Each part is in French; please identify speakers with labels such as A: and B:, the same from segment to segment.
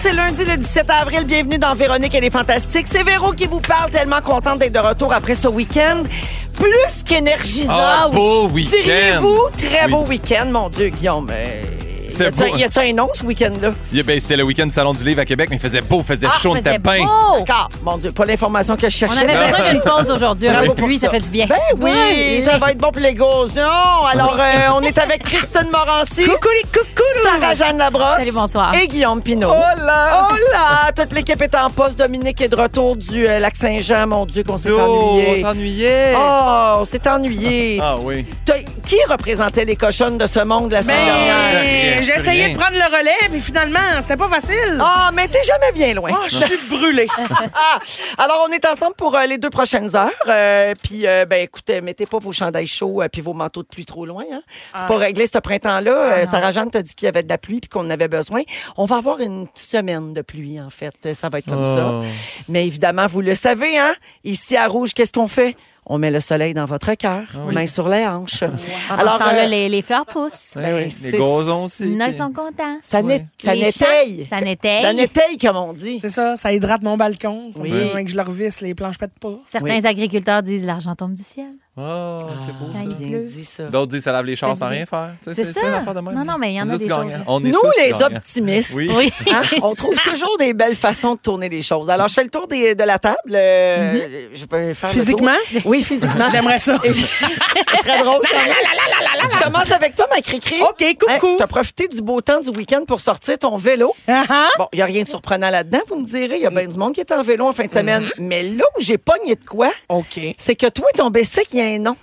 A: c'est lundi le 17 avril. Bienvenue dans Véronique et les Fantastiques. C'est Véro qui vous parle, tellement contente d'être de retour après ce week-end. Plus qu'énergisant.
B: Ah, beau week-end.
A: Direz-vous, très
B: Oui.
A: beau week-end, mon Dieu, Guillaume. euh,
B: C'est
A: y a-tu
B: beau.
A: un- Y a-tu un nom ce week-end-là?
B: Yeah, ben, c'était le week-end du Salon du Livre à Québec, mais il faisait beau, il faisait
C: Ah,
B: chaud, on était bien.
C: beau.
A: D'accord, mon Dieu, pas l'information que je
C: On
A: cherchais.
C: avait
A: mais
C: besoin
A: merci.
C: d'une pause aujourd'hui. Un
A: Bravo
C: peu de
A: pour
C: pluie, ça. fait du bien.
A: Ben oui,
C: Eh Oui.
A: ça va être bon pour les gosses. Non, alors euh, on est avec Christine Morancy. Coucou les Sarah-Jeanne Labrosse.
C: Salut, bonsoir.
A: Et Guillaume Pinault. Hola. Hola. Toute l'équipe est en poste. Dominique est de retour du euh, lac Saint-Jean. Mon Dieu, qu'on s'est
B: Oh,
A: ennuyé.
B: s'ennuyait.
A: Oh, on s'est ennuyé.
B: Ah oui.
A: Toi, Qui représentait les cochonnes de ce monde la semaine dernière?
B: Rien,
D: Ben, j'ai essayé
B: rien.
D: de prendre le relais, mais finalement, c'était pas facile. Ah,
A: Ah, mais t'es jamais bien loin.
D: je suis brûlée.
A: Ah! Alors, on est ensemble pour euh, les deux prochaines heures. Euh, puis, euh, ben, écoutez, mettez pas vos chandails chauds et puis vos manteaux de pluie trop loin. Hein.
D: Ah.
A: C'est pas réglé ce printemps-là. Euh, Sarah-Jeanne t'a dit qu'il y avait de la pluie puis qu'on en avait besoin. On va avoir une semaine de pluie, en fait. Euh, Ça va être comme
D: Oh.
A: ça. Mais évidemment, vous le savez, hein, ici à Rouge, qu'est-ce qu'on fait? On met le soleil dans votre cœur,
D: Ah
A: main sur les hanches.
C: Alors, ce temps-là,
A: euh,
C: les, les fleurs poussent.
B: Ben oui,
A: c'est-
B: Les gosons aussi.
C: Ils sont contents.
A: ça n'est ça
C: Les champs,
A: n'étaye.
C: Ça
A: Ça
C: n'étaye.
A: n'étaye, comme on dit.
D: C'est ça, ça hydrate mon balcon. Comme
A: Oui.
D: ça, moins que je le revisse, les planches pètent pas.
C: Certains agriculteurs disent l'argent tombe du ciel.
B: Oh, c'est beau
C: Ah,
B: ça.
C: il
A: Bien
C: pleut.
A: dit, ça.
B: D'autres disent ça lave les chars sans
C: Ça dit-
B: rien faire. Tu sais,
C: C'est
B: c'est
C: ça.
B: plein d'affaires de même.
C: Non, non, mais il y en a
B: Nous
C: des
B: tous
C: choses.
B: gagnants. On est
A: Nous,
B: tous
A: les
B: gagnants.
A: optimistes,
B: Oui.
C: Oui.
A: Hein? On trouve toujours des belles façons de tourner les choses. Alors, je fais le tour des- de la table. euh, Je peux faire le tour.
D: Physiquement?
A: Oui, physiquement.
D: J'aimerais ça.
A: C'est très drôle. Je commence avec toi, ma Cricri.
D: OK, Oh, coucou.
A: tu as profité du beau temps du week-end pour sortir ton vélo.
D: Ah, ah.
A: Bon, il n'y a rien de surprenant là-dedans, vous me direz. Il y a bien du monde qui est en vélo en fin de semaine. Mais là où j'ai pogné de quoi,
D: OK.
A: c'est que toi et ton Bessic, il y a un nom.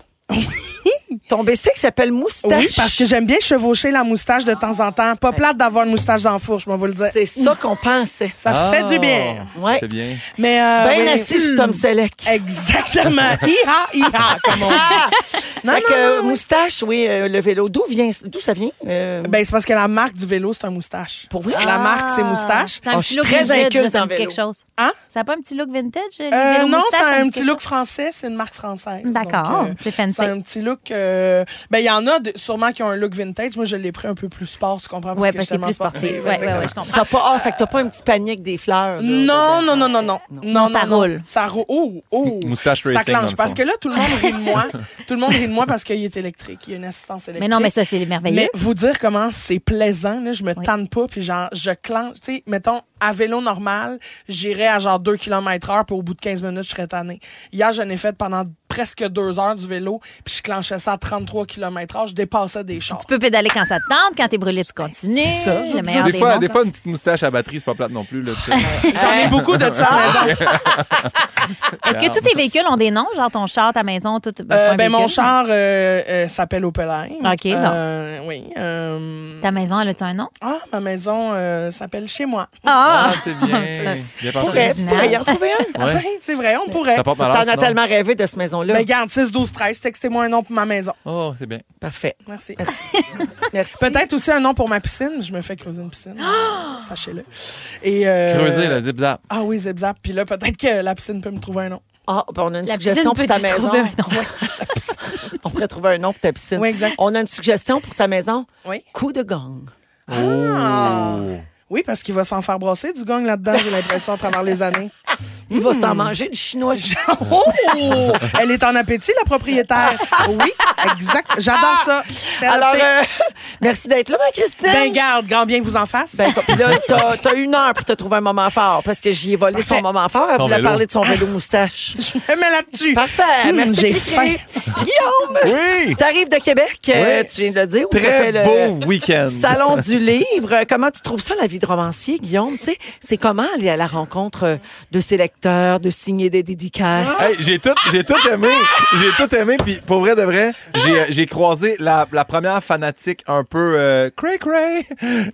A: ton Bessic s'appelle Moustache.
D: Oui, parce que j'aime bien chevaucher la moustache de temps en temps. Pas plate d'avoir une moustache dans la fourche, je vais vous le dire.
A: C'est ça qu'on pensait.
D: Ça
B: Ah,
D: fait du bien.
A: Ouais.
B: C'est bien.
D: Mais euh,
A: Bien
D: oui.
A: assis sur Tom Selleck.
D: Exactement. Iha, iha, comme on dit. Non,
A: Ah! Fait
D: non,
A: que,
D: non, oui.
A: moustache, oui, euh, le vélo. D'où vient, d'où ça vient? Euh,
D: Ben, c'est parce que la marque du vélo, c'est un moustache.
A: pour vrai?
D: La marque, c'est moustache.
C: Ah, Ça a un
A: Oh,
C: petit
A: je
C: look
A: suis très
C: vintage,
A: inculte
C: là, ça
A: en
C: me dit quelque
A: vélo.
C: chose.
D: Hein?
C: Ça n'a pas un petit look vintage? les
D: Euh,
C: vélos
D: non,
C: moustaches,
D: ça a
C: me
D: un
C: dit
D: petit
C: quelque
D: look
C: chose?
D: français, c'est une marque française.
C: D'accord,
D: Donc, euh,
C: c'est fancy.
D: C'est un petit look. euh, ben, il y en a de- sûrement qui ont un look vintage. Moi, je l'ai pris un peu plus sport, tu comprends?
C: Oui,
D: que
C: parce
D: je
C: qu'il est plus
D: suis tellement
C: sportif. Oui, oui, je comprends.
A: T'as pas, ah, fait que t'as pas un petit panier avec des fleurs. là, dedans.
D: Non, non, non, non, non.
C: Non, ça roule.
D: Ça roule. Oh, oh.
B: C'est moustache
D: Ça
B: racing, dans le
D: clenche. Parce
B: fond.
D: que là, tout le monde rit de moi. Tout le monde rit de moi parce qu'il est électrique. Il y a une assistance électrique.
C: Mais non, mais ça, c'est merveilleux.
D: Mais vous dire comment c'est plaisant, là, je me
C: Oui.
D: tanne pas, puis genre, je clenche. Tu sais, mettons, à vélo normal, j'irais à genre 2 km heure, puis au bout de 15 minutes, je serais tannée. Hier, j'en ai fait pendant presque deux heures du vélo, puis je clenchais ça à 33 km heure, je dépassais des chars.
C: Tu peux pédaler quand ça te tente, quand t'es brûlé, tu continues.
D: C'est ça,
C: Le
D: je vous
C: meilleur
B: Des fois,
C: mondes.
B: des fois, une petite moustache à batterie, c'est pas plate non plus. Là, tu sais.
D: J'en ai beaucoup de ça Euh, à la maison.
C: Est-ce que tous tes véhicules ont des noms? Genre ton char, ta maison, tout.
D: Euh,
C: pas un
D: ben, mon
C: véhicule.
D: char euh, euh, s'appelle Opel Air.
C: OK,
D: Euh, Oui. euh,
C: Ta maison, elle a-tu un nom?
D: Ah, ma maison euh, s'appelle Chez moi.
B: Ah,
C: Ah!
B: c'est bien. Bien
A: Pour vrai,
B: pensé.
A: tu pourrais y en trouver un.
B: Ouais.
D: Ben, c'est vrai, on pourrait.
B: Ça porte
A: T'en
B: malheur.
A: as
B: sinon.
A: tellement rêvé de cette maison-là.
D: Ben, garde 6, 12, 13, textez-moi un nom pour ma maison.
B: Oh, c'est bien.
A: Parfait.
D: Merci.
A: Merci. Ah!
D: Peut-être aussi un nom pour ma piscine. Je me fais creuser une piscine. Sachez-le. Et, euh,
B: Creuser le zip-zap.
D: Ah oui, zip zap. Puis là, peut-être que la piscine peut me trouver un nom.
A: Ah, ben, on a une
C: La
A: suggestion
C: piscine
A: pour
C: peut
A: ta
C: te
A: maison.
C: trouver un nom.
A: On pourrait trouver un nom pour ta piscine.
D: Oui, exact.
A: On a une suggestion pour ta maison.
D: Oui.
A: Coup de gang.
D: Ah. Oui, parce qu'il va s'en faire brasser du gang là-dedans, j'ai l'impression, à travers les années.
A: Il va s'en manger du chinois.
D: Oh! Elle est en appétit, la propriétaire. Oui, exact. J'adore ça. C'est
A: Alors,
D: adapté.
A: euh, merci d'être là, ma Christine.
D: Ben, garde, grand bien vous en fasse.
A: Ben, puis là, t'as- t'as une heure pour te trouver un moment fort parce que j'y ai volé son
D: Parfait.
A: moment fort. Elle
B: Son
A: voulait
B: vélo. Hmm,
A: parler de son vélo moustache.
D: je me mets là-dessus.
A: Parfait.
D: Hum,
A: Merci.
D: j'ai
A: Cricri. Guillaume,
B: Oui!
A: t'arrives de Québec. euh, tu viens de le dire. où t'as fait
B: Très
A: le-
B: beau week-end.
A: Salon du livre, Euh, comment tu trouves ça, la vie de romancier, Guillaume? Tu sais, c'est comment aller à la rencontre euh, de ses lecteurs, de signer des dédicaces?
B: Hey, j'ai tout, j'ai tout aimé, j'ai tout aimé. Puis pour vrai de vrai, j'ai, euh, j'ai croisé la, euh, la première fanatique un peu cray cray.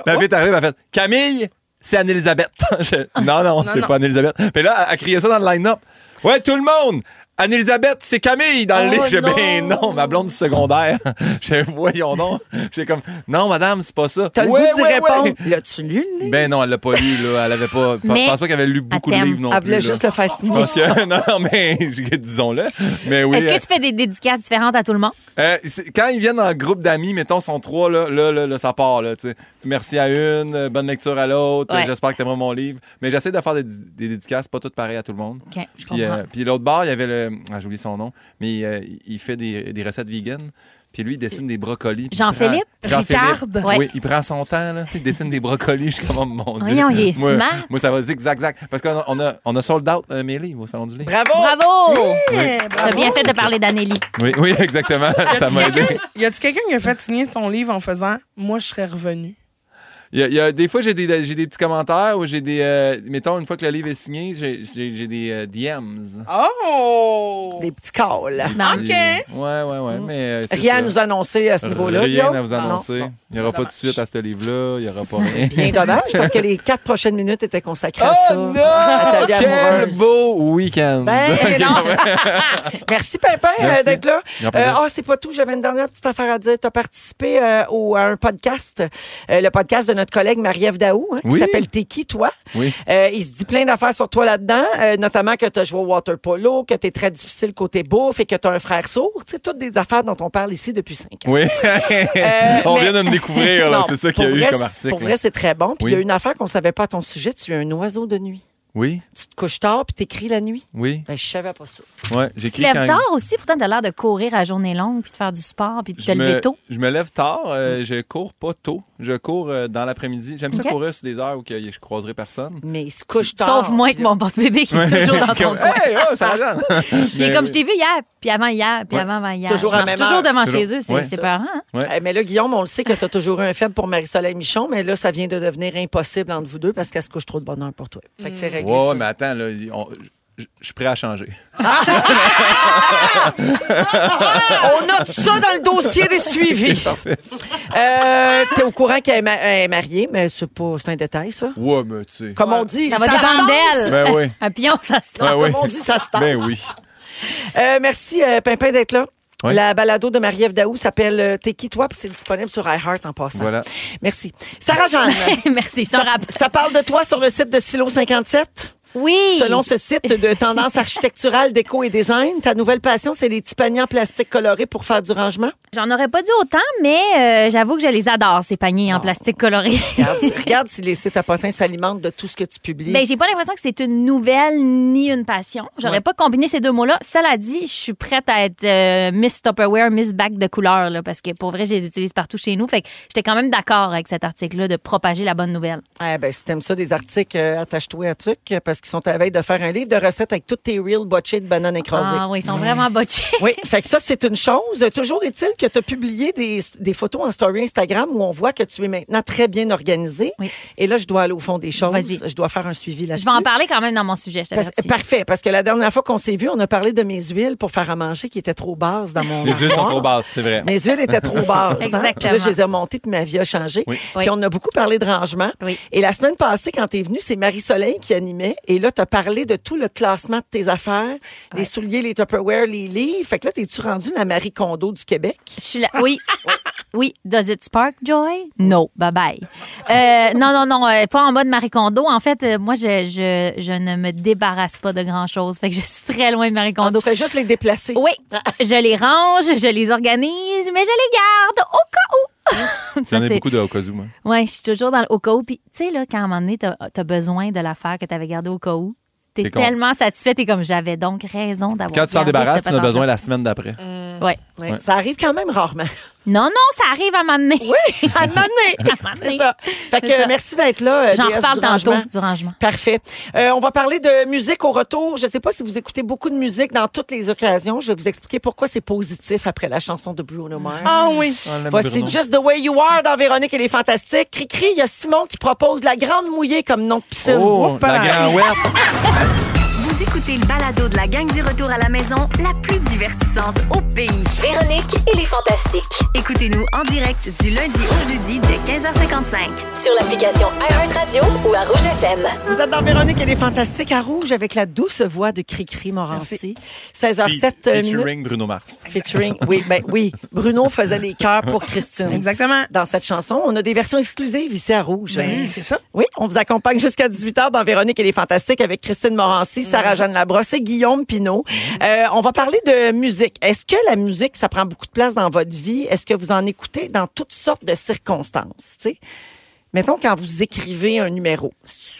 B: La vie est arrivée, elle a fait Camille. c'est Anne-Elisabeth. Je- non, non, c'est
D: non.
B: pas Anne-Elisabeth. Mais là, elle, elle criait ça dans le line-up. Ouais, tout le monde! Anne-Elisabeth, c'est Camille dans le
A: Oh,
B: livre. J'ai
A: non.
B: ben non, ma blonde du secondaire. J'ai voyons donc. J'ai comme non madame, c'est pas ça.
A: T'as le
B: Ouais,
A: goût d'y
B: ouais, ouais.
A: répondre. L'as-tu lu, le livre?
B: Ben non, elle l'a pas lu là, elle avait pas je
C: Mais-
B: pense pas qu'elle avait lu beaucoup de
C: Attends.
B: livres non
A: Elle
B: plus.
A: voulait
B: là. Ah,
A: juste le fasciner.
B: Parce que, non, non, mais disons-le. Mais oui.
C: Est-ce que tu fais des dédicaces différentes à tout le monde?
B: euh, c'est- quand ils viennent en groupe d'amis, mettons, sont trois, là, là, là, là, ça part. Là, tu sais. Merci à une, euh, bonne lecture à l'autre,
C: Ouais.
B: euh, j'espère que t'aimeras mon livre. Mais j'essaie de faire des, des dédicaces, pas toutes pareilles à tout le monde.
C: OK, je
B: Puis,
C: comprends.
B: euh, puis l'autre bar, il y avait le. Ah, j'oublie son nom, mais euh, il fait des, des recettes vegan. Puis lui, il dessine des brocolis. puis il
C: Jean-Philippe?
B: prend- Jean-Philippe.
D: Ricarde?
C: Ouais.
B: Oui, il prend son temps, là. Il dessine des brocolis. Je suis comme, oh, mon Dieu.
C: Voyons, il est
B: moi,
C: smart.
B: moi, ça va zigzag, zag. Parce qu'on a, on a, on a sold out euh, mes livres au Salon du Livre.
A: Bravo!
B: Oh!
C: Bravo!
D: Eh,
C: T'as
D: bravo.
C: bien fait de parler d'Anélie.
B: Oui, oui, exactement. ça m'a aidé.
D: Y a-tu quelqu'un qui a fait signer son livre en faisant Moi, je serais revenu?
B: Il y a- il y a- des fois, j'ai des, j'ai des petits commentaires ou j'ai des. euh, mettons, une fois que le livre est signé, j'ai, j'ai- j'ai des euh, DMs.
D: Oh!
A: Des petits calls.
C: Non.
B: Puis- Ouais, ouais, ouais. Mais, euh, c'est
A: Rien à
B: ça.
A: nous annoncer à ce niveau-là.
B: Rien
A: Guillaume?
B: à vous annoncer.
A: Non.
B: Il n'y aura pas de
D: Dommage.
B: suite à ce livre-là. Il n'y aura pas rien.
A: Bien dommage, parce que les quatre prochaines minutes étaient consacrées à
B: Oh
A: ça. à ta vie
B: Quel
A: amoureuse.
B: beau week-end!
A: Ben,
B: Ok,
A: non.
B: ouais.
A: Merci, Pimpin, euh,
B: Merci.
A: d'être là.
B: Grand
A: Euh,
B: plaisir.
A: Ah, c'est pas tout. J'avais une dernière petite affaire à dire. Tu as participé euh, au, à un podcast, euh, le podcast de notre collègue Marie-Ève Daou, hein,
B: Oui.
A: qui s'appelle T'es qui, toi?
B: Oui.
A: Euh, il se dit plein d'affaires sur toi là-dedans, euh, notamment que tu as joué au water polo, que tu es très difficile côté bouffe et que tu as un frère sourd. Tu sais, toutes des affaires dont on parle ici depuis cinq ans.
B: Oui. On
A: euh, mais-
B: vient de me découvrir, là.
A: Non,
B: C'est ça qu'il y a
A: pour
B: eu
A: vrai,
B: comme
A: c'est-
B: article.
A: Pour
B: là.
A: vrai, c'est très bon. Puis il y a
B: Oui.
A: une affaire qu'on savait pas à ton sujet. Tu es un oiseau de nuit.
B: Oui,
A: Tu te couches tard puis t'écris la nuit.
B: oui.
A: Ben, je savais pas ça.
B: Ouais,
C: Tu te
B: j'écris
C: lèves
B: quand-
C: tard aussi, pourtant t'as l'air de courir à journée longue, puis de faire du sport, puis de te
B: Je me,
C: lever tôt.
B: je me lève tard, euh, je cours pas tôt, je cours euh, dans l'après-midi. J'aime
C: Ok.
B: ça courir sur des heures où que je croiserai personne.
A: Mais il se couche tard.
C: Sauf moi avec
A: puis
C: mon boss-bébé qui est toujours dans ton
B: Comme,
C: coin.
B: Hey, oh, ça gêne.
C: Puis
B: Mais
C: comme
B: oui.
C: je t'ai vu hier, puis avant hier, puis
B: Ouais.
C: avant avant hier.
A: Toujours
C: je
A: à
C: marche
A: même
C: toujours
A: heure.
C: devant
B: Toujours.
C: chez eux, c'est
B: Ouais.
C: c'est peurant. hein?
A: Eh, Mais là, Guillaume, on le sait que tu as toujours eu un faible pour Marie-Soleil Michon, mais là, ça vient de devenir impossible entre vous deux parce qu'elle se couche trop de bonheur pour toi. Fait que c'est réglé.
B: Ouais,
A: ça.
B: mais attends, là, on- je je suis prêt à changer.
A: Ben, On note ça dans le dossier des suivis. Euh, T'es au courant qu'elle est, ma- elle est mariée, mais c'est pas c'est un détail, ça.
B: Ouais, mais tu sais.
A: Comme on dit,
C: Ça va
A: se
C: dépendre d'elle.
B: Ben oui.
C: Un pion, ça se
B: Ben oui.
A: Comme on dit, ça se tente.
B: Ben oui.
A: Euh, merci, euh, Pimpin, d'être là.
B: Oui.
A: La balado de Marie-Ève Daou s'appelle euh, T'es qui toi? Puis c'est disponible sur iHeart en passant.
B: Voilà.
A: Merci. Sarah-Jeanne,
C: Merci, sans rap.
A: ça parle de toi sur le site de Silo 57?
C: Oui.
A: Selon ce site de tendance architecturale, déco et design, ta nouvelle passion, c'est les petits paniers en plastique colorés pour faire du rangement.
C: J'en aurais pas dit autant, mais euh, j'avoue que je les adore, ces paniers en plastique coloré.
A: Regarde, regarde si les sites à potins s'alimentent de tout ce que tu publies.
C: Ben, j'ai pas l'impression que c'est une nouvelle ni une passion. J'aurais pas combiné ces deux mots-là. Cela dit, je suis prête à être euh, Miss Tupperware, Miss Bac de couleur, là, parce que pour vrai, je les utilise partout chez nous. Fait que j'étais quand même d'accord avec cet article-là de propager la bonne nouvelle.
A: Eh ben, si t'aimes ça, des articles, euh, attache-toi à Tuc, euh, parce qu'ils sont à la veille de faire un livre de recettes avec toutes tes real botchées de bananes écrasées.
C: Ah oui, ils sont vraiment botchés.
A: Oui, fait que ça, c'est une chose. Euh, Toujours est-il que tu as publié des, des photos en story Instagram où on voit que tu es maintenant très bien organisé.
C: Oui.
A: Et là, je dois aller au fond des choses.
C: Vas-y.
A: Je dois faire un suivi
C: Je
A: là-dessus.
C: vais en parler quand même dans mon sujet, je
A: Parce-
C: t'avertis.
A: parfait, parce que la dernière fois qu'on s'est vu, on a parlé de mes huiles pour faire à manger qui étaient trop basses dans mon
B: Les yeux sont
A: armoire.
B: trop basses, c'est vrai.
A: Mes huiles étaient trop basses. hein.
C: Exactement.
A: Puis là, je les ai remontées, puis ma vie a changé.
B: Oui.
A: Puis
C: Oui.
A: on a beaucoup parlé de rangement.
C: Oui.
A: Et la semaine passée, quand tu es venue, c'est Marie-Soleil qui animait. Et là, tu as parlé de tout le classement de tes affaires, les souliers, les Tupperware, les livres. Fait que là, t'es-tu rendue la Marie Kondo du Québec?
C: Je suis là. Oui. Oui, does it spark joy? No, bye bye. Euh, non, non, non, euh, pas en mode Marie Kondo. En fait, euh, moi, je, je, je ne me débarrasse pas de grand chose. Fait que je suis très loin de Marie Kondo.
A: On fait juste les déplacer.
C: Oui, je les range, je les organise, mais je les garde au cas où.
B: J'en ai
C: c'est-
B: beaucoup de Okazu, hein.
C: Ouais, je suis toujours dans le au cas où. Puis, tu sais, là, quand à un moment donné, t'as as besoin de l'affaire que t'avais gardée au cas où, t'es
B: T'es con.
C: tellement satisfait, t'es comme j'avais donc raison d'avoir.
B: Quand tu s'en
C: gardé
B: débarrasses,
C: ce
B: tu en as besoin
C: patente-là.
B: la semaine d'après.
C: Ouais.
A: Ouais.
B: Ouais.
A: Ça arrive quand même rarement.
C: Non, non, ça arrive à un moment donné.
A: Oui, à m'amener.
C: À un moment
A: C'est
C: donné.
A: ça. Fait que
C: C'est ça.
A: euh, merci d'être là. euh,
C: J'en
A: déesse
C: reparle
A: du
C: tantôt
A: rangement.
C: du rangement.
A: Parfait. Euh, on va parler de musique au retour. Je ne sais pas si vous écoutez beaucoup de musique dans toutes les occasions. Je vais vous expliquer pourquoi c'est positif après la chanson de Bruno Mars.
D: Ah oui!
A: Voici Just the Way You Are dans Véronique et les Fantastiques. Cri-cri, il y a Simon qui propose la Grande Mouillée comme nom de piscine.
B: Oh,
D: Oups,
B: la
D: là.
B: grande ouette.
E: Vous écoutez écouté le balado de la gang du retour à la maison, la plus divertissante au pays.
F: Véronique et les Fantastiques.
E: Écoutez-nous en direct du lundi au jeudi dès 15h55.
F: Sur l'application iHeartRadio ou à Rouge FM.
A: Vous êtes dans Véronique et les Fantastiques à Rouge avec la douce voix de Cricri Morancy. 16h07 euh, minutes.
B: Featuring Bruno Mars.
A: Featuring. Oui, ben oui. Bruno faisait les cœurs pour Christine.
D: Exactement.
A: Dans cette chanson, on a des versions exclusives ici à Rouge.
D: Ben, c'est ça.
A: Oui, on vous accompagne jusqu'à 18h dans Véronique et les Fantastiques avec Christine Morancy, Sarah-Jeanne Labrosse et Guillaume Pinault. Euh, on va parler de musique. Est-ce que la musique, ça prend beaucoup de place dans votre vie? Est-ce que vous en écoutez dans toutes sortes de circonstances? tu sais? Mettons, quand vous écrivez un numéro,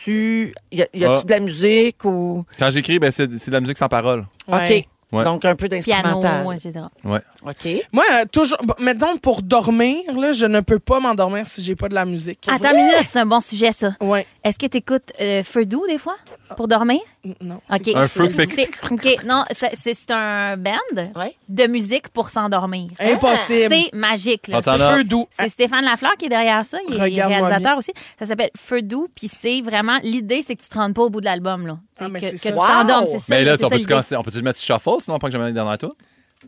A: tu- y a- y a-tu
B: Ah.
A: de la musique ou...
B: Quand j'écris, ben, c'est c'est de la musique sans parole.
D: Ouais.
A: OK.
B: Ouais.
A: Donc, un peu
C: Piano,
A: d'instrumental.
C: etc.
B: Ouais.
A: OK.
D: Moi, euh, toujours. bon, Mettons, pour dormir, là, je ne peux pas m'endormir si j'ai pas de la musique.
C: Attends une minute, c'est un bon sujet, ça.
D: Ouais.
C: Est-ce que tu écoutes Feu doux des fois pour dormir?
D: N- Non.
C: OK.
B: Un feu qui fait-
C: C'est- OK, non, c'est- c'est c'est un band
A: Ouais.
C: de musique pour s'endormir.
D: Ah! Impossible.
C: C'est magique. là.
B: Prends ça en
D: Feu
B: note.
D: doux. Ah,
C: C'est Stéphane Lafleur qui est derrière ça. Il est
D: Regarde-moi
C: réalisateur aussi. Ça s'appelle Feu doux. Puis c'est vraiment. L'idée, c'est que tu te rendes pas au bout de l'album. là.
D: Ah, mais
C: que,
D: c'est
C: que
D: ça.
C: tu
A: Wow!
C: t'endormes. C'est ça.
B: Mais Ben là,
C: c'est
B: on
C: ça
B: peut-tu
C: l'idée.
B: commencer- on peut-tu le mettre sur shuffle, sinon on prend jamais les dernières tours?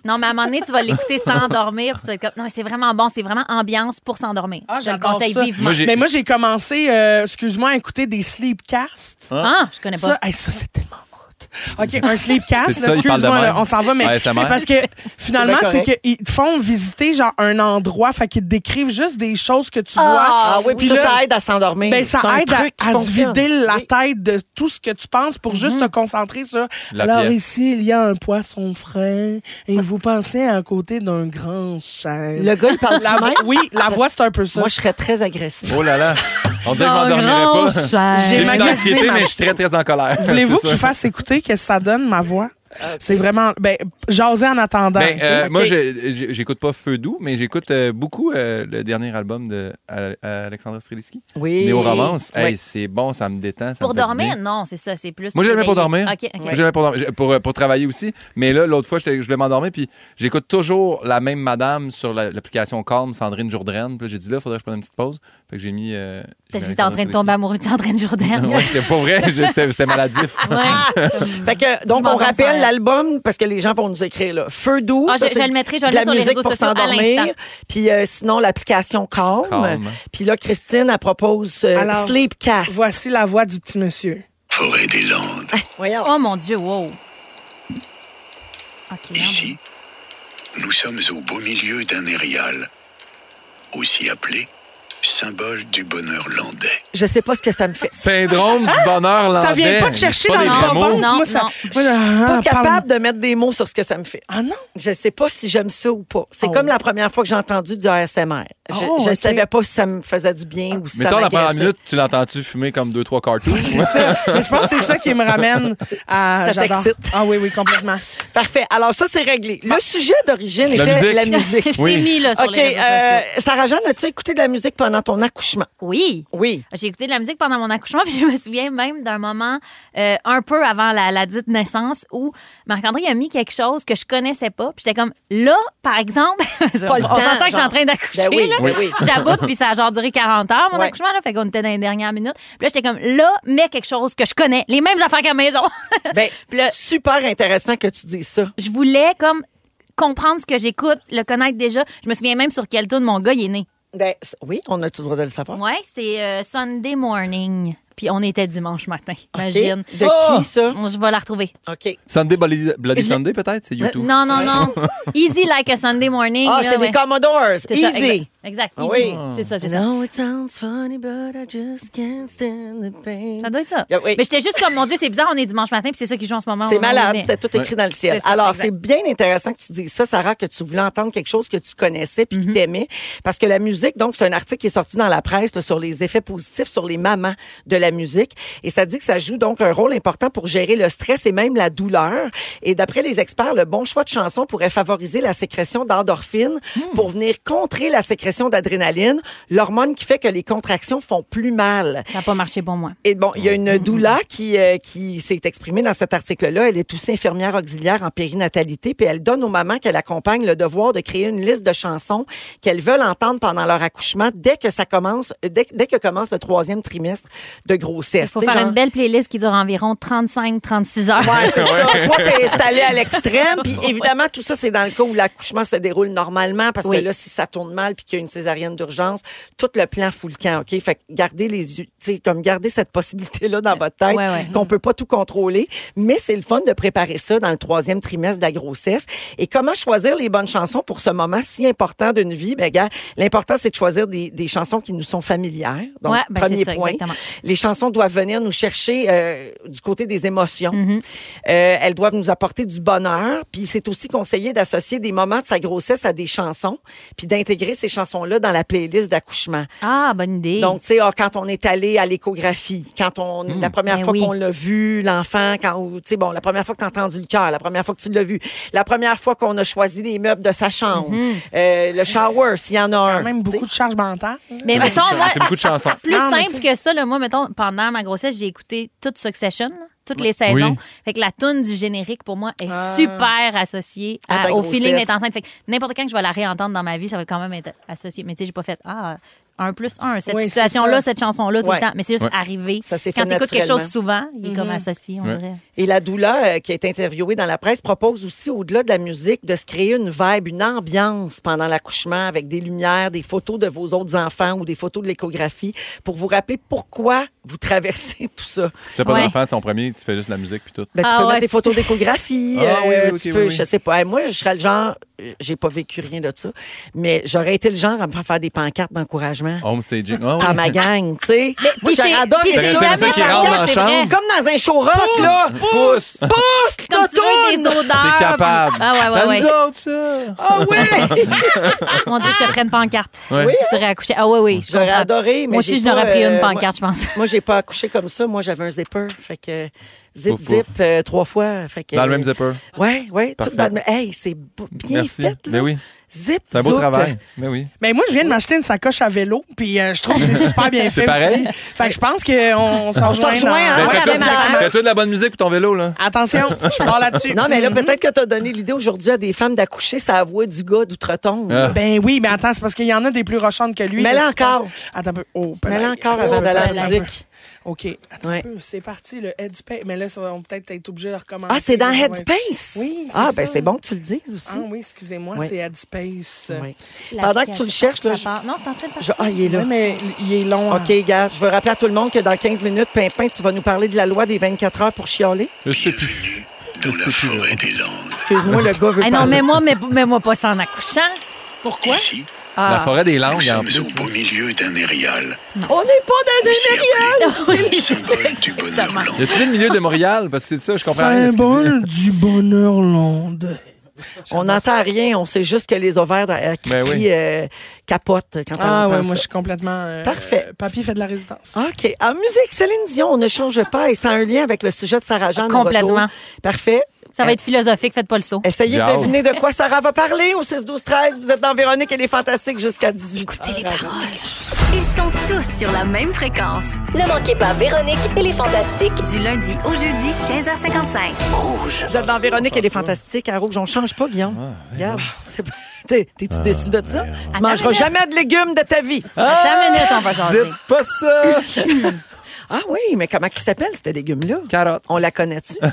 C: Non, mais à un moment donné, tu vas l'écouter sans dormir. puis tu vas être comme, non, mais c'est vraiment bon. C'est vraiment ambiance pour s'endormir.
D: Ah,
C: je le
D: j'adore
C: conseille
D: ça.
C: vivement.
B: j'ai-
D: Mais moi, j'ai commencé, euh, excuse-moi, à écouter des sleepcasts.
C: Ah, je connais
D: Ça,
C: pas.
D: hey, ça c'est tellement hot. OK, un
B: C'est
D: sleepcast, là,
B: ça, il parle de
D: excuse-moi, là,
B: même.
D: on s'en va, mais
B: Ouais,
D: c'est
B: ASMR.
D: parce que finalement,
A: bien
D: c'est
A: correct.
D: qu'ils te font visiter genre un endroit, fait qu'ils te décrivent juste des choses que tu vois.
C: Ah,
A: Ah oui, puis
C: oui.
A: ça,
D: là-
A: ça aide à s'endormir.
D: Ben, ça
A: C'est un
D: aide à,
A: truc qui
D: à se
A: fonctionne.
D: vider la
A: Oui. Mhm.
D: tête de tout ce que tu penses pour juste te concentrer sur.
B: La
D: Alors
B: pièce.
D: ici, il y a un poisson frais et vous pensez à côté d'un grand chêne.
A: Le gars, il parle
D: La
A: de
D: voix-
A: même.
D: oui, la voix, c'est un peu ça.
A: Moi, je serais très agressive.
B: Oh là là! On dirait que je
C: Dans
B: m'endormirais
C: grand
B: pas.
C: chêne.
B: J'ai mis
D: magasiné
B: d'anxiété,
D: ma-
B: mais je suis très, très en colère.
D: Voulez-vous
B: C'est
D: que je
B: ça.
D: vous fasse écouter qu'est-ce que ça donne, ma voix? C'est vraiment. Ben, jaser en attendant.
B: Ben,
D: ok?
B: euh,
D: Ok.
B: Moi, je- je- j'écoute pas Feu Doux, mais j'écoute euh, beaucoup euh, le dernier album de euh, Alexandra Streliski.
A: Oui.
B: Néo Romance.
A: Oui.
B: Hey, c'est bon, ça me détend. ça me
C: Pour
B: fait du bien.
C: dormir, non, c'est ça. C'est plus.
B: Moi, j'aimais pour
C: réveillé.
B: dormir.
C: OK, OK.
B: Moi, j'aimais pour, dormir. J'ai- pour, euh, pour travailler aussi. Mais là, l'autre fois, j'étais- je voulais m'endormir. Puis j'écoute toujours la même madame sur la- l'application Calm, Sandrine Jourdraine. Puis là, j'ai dit là, faudrait que je prenne une petite pause. Fait que j'ai mis. euh, j'ai
C: T'as
B: mis
C: dit, t'es en train de tomber amoureux, t'es en train de Jourdain.
B: Ouais, c'était pas vrai. je- C'était c'était maladif.
C: Ouais.
A: Fait que, donc, on
C: m'endors sans
A: rappelle
C: elle.
A: l'album parce que les gens vont nous écrire là. Feu doux.
C: Ah,
A: ça,
C: je-
A: c'est
C: je le mettrai, je vais
A: de la
C: le mettre sur les
A: musique
C: réseaux
A: pour
C: sociaux à
A: s'endormir.
C: l'instant.
A: Puis euh, sinon, l'application Calm.
B: Calm.
A: Puis là, Christine, elle propose euh,
D: Alors,
A: Sleepcast.
D: Voici la voix du petit monsieur.
G: Forêt des Landes.
A: Voyons.
C: Oh mon Dieu, wow. OK.
G: Ici, nous sommes au beau milieu d'unérial, aussi appelé symbole du bonheur landais.
A: Je sais pas ce que ça me fait.
B: Syndrome du bonheur
A: Ah,
B: landais.
D: Ça
A: ben,
D: vient pas de chercher
B: C'est
D: dans
B: des
C: le
D: le
B: mots.
C: bas-ventre.
D: ventre.
C: Non,
D: Moi, ça.
C: non.
D: Moi, là,
A: Pas
D: ah, parle-
A: capable de mettre des mots sur ce que ça me fait.
D: Ah non?
A: Je sais pas si j'aime ça ou pas. C'est
D: Oh.
A: comme la première fois que j'ai entendu du ASMR. Je,
D: Oh,
A: je
D: ok.
A: savais pas si ça me faisait du bien ou si ça
B: Ah, Mettons, la première
A: m'agressait.
B: minute, tu l'entends-tu fumer comme deux, trois cartons?
D: C'est ça. Mais je pense que c'est ça qui me ramène à.
A: Ça
D: j'adore.
A: t'excite.
D: Ah oui, oui, complètement.
A: Parfait. Alors ça, c'est réglé. Le sujet d'origine
B: Ah. La
A: était la
B: musique.
A: musique.
C: C'est
B: Oui.
C: mis là sur
A: OK.
C: les réseaux sociaux.
A: Euh, Sarah-Jeanne, as-tu écouté de la musique pendant ton accouchement?
C: Oui.
A: Oui.
C: J'ai écouté de la musique pendant mon accouchement, puis je me souviens même d'un moment euh, un peu avant la, la dite naissance où Marc-André a mis quelque chose que je connaissais pas, puis j'étais comme là, par exemple, on
A: pas le temps,
C: s'entend que je suis en
A: genre.
C: train d'accoucher
A: Ben oui,
C: là.
A: ben oui.
C: Puis j'aboute, puis ça a genre duré 40 heures mon
A: Ouais.
C: accouchement là, fait qu'on était dans les dernières minutes. Puis là j'étais comme là, mets quelque chose que je connais, les mêmes affaires qu'à la maison.
A: Ben,
C: Puis là,
A: super intéressant que tu dises ça.
C: je voulais comme comprendre ce que j'écoute, le connaître déjà. Je me souviens même sur quel tune mon gars il est né.
A: Ben, c- oui, on a tout le droit de le savoir.
C: Ouais, c'est euh, Sunday morning. Puis on était dimanche matin. Imagine.
A: OK. De
D: Oh!
A: qui, ça?
C: Je vais la retrouver.
A: OK.
B: Sunday Bloody, Bloody
C: Je-
B: Sunday, peut-être? C'est YouTube.
C: Non, non, non. Easy like a Sunday morning.
A: Ah,
C: là,
A: c'est
C: ouais.
A: des Commodores.
C: C'est ça,
A: Easy.
C: Exact. exact,
A: Ah
C: easy.
A: oui.
C: C'est ça, c'est ça.
A: No, it sounds funny, but I just can't stand the pain.
C: Ça doit être ça.
A: Yeah, oui.
C: Mais j'étais juste comme, mon Dieu, c'est bizarre, on est dimanche matin, puis c'est ça qui joue en ce moment.
A: C'est
C: On en
A: malade,
C: est-
A: c'était tout écrit dans le ciel.
C: C'est ça,
A: Alors,
C: exact.
A: c'est bien intéressant que tu dises ça, Sarah, que tu voulais entendre quelque chose que tu connaissais puis
C: Mhm.
A: que t'aimais. Parce que la musique, donc, c'est un article qui est sorti dans la presse là, sur les effets positifs sur les mamans de la musique. Et ça dit que ça joue donc un rôle important pour gérer le stress et même la douleur. Et d'après les experts, le bon choix de chanson pourrait favoriser la sécrétion d'endorphines
C: Hmm.
A: pour venir contrer la sécrétion d'adrénaline, l'hormone qui fait que les contractions font plus mal.
C: Ça n'a pas marché pour moi.
A: Et bon, il y a une doula qui, euh, qui s'est exprimée dans cet article-là. Elle est aussi infirmière auxiliaire en périnatalité, puis elle donne aux mamans qu'elle accompagne le devoir de créer une liste de chansons qu'elles veulent entendre pendant leur accouchement dès que ça commence, dès, dès que commence le troisième trimestre de grossesse.
C: faut
A: tu sais,
C: faire
A: genre-
C: une belle playlist qui dure environ 35-36 heures.
A: Ouais, c'est ça. Toi, t'es installé à l'extrême. Puis évidemment, tout ça, c'est dans le cas où l'accouchement se déroule normalement parce
C: Oui.
A: que là, si ça tourne mal puis qu'il y a une césarienne d'urgence, tout le plan fout le camp, OK? Fait que gardez les... yeux- tu sais, comme gardez cette possibilité-là dans votre tête
C: ouais, ouais.
A: qu'on peut pas tout contrôler. Mais c'est le fun de préparer ça dans le troisième trimestre de la grossesse. Et comment choisir les bonnes chansons pour ce moment si important d'une vie? Ben, gars, l'important, c'est de choisir des, des chansons qui nous sont familières. Donc,
C: Ouais, ben,
A: premier
C: c'est ça,
A: point.
C: exactement.
A: Les chansons doivent venir nous chercher euh, du côté des émotions.
C: Mhm.
A: Euh, elles doivent nous apporter du bonheur. Puis c'est aussi conseillé d'associer des moments de sa grossesse à des chansons, puis d'intégrer ces chansons-là dans la playlist d'accouchement.
C: Ah, bonne idée.
A: Donc, tu sais, ah, quand on est allé à l'échographie, quand on
D: Hmm.
A: la première
C: Ben
A: fois
C: oui.
A: qu'on l'a vu, l'enfant, quand ou, tu sais, bon, la première fois que tu as entendu le cœur, la première fois que tu l'as vu, la première fois qu'on a choisi les meubles de sa chambre,
C: Mhm.
A: euh, le shower, s'il y en a un.
D: Quand même
A: tu sais.
D: beaucoup de charges mentales.
C: mais mettons, moi,
B: Ah, C'est beaucoup de chansons.
C: plus
D: Non, mais
C: simple que ça, là, moi, mettons, pendant ma grossesse, j'ai écouté toute Succession, là, toutes les saisons.
B: Oui.
C: Fait que la toune du générique, pour moi, est super associée
A: Ah. À
C: à-
A: ta
C: au
A: grossesse.
C: feeling d'être enceinte. Fait que n'importe quand que je vais la réentendre dans ma vie, ça va quand même être associé. Mais tu sais, j'ai pas fait, ah, un plus un, cette
D: Oui, c'est
C: situation-là,
D: ça.
C: cette chanson-là, tout
A: Ouais.
C: le temps. Mais c'est juste
B: Ouais.
C: arrivé.
A: Ça s'est
C: quand
A: fait
C: t'écoutes quelque chose
A: naturellement. Mhm.
C: souvent, il est comme associé, on
B: Ouais.
C: dirait.
A: Et la douleur euh, qui est interviewée dans la presse propose aussi, au-delà de la musique, de se créer une vibe, une ambiance pendant l'accouchement avec des lumières, des photos de vos autres enfants ou des photos de l'échographie pour vous rappeler pourquoi vous traversez tout ça.
B: Si t'as pas
C: Ouais.
B: d'enfant, ton premier, tu fais juste de la musique puis tout.
A: Ben, tu
C: Ah
A: peux
C: ouais,
A: mettre des
C: puis
A: photos d'échographie.
B: Ah oui,
A: euh,
B: oui,
A: tu
B: ok,
A: peux,
B: oui, oui.
A: Je sais pas. Hey, Moi, je serais le genre, euh, j'ai pas vécu rien de ça, mais j'aurais été le genre à me faire faire des pancartes d'encouragement.
B: Home staging. Ah, ouais.
A: à ma gang, tu sais.
C: Mais
A: Moi,
C: puis
A: j'aurais
C: c'est-
A: adoré
C: puis
A: ça.
C: c'est
B: T'aurais aimé ça
C: jamais
B: qui
C: par
B: rentre dans
C: cœur,
B: la
C: c'est
B: chambre.
C: vrai.
A: Comme dans un show rock, là.
B: Pousse!
A: Pousse,
C: Comme tu veux des
A: tonton!
C: odeurs.
B: T'es capable.
C: Ah ouais,
B: T'as
C: ouais,
B: nous
C: ouais.
B: autres, ça!
A: Ah oui!
C: Mon Dieu, je te ferais une pancarte.
B: Ouais.
C: Si tu aurais accouché. Ah ouais, oui. je
A: J'aurais
C: comprends.
A: adoré, mais
C: Moi aussi,
A: j'ai
C: je
A: pas,
C: n'aurais pris
A: euh,
C: une
A: moi-
C: pancarte, je pense.
A: Moi, j'ai pas accouché comme ça. Moi, j'avais un zipper. Fait que zip,
B: Ouf,
A: zip,
B: ouf.
A: euh, trois fois. Fait que,
B: Dans le même zipper.
A: Oui, oui. Tout
B: Parfait.
A: dans le même. Hey, c'est beau- bien
B: Merci.
A: fait. Là.
B: Ben oui,
A: Zip,
B: c'est un beau
A: zoup.
B: travail. Ben oui.
D: Mais moi, je viens de m'acheter une sacoche à vélo, puis euh, je trouve que c'est super bien fait.
B: C'est pareil?
D: aussi. Fait que je pense qu'on s'en
A: se
D: rejoint.
A: rejoint, hein?
D: dans-
B: Ben, fais-toi-
C: ouais, la même affaire.
B: Fais-toi de la bonne musique pour ton vélo, là.
D: Attention, je pars là-dessus.
A: Non, mais là, peut-être que tu as donné l'idée aujourd'hui à des femmes d'accoucher, ça voix du gars d'outre-tombe.
B: Ah.
D: Ben oui, mais attends, c'est parce qu'il y en a des plus rochantes que lui.
A: Mets-la
D: là, c'est
A: encore.
D: pas- Attends un peu. Oh,
A: Mais là
D: peut-être.
A: encore,
D: Attends
A: avant
D: un
A: d'aller à
D: peu,
A: la
D: attends un peu.
A: musique.
D: OK. Attends
A: Ouais.
D: un peu. C'est parti, le Headspace. Mais là, ça va on va peut-être être obligé de recommencer.
A: Ah, c'est dans
D: Ouais.
A: Headspace?
D: Oui, c'est
A: Ah, ben
D: ça.
A: c'est bon que tu le dises aussi.
D: Ah oui, excusez-moi,
A: Ouais.
D: c'est Headspace.
A: Ouais. Pendant que tu le cherches, là,
C: Ça part. Non, c'est en train de
A: Je-
C: partir.
A: Ah, il est là.
D: Ouais, mais il est long. hein.
A: OK, gars, je veux rappeler à tout le monde que dans 15 minutes, Pimpin, tu vas nous parler de la loi des 24 heures pour chialer.
B: Je sais plus.
G: dans la forêt des Landes.
A: Excuse-moi, le gars veut
C: Ah
A: parler.
C: non, mais moi, mais, mais moi pas ça en accouchant. Pourquoi?
G: Ici,
B: La forêt des
G: nous
B: langues, en
G: sommes
B: plus.
G: au beau milieu d'un aérial,
A: On n'est pas dans
G: aussi
A: un
G: appelé
C: oui,
G: symbole du bonheur
B: Y a-tu le milieu de Montréal? Parce que c'est ça, je comprends rien. à ce qu'il
D: Symbole du bonheur landais.
A: On n'entend rien, on sait juste que les ovaires euh, qui
B: Ben oui.
A: crient, euh, capotent quand on
D: Ah ouais,
A: entend
D: moi je
A: ça.
D: suis complètement. euh,
A: Parfait. Ah.
D: Papier fait de la résistance.
A: OK. En musique, Céline Dion, on ne change pas et ça a un lien avec le sujet de Sarah Jeanne. au
C: Complètement.
A: retour. Parfait.
C: Ça va être philosophique, faites pas le saut.
A: Essayez
B: J'ai
A: de
B: hâte.
A: deviner de quoi Sarah va parler au 6-12-13. Vous êtes dans Véronique, elle est fantastique jusqu'à 18 Écoutez les
E: Ils sont tous sur la même fréquence.
F: Ne manquez pas Véronique et les Fantastiques.
E: Du lundi au jeudi, 15h55.
A: Vous êtes dans Véronique, elle est fantastique. À Rouge, on change pas, Guillaume.
D: Ah,
A: Regarde, c'est pas- T'es- T'es-tu déçu de ça? Tu mangeras jamais de légumes de ta vie.
C: Attends une minute, on
A: Euh,
C: va
B: dit.
C: jaser.
B: Dites pas ça!
A: Ah oui, mais comment il s'appelle, ce légume-là?
B: Carotte. Ah!
A: On la connaît-tu?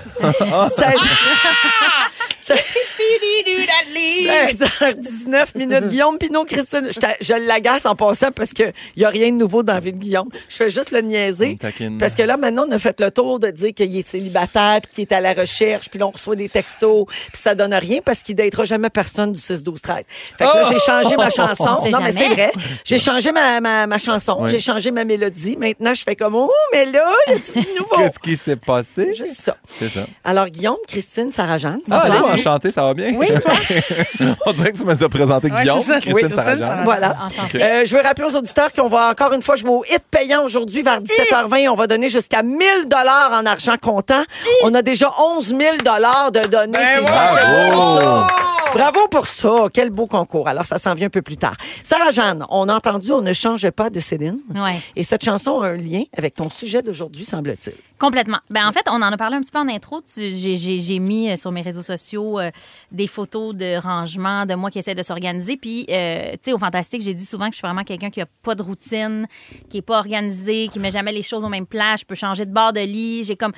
A: 16h19 minutes. Guillaume Pinot, Christine, je, t'a- je l'agace en passant parce qu'il n'y a rien de nouveau dans la vie de Guillaume. Je fais juste le
B: On
A: niaiser.
B: me taquine.
A: Parce que là, maintenant, on a fait le tour de dire qu'il est célibataire, puis qu'il est à la recherche, puis là, on reçoit des textos, puis ça donne rien parce qu'il datera jamais personne du 6-12-13. Fait que
B: Oh!
A: là, j'ai changé ma chanson.
C: On sait
A: non, mais
C: jamais.
A: c'est vrai. J'ai changé ma, ma, ma chanson,
B: Oui.
A: j'ai changé ma mélodie. Maintenant, je fais comme, oh, mais là, y a-tu du nouveau?
B: Qu'est-ce qui s'est passé?
A: Juste ça.
B: C'est ça.
A: Alors, Guillaume, Christine, Sarah-Jeanne, ça
B: Ah,
A: va?
B: allô, enchanté, ça va bien?
A: Oui, toi?
B: On dirait que tu me as présenté
D: Ouais,
B: Guillaume,
D: c'est ça. Oui,
B: Christine
D: Christine,
B: Sarah-Jeanne.
D: Sarah-Jeanne.
A: Voilà.
C: Enchanté.
A: Euh, je veux rappeler aux auditeurs qu'on va encore une fois jouer au hit payant aujourd'hui vers 17h20. On va donner jusqu'à 1000 dollars en argent comptant. On a déjà 11 000 dollars de données.
D: Ben
A: Eh, C'est
B: Oh!
D: ouais.
A: grâce à vous.
B: Bravo!
A: Bravo pour ça. Quel beau concours. Alors, ça s'en vient un peu plus tard. Sarah-Jeanne, on a entendu On ne change pas de Céline.
C: Ouais.
A: Et cette chanson a un lien avec ton sujet d'aujourd'hui, semble-t-il.
C: Complètement. Ben, en fait, on en a parlé un petit peu en intro. Tu- J'ai j'ai- j'ai mis euh, sur mes réseaux sociaux euh, des photos de rangement, de moi qui essaie de s'organiser. Puis, euh, tu sais, au Fantastique, j'ai dit souvent que je suis vraiment quelqu'un qui a pas de routine, qui est pas organisé, qui met jamais les choses au même plat. Je peux changer de bord de lit. J'ai comme...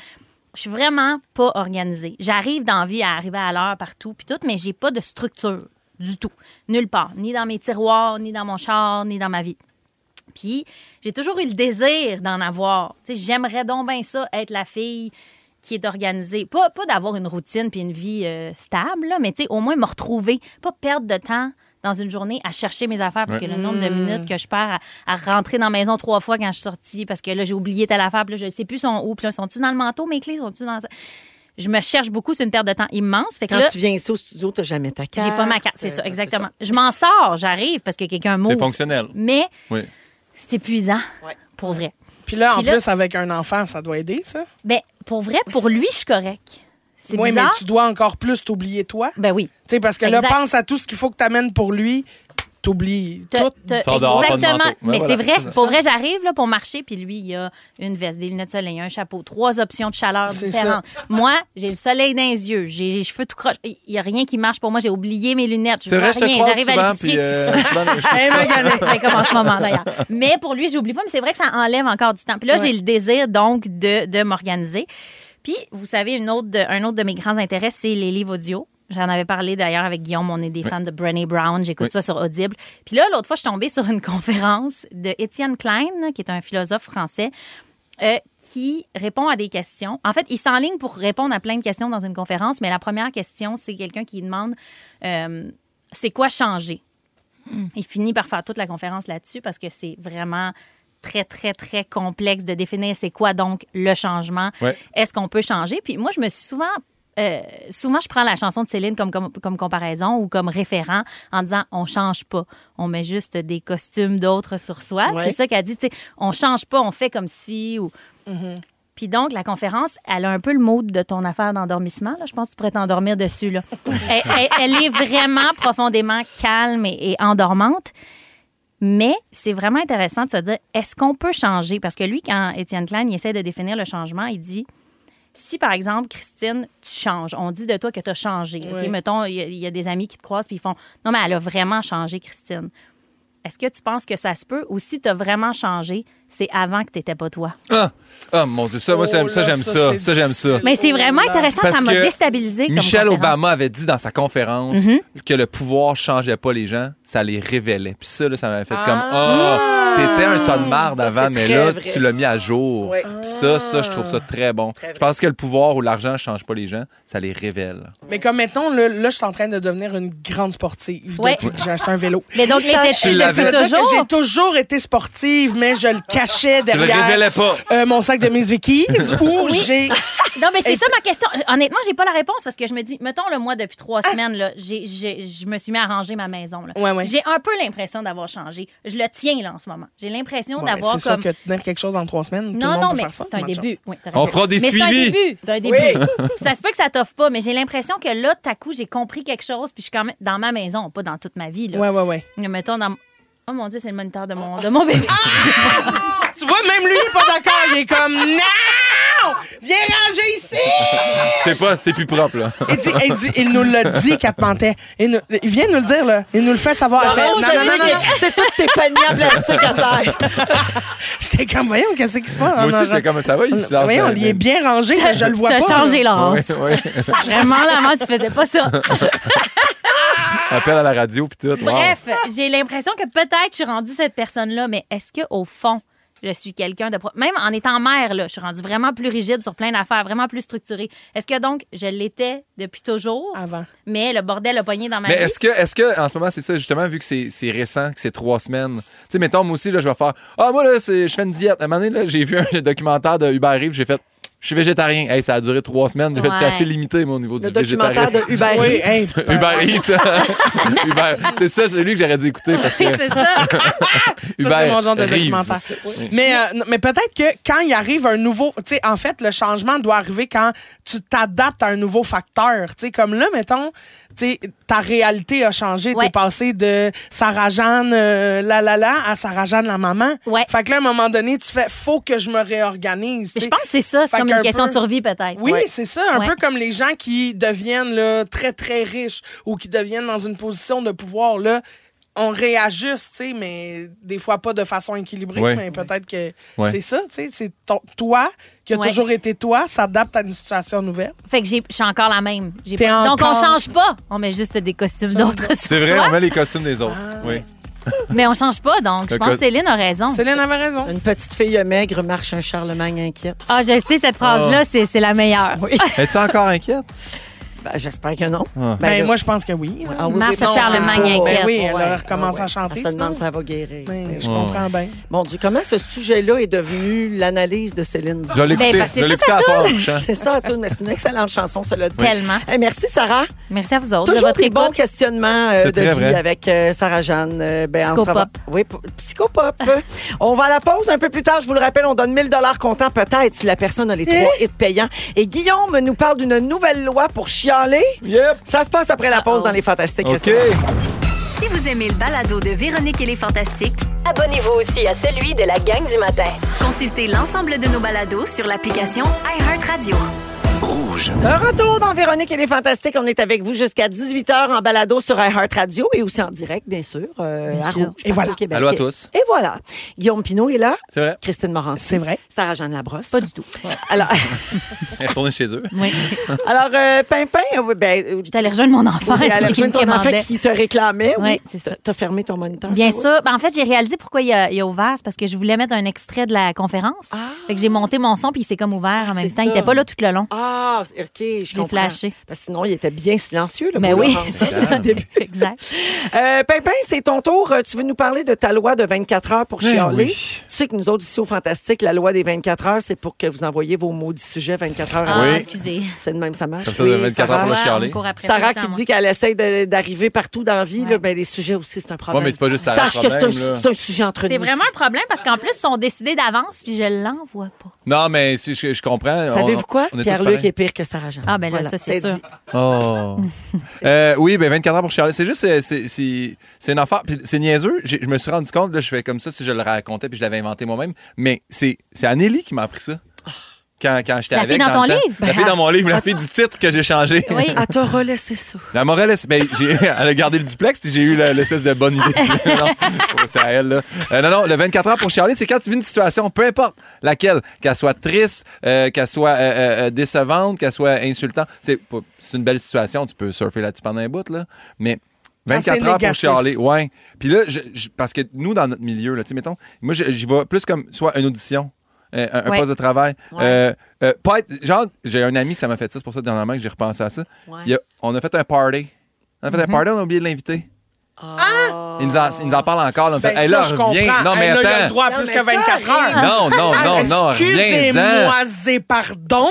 C: Je suis vraiment pas organisée. J'arrive d'envie à arriver à l'heure partout, puis tout, mais j'ai pas de structure du tout. Nulle part. Ni dans mes tiroirs, ni dans mon char, ni dans ma vie. Puis j'ai toujours eu le désir d'en avoir. Tu sais, j'aimerais donc bien ça, être la fille qui est organisée. Pas, pas d'avoir une routine puis une vie euh, stable, là, mais tu sais, au moins me retrouver. Pas perdre de temps dans une journée à chercher mes affaires parce
B: Ouais.
C: que le
A: Mm.
C: nombre de minutes que je perds à, à rentrer dans la maison trois fois quand je suis sortie parce que là, j'ai oublié telle affaire, puis là, je ne sais plus sont où, puis là, sont-tu dans le manteau, mes clés, sont-tu dans... ça? Je me cherche beaucoup, c'est une perte de temps immense. Fait que
A: Quand
C: là,
A: tu viens ici au studio, tu jamais ta carte.
C: j'ai pas ma carte, c'est
A: Euh,
C: ça, exactement. Je m'en sors, j'arrive parce que quelqu'un
B: C'est
C: m'ouvre,
B: fonctionnel.
C: mais
B: Oui.
C: c'est épuisant,
A: Ouais.
C: pour vrai.
D: Puis là, en
C: Puis là-
D: plus, avec un enfant, ça doit aider, ça.
C: Ben, pour vrai, pour lui, je suis correct. C'est
D: Oui, mais
C: bizarre.
D: tu dois encore plus t'oublier toi.
C: Ben oui.
D: Tu sais, parce que là,
C: Exact.
D: pense à tout ce qu'il faut que t'amènes pour lui. T'oublies
C: T'as-
D: tout.
C: t'as-
B: Sors dehors, pas de
C: exactement.
B: manteau. Ouais,
C: mais
B: voilà,
C: c'est vrai.
B: c'est ça.
C: Pour vrai, j'arrive là pour marcher, puis lui, il a une veste, des lunettes de soleil, un chapeau, trois options de chaleur
D: C'est
C: différentes. Moi, j'ai le soleil dans les yeux, j'ai j'ai les cheveux tout croche. Il n'y a rien qui marche pour moi. J'ai oublié mes lunettes. Je
B: C'est vrai, je
C: vois
B: te
C: rien.
B: croise
C: J'arrive à
B: souvent,
C: l'épicerie.
B: puis euh, souvent, je-
D: Hey, Eh, Magali.
C: Ouais, comme en ce moment d'ailleurs. Mais pour lui, j'oublie pas, mais c'est vrai que ça enlève encore du temps. Puis là,
D: Ouais.
C: j'ai le désir donc de, de m'organiser. Puis, vous savez, une autre de- un autre de mes grands intérêts, c'est les livres audio. J'en avais parlé d'ailleurs avec Guillaume, on est des fans de Brené Brown, j'écoute
B: Oui.
C: ça sur Audible. Puis là, l'autre fois, je suis tombée sur une conférence de Étienne Klein, qui est un philosophe français, euh, qui répond à des questions. En fait, il s'enligne pour répondre à plein de questions dans une conférence, mais la première question, c'est quelqu'un qui demande euh, c'est quoi changer Il finit par faire toute la conférence là-dessus parce que c'est vraiment très, très, très complexe de définir c'est quoi donc le changement.
B: Ouais.
C: Est-ce qu'on peut changer Puis moi, je me suis souvent. euh, souvent, je prends la chanson de Céline comme, comme, comme comparaison ou comme référent en disant on change pas. On met juste des costumes d'autres sur soi.
A: Ouais.
C: C'est ça qu'elle dit, tu sais, on change pas, on fait comme si. Ou... Puis donc, la conférence, elle a un peu le mode de ton affaire d'endormissement. Là. Je pense que tu pourrais t'endormir dessus. Là. elle, elle- elle est vraiment profondément calme et, et endormante. Mais c'est vraiment intéressant de se dire, est-ce qu'on peut changer? Parce que lui, quand Étienne Klein il essaie de définir le changement, il dit, si par exemple, Christine, tu changes, on dit de toi que tu as changé. ok?
D: Ouais.
C: Mettons, il y, a- il y a des amis qui te croisent puis ils font, non, mais elle a vraiment changé, Christine. Est-ce que tu penses que ça se peut? Ou si tu as vraiment changé, c'est avant que tu n'étais pas toi?
B: Ah! Ah, mon Dieu, ça, moi, ça,
D: Oh
B: ça,
D: là,
B: j'aime
D: ça,
B: ça.
D: c'est
B: Ça, j'aime ça.
D: difficile.
C: Mais c'est vraiment
D: Oh là.
C: intéressant,
B: Parce
C: ça m'a
B: que
C: déstabilisé.
B: Michel Obama avait dit dans sa conférence
D: Mhm.
B: que le pouvoir changeait pas les gens, ça les révélait. Puis ça, là, ça m'avait fait comme Ah, t'étais un tas de marde
A: Ça,
B: avant,
A: c'est
B: mais
A: très
B: là,
A: vrai.
B: tu l'as mis à jour.
A: Ouais.
B: Puis ça, ça, je trouve ça Ah! très bon. je pense que le pouvoir ou l'argent change pas les gens, ça les révèle.
D: Mais comme maintenant, là, là, je suis en train de devenir une grande sportive
C: Ouais.
D: depuis que j'ai acheté un vélo.
C: Mais donc, les
B: Tu
C: têtes,
B: l'avais.
C: depuis
D: Ça veut dire que
C: toujours.
D: J'ai toujours été sportive, mais je le cachais
B: Tu le révélais
D: derrière
B: pas.
D: euh, mon sac de Miss Vickies où j'ai
C: Non, mais c'est ça ma question. Euh, Honnêtement, j'ai pas la réponse parce que je me dis, mettons le moi depuis trois semaines, là, j'ai, j'ai- je me suis mis à ranger ma maison. là.
D: Ah. Ouais, ouais.
C: J'ai un peu l'impression d'avoir changé. Je le tiens là en ce moment. J'ai l'impression
D: Ouais,
C: d'avoir
D: c'est sûr
C: comme.
D: que tenir quelque chose en trois semaines, tout le
C: Non,
D: monde
C: non,
D: peut
C: mais
D: faire ça,
C: c'est un
D: Macho.
C: début. Oui, t'as
B: On
C: raison.
B: fera des
C: mais c'est un
B: suivis.
C: début. C'est un début. ça se peut que ça t'offre pas, mais j'ai l'impression que là, tout à coup, j'ai compris quelque chose, puis je suis quand même dans ma maison, pas dans toute ma vie. Là.
D: Ouais, ouais, ouais.
C: Mais Mettons dans. Oh mon Dieu, c'est le moniteur de mon, de mon bébé.
D: Ah! Tu vois, même lui, il est pas d'accord. Il est comme Non! Viens ranger ici!
B: C'est pas, c'est plus propre, là.
D: Il, dit, il, dit- il nous l'a dit qu'elle mentait. Il, nous- il vient nous le dire, là. Il nous le fait savoir. Elle fait,
A: Non,
D: non, non, non, non, non.
A: Ah, C'est tous tes paniers en plastique à terre.
D: J'étais comme, voyons, qu'est-ce qui se passe?
B: Moi
D: Non,
B: aussi, j'étais comme ça va, il se lance.
D: Voyons,
B: dans-
D: il est bien rangé, mais je le vois pas.
C: T'as changé, Laurence.
B: Oui, oui.
C: Vraiment, là, avant, tu faisais pas ça.
B: Appel à la radio, puis tout. Wow.
C: Bref, j'ai l'impression que peut-être je suis rendue cette personne-là, mais est-ce que au fond, je suis quelqu'un de... pro- Même en étant mère, là, je suis rendue vraiment plus rigide sur plein d'affaires, vraiment plus structurée. Est-ce que donc, je l'étais depuis toujours,
D: Avant.
C: mais le bordel a pogné dans ma
B: Mais
C: vie?
B: est-ce que, est-ce que, en ce moment, c'est ça, justement, vu que c'est, c'est récent, que c'est trois semaines. Tu sais, mettons, moi aussi, là, je vais faire, ah, moi, là, c'est, je fais une diète. À un moment donné, là, j'ai vu un documentaire de Hubert Reeves, j'ai fait, je je suis végétarien. Hey, ça a duré trois semaines. J'ai
C: Ouais.
B: fait assez limité, moi, au niveau
A: Le
B: du
A: documentaire
B: végétarisme.
A: de Hubert
D: Oui,
A: Eats.
D: hey,
B: Uber Eats. Uber. C'est ça, c'est lui que j'aurais dû écouter parce que
C: Oui, c'est ça.
B: Uber
D: Ça, c'est mon genre de
B: Reeves.
D: documentaire. Mais, euh, non, mais peut-être que quand il arrive un nouveau. Tu sais, en fait, le changement doit arriver quand tu t'adaptes à un nouveau facteur. Tu sais, comme là, mettons, tu sais, ta réalité a changé.
C: Ouais.
D: T'es passé de Sarah-Jeanne euh, la la la à Sarah-Jeanne la maman.
C: Ouais.
D: Fait que là, à un moment donné, tu fais faut que je me réorganise. tu
C: Mais je
D: sais.
C: pense que c'est ça. C'est
D: Fait
C: comme une
D: qu'un
C: question
D: peu-
C: de survie, peut-être.
D: Oui,
A: Ouais.
D: c'est ça. Un
C: Ouais.
D: peu comme les gens qui deviennent là, très, très riches ou qui deviennent dans une position de pouvoir. Là, on réajuste, tu sais, mais des fois pas de façon équilibrée.
B: Ouais.
D: Mais peut-être que
B: Ouais.
D: c'est ça, tu sais. C'est ton- toi qui a
C: Ouais.
D: toujours été toi s'adapte à une situation nouvelle.
C: Fait que j'ai- je suis encore la même. J'ai
D: T'es
C: pas- Donc, on
D: encore-
C: change pas. On met juste des costumes d'autres sur
B: C'est vrai,
C: soi,
B: on met les costumes des autres.
D: Ah.
B: Oui.
C: mais on change pas. Donc, je
B: Le
C: pense que
B: co-
C: Céline a raison.
A: Ah.
D: Céline avait raison.
A: Une petite fille maigre marche un Charlemagne inquiète.
C: Ah, je sais, cette phrase-là, c'est c'est la meilleure.
A: Oui.
B: Es-tu encore inquiète?
A: Ben, J'espère que non.
B: Ah.
D: Ben,
A: là,
D: moi, je pense que oui. là.
A: ah oui,
C: Marche
A: c'est
C: à
A: bon,
C: Charlemagne
A: c'est bon.
C: inquiète.
D: Ben oui, elle
A: Ouais,
D: a
A: ouais,
D: recommencé
A: ouais.
D: à chanter.
A: Elle se demande
D: sinon.
A: si ça va guérir.
D: Ben, je
B: Ouais.
D: comprends bien.
A: Mon Dieu, comment ce sujet-là est devenu l'analyse de Céline Dion?
B: Je vais l'écouter.
C: Ben, parce que
B: Je vais
C: c'est
B: l'écouter à soir en couchant.
A: C'est ça, tout, mais c'est une excellente chanson, cela dit.
C: Tellement.
A: Hey, merci, Sarah.
C: Merci à vous autres de
A: Toujours
C: votre
A: des bons
C: écoute.
A: questionnements euh,
B: C'est
A: de vie
B: très vrai.
A: avec euh, Sarah-Jeanne. euh, ben, on
C: Psychopop.
A: s'en va- Oui, p- psychopop. on va à la pause un peu plus tard. Je vous le rappelle, on donne 1000 dollars comptant peut-être si la personne
C: Eh?
A: a les trois hits payants. Et Guillaume nous parle d'une nouvelle loi pour chialer.
B: Yep.
A: Ça se passe après la pause dans les Fantastiques.
B: OK.
A: Christophe.
E: Si vous aimez le balado de Véronique et les Fantastiques,
F: Abonnez-vous aussi à celui de la gang du matin.
E: consultez l'ensemble de nos balados sur l'application iHeartRadio.
A: Un retour dans Véronique et les Fantastiques. On est avec vous jusqu'à 18h en balado sur iHeartRadio et aussi en direct, bien sûr, euh, à
C: sûr.
A: Rouge, partout
D: voilà.
A: au Québec.
B: Allô à tous.
A: Et voilà. Guillaume Pinot est là.
B: C'est vrai.
A: Christine Morancy.
D: C'est vrai.
A: Sarah-Jeanne Labrosse.
C: Pas du tout.
A: Alors,
B: Retourner chez eux.
C: Oui.
A: alors euh, Pimpin, euh, oui, ben, euh,
C: J'étais allée rejoindre mon enfant.
A: t'es allée
C: Il me
A: rejoindre ton enfant
C: commandait.
A: qui te réclamait. Oui,
C: Ouais, c'est ça.
A: T'as- T'as fermé ton moniteur.
C: Bien
A: ça va?
C: sûr. Ben, en fait, j'ai réalisé pourquoi il a, il a ouvert. C'est parce que je voulais mettre un extrait de la conférence. Fait que j'ai monté mon son, puis il s'est comme ouvert
A: Ah,
C: en même
A: c'est
C: temps. Il
A: ça.
C: n'était pas là tout le long.
A: Ah, c'est- OK, je
C: l'ai
A: comprends.
C: flashé.
A: Parce que sinon, il était bien silencieux. Là,
C: Mais
A: pour
C: oui,
A: Laurence.
C: c'est ça.
A: Au début.
C: exact.
A: Euh, Pimpin, c'est ton tour. Euh, Tu veux nous parler de ta loi de 24 heures pour
B: Eh
A: chialer.
B: oui.
A: Tu sais que nous autres, ici au Fantastique, la loi des 24 heures, c'est pour que vous envoyiez vos maudits sujets 24 heures
C: Ah,
B: Oui.
C: excusez.
A: C'est de même, ça marche.
B: Comme ça, de
A: Oui,
B: 24
A: Sarah.
B: heures pour le
C: Ouais, on
B: chialer.
C: me court après
A: Sarah
C: tout le
A: qui
C: temps,
A: dit qu'elle essaie de- d'arriver partout dans la vie, là, ben, les sujets aussi, c'est un problème.
B: Ouais, mais c'est pas juste Sarah
A: Sache que
B: le
A: c'est un,
B: problème, là.
A: c'est un sujet entre
C: moi.
A: nous.
C: C'est vraiment
A: aussi.
C: un problème parce qu'en plus, ils sont décidés d'avance, puis je l'envoie pas.
B: Non, mais si, je, je comprends.
A: Savez-vous quoi?
B: on est tous
A: Pierre-Luc
B: pareils.
A: est pire que Sarah Jean.
C: Ah, ben là, ça, c'est sûr.
B: Oh. Euh, oui, ben 24 heures pour Charlie. C'est juste, euh, c'est- c'est c'est une affaire. Puis c'est niaiseux. J'ai- Je me suis rendu compte, là, je fais comme ça si je le racontais puis je l'avais inventé moi-même. Mais c'est c'est Anneli qui m'a appris ça. Quand, quand j'étais
C: Ah. La
B: avec.
C: fille dans
B: dans le
C: ton
B: temps.
C: livre?
B: La fille dans mon livre, la fille du titre que j'ai changé.
C: Oui.
A: À t'as relaissé ça.
B: La morale, est- ben, j'ai- elle a gardé le duplex, puis j'ai eu le- l'espèce de bonne idée. non, oh, c'est à elle, là. Euh, non, non, le 24 heures pour Charlie, c'est quand tu vis une situation, peu importe laquelle, qu'elle soit triste, euh, qu'elle soit euh, euh, euh, décevante, qu'elle soit insultante. C'est pas- c'est une belle situation, tu peux surfer là-dessus pendant un bout, là. Mais
D: Quand Ah, c'est
B: 24 heures pour
D: négatif.
B: Charlie, ouais. Puis là, je- je- parce que nous, dans notre milieu, là, tu sais, mettons, moi, je- j'y vais plus comme soit une audition, euh, un, un
C: Ouais.
B: poste de travail.
A: Ouais.
B: euh, euh, pas être- genre, j'ai un ami que ça m'a fait ça, c'est pour ça dernièrement que j'ai repensé à ça.
A: Ouais.
B: Il y a- on a fait un party. On a
D: Mm-hmm.
B: fait un party, on a oublié de l'inviter.
A: Ah.
B: Il, nous en, il nous en parle encore. là. On fait,
D: Ah! Ben,
B: hey,
D: ça,
B: là,
D: je
B: reviens.
D: comprends.
B: Non, mais
D: Hey, là, il a le
B: attends.
D: droit à
A: Non,
D: plus
A: mais
D: que
A: ça
D: 24
A: arrive.
D: heures.
B: Non, non, non, non, reviens-en.
D: Excusez-moi, c'est pardon.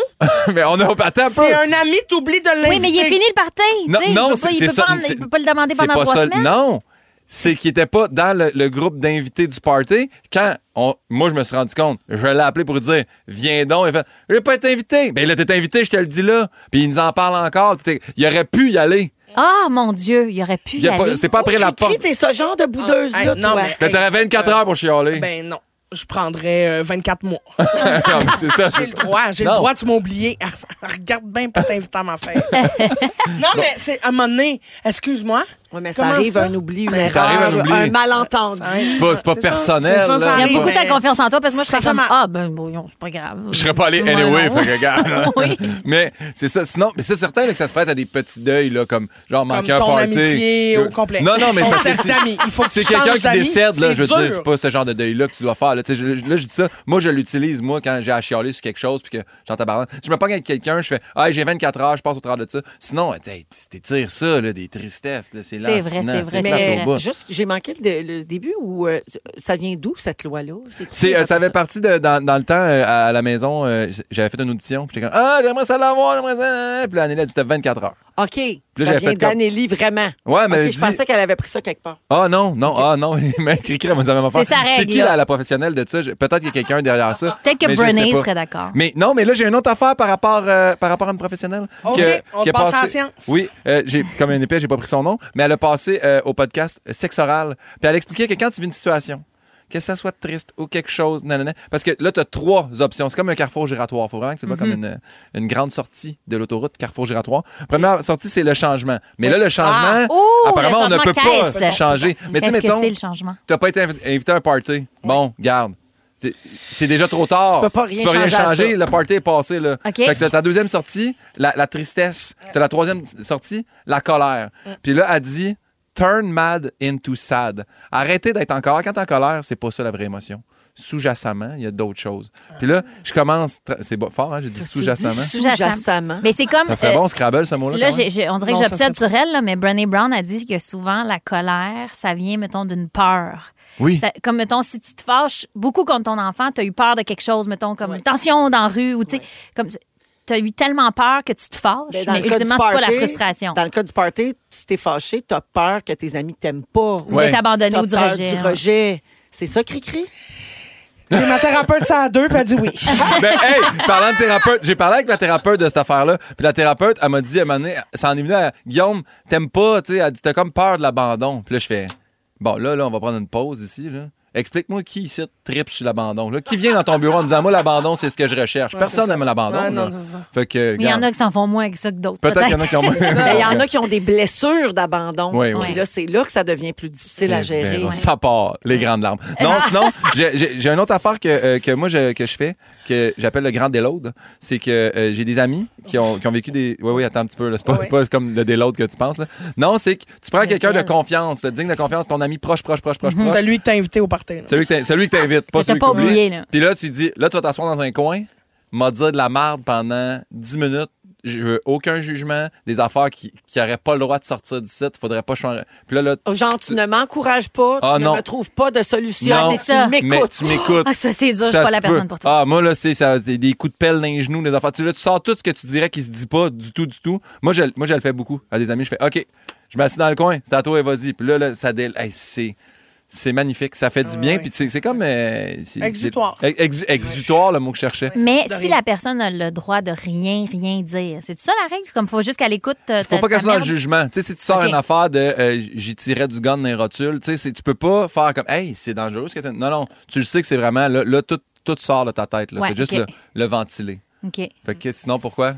B: Mais on a. Attends un peu.
D: Si un ami t'oublie de l'inviter.
C: Oui, mais il est fini le party.
B: Non,
C: tu
B: non,
C: sais. Il peut pas-
B: c'est-
C: il
B: c'est
C: peut
B: ça.
C: pas en-
B: c'est-
C: Il peut pas le demander
B: c'est
C: pendant
B: pas
C: trois
B: ça.
C: semaines.
B: Non, c'est qu'il n'était pas dans le, le groupe d'invités du party. Quand on, moi, je me suis rendu compte, je l'ai appelé pour lui dire Viens donc. Il fait Je vais pas être invité. Ben, il était invité, je te le dis là. Puis il nous en parle encore. T'étais- Il aurait pu y aller.
C: Ah, mon Dieu, il aurait pu
B: Il
C: y
B: a pas-
C: aller.
B: C'est pas après la
A: Tu cries,
B: porte.
A: t'es ce genre de boudeuse-là,
D: Ah, hey, non,
A: toi.
D: mais-
B: Là, T'aurais 24 heures pour chialer.
D: Ben non. Je prendrais euh, 24 mois.
B: Non, mais Ah, c'est ça.
D: J'ai
B: c'est
D: le
B: ça.
D: droit, j'ai le
B: Non.
D: droit, tu m'as oublié. Ah, ça- Regarde bien pas t'inviter à ma fête. non, mais c'est à un moment donné, excuse-moi.
A: Ouais, mais ça
D: Comment
A: arrive
D: ça?
A: un oubli, une
D: Ben,
A: erreur,
B: ça arrive un oubli.
A: malentendu.
D: Hein?
B: C'est pas, c'est pas
D: C'est ça.
B: personnel.
D: C'est ça, ça
B: là.
C: J'aime
D: arrive.
C: beaucoup ta
D: mais-
C: confiance en toi parce que moi, je
D: C'est
C: serais comme
D: comme-
C: Ah, ben, bon, c'est pas grave.
B: Je serais pas allé
C: Ouais,
B: anyway,
C: non.
B: fait que regarde. là.
C: Oui.
B: Mais c'est ça. Sinon, mais c'est certain là, que ça se prête à des petits deuils, là, comme genre
D: Comme
B: manquer un
D: ton
B: party. Euh,
D: amitié au complet.
B: Non, non, mais
D: Ton
B: parce que
D: cercle
B: c'est-
D: d'amis. Il faut que
B: c'est
D: tu changes
B: quelqu'un qui
D: d'amis,
B: décède, là,
D: c'est
B: je veux dire,
D: dur.
B: c'est pas ce genre de deuil-là que tu dois faire. Là, Tu sais, je, là je dis ça, moi, je l'utilise, moi, quand j'ai à chialer sur quelque chose, puis que j'entends parler. Si je me pogne avec quelqu'un, je fais, ah, j'ai 24 heures, je passe au travers de ça. Sinon, hey, t'étires ça, là, des tristesses, là, c'est
C: C'est vrai,
B: lancinant,
C: c'est vrai,
B: plate
C: c'est
B: au
C: vrai.
B: bout.
A: Juste, j'ai manqué le, dé- le début ou euh, ça vient d'où cette loi-là? C'est qui qui
B: C'est,
A: a
B: euh,
A: fait
B: ça fait partie de, dans, dans le temps euh, à la maison. euh, j'avais fait une audition. Puis j'étais comme Ah, j'aimerais ça l'avoir, j'aimerais ça. Puis l'année là, c'était 24 heures.
A: OK.
B: Là,
A: ça
B: j'avais
A: vient
B: fait comme-
A: d'Anneli, vraiment.
B: Ouais,
A: OK,
B: mais elle
A: je
B: dit-
A: pensais qu'elle avait pris ça quelque part.
B: Ah non, non, ah non. Il m'a écrit, elle m'a dit la même
C: C'est
B: affaire.
C: sa
B: C'est
C: règle,
B: qui
C: là.
B: la, la professionnelle de ça? Je- Peut-être qu'il y a quelqu'un derrière ça.
C: Peut-être que
B: mais je sais
C: Brené
B: pas.
C: serait d'accord.
B: Mais non, mais là, j'ai une autre affaire par rapport, euh, par rapport à une professionnelle.
D: OK, on
B: a
D: passe à la
B: passé-
D: science.
B: Oui, euh, j'ai, comme une épée, j'ai pas pris son nom, mais elle a passé euh, au podcast Sexe oral. Puis elle expliquait que quand tu vis une situation, que ça soit triste ou quelque chose, nanana, parce que là, tu as trois options. C'est comme un carrefour giratoire. faut vraiment que tu le vois comme
C: Mhm.
B: une, une grande sortie de l'autoroute, carrefour giratoire. Première sortie, c'est le changement. Mais là, le changement,
C: Ah. Ouh,
B: apparemment,
C: le
B: on ne peut
C: changement
B: pas
C: caisse.
B: changer. Mais tu sais,
C: Est-ce que
B: mettons,
C: c'est le changement?
B: t'as pas été invi- invité à un party. Bon, garde. C'est- C'est déjà trop tard.
A: Tu peux pas rien changer à
B: changer.
A: ça.
B: Le party est passé. Là.
C: OK.
B: Fait que t'as ta deuxième sortie, la, la tristesse. T'as la troisième sortie, la colère. Puis là, elle dit Turn mad into sad. Arrêtez d'être en colère. Quand t'es en colère, c'est pas ça la vraie émotion. Sous-jacemment, il y a d'autres choses. Puis là, je commence. tra- C'est bo- fort, hein, j'ai dit sous-jacemment.
A: Tu dis Sous-jacemment.
C: Mais c'est comme.
B: Ça serait
C: euh,
B: bon, Scrabble, ce mot-là.
C: Là,
B: quand même.
C: j'ai- j'ai- on dirait
D: Non,
C: que
D: ça
C: j'obsède sur elle, là, mais Brené Brown a dit que souvent la colère, ça vient, mettons, d'une peur.
B: Oui.
C: Ça- comme, mettons, si tu te fâches beaucoup contre ton enfant, tu as eu peur de quelque chose, mettons, comme tension dans la rue ou, tu sais, comme. Tu as eu tellement peur que tu te fâches,
A: Ben,
C: mais,
A: dans le cas du
C: ultimement, c'est pas la
A: party,
C: frustration.
A: Dans le cas du party, si t'es fâché, t'as peur que tes amis t'aiment pas.
C: Ou
B: Ouais.
C: D'être abandonné
A: T'as
C: ou du
A: peur
C: rejet.
A: du
C: hein.
A: rejet. C'est ça, Cricri?
D: J'ai ma thérapeute, ça à deux, puis elle dit oui.
C: Ah.
B: Ben, hey, parlant de thérapeute, j'ai parlé avec la thérapeute de cette affaire-là. Puis la thérapeute, elle m'a dit, à un moment donné, ça en est venu à Guillaume, t'aimes pas, tu sais, elle dit, t'as comme peur de l'abandon. Puis là, je fais, bon, là, là, on va prendre une pause ici, là. Explique-moi qui ici tripe sur l'abandon. là. Qui vient dans ton bureau en me disant, moi, l'abandon, c'est ce que je recherche. Personne
D: c'est ça.
B: n'aime l'abandon.
D: Ouais, non,
B: là.
D: c'est ça.
B: Fait que,
C: Mais il y en
B: regarde,
C: a qui s'en font moins que ça que d'autres.
B: peut-être qu'il y en a qui ont.
A: Mais Ben, il y en a qui ont des blessures d'abandon.
B: Oui, oui.
A: Puis là, c'est là que ça devient plus difficile à
B: Eh
A: gérer.
B: ben, Ça part, les grandes larmes.
C: Eh
B: Non, sinon, j'ai- j'ai j'ai une autre affaire que, euh, que moi, je, que je fais, que j'appelle le grand déload. C'est que euh, j'ai des amis qui ont, qui ont vécu des... Oui, oui, attends un petit peu. là, C'est pas,
D: Ouais.
B: pas comme le déload que tu penses. Là. Non, c'est que tu prends quelqu'un de confiance, le digne de confiance, ton ami proche, proche, proche, proche, proche.
D: Celui que t'as invité au party. là.
B: Celui que t'in- celui que t'invites, pas
C: Que Mhm. t'as
B: celui
C: pas
B: que t'oublies.
C: oublié, là.
B: Puis là, tu dis, là, tu vas t'asseoir dans un coin, m'a dire de la merde pendant 10 minutes. Je veux aucun jugement, des affaires qui n'auraient pas le droit de sortir d'ici. Faudrait pas changer. Puis là, là,
A: Genre, tu ne m'encourages pas, tu
B: Ah,
A: ne
B: non.
A: me trouves pas de solution.
B: Non,
C: c'est ça.
A: Tu
B: mais
A: m'écoutes.
B: tu m'écoutes.
C: Ah, ça, c'est dur, je suis
B: Ça
C: pas
B: se
C: la
B: peut.
C: personne pour toi.
B: Ah, moi, là, c'est ça, c'est des coups de pelle dans les genoux, des affaires. Tu, là, tu sors tout ce que tu dirais qui se dit pas du tout, du tout. Moi, je, moi, je le fais beaucoup à des amis. Je fais OK, je m'assieds dans le coin, c'est à toi et vas-y. Puis là, là, ça déle. Hey, c'est. C'est magnifique, ça fait du
D: ouais,
B: bien.
D: ouais.
B: Puis c'est c'est comme. euh, c'est-
D: Exutoire.
B: c'est- ex- exutoire, le mot que je cherchais.
C: Mais
D: De
C: si
D: rien.
C: la personne a le droit de rien, rien dire, c'est ça la règle? Comme faut juste qu'elle écoute. euh,
B: Faut
C: ta-
B: pas
C: ta
B: qu'elle soit dans le
C: merde?
B: jugement. Tu sais, si tu sors
C: Ok.
B: une affaire de euh, j'y tirais du gun dans les rotules, tu sais, c'est- tu peux pas faire comme Hey, c'est dangereux ce que tu. Non, non, tu le sais que c'est vraiment. Là, là, tout, tout sort de ta tête. Là.
C: Ouais,
B: Faut juste
C: ok.
B: le, le ventiler.
C: OK.
B: Fait que sinon, pourquoi?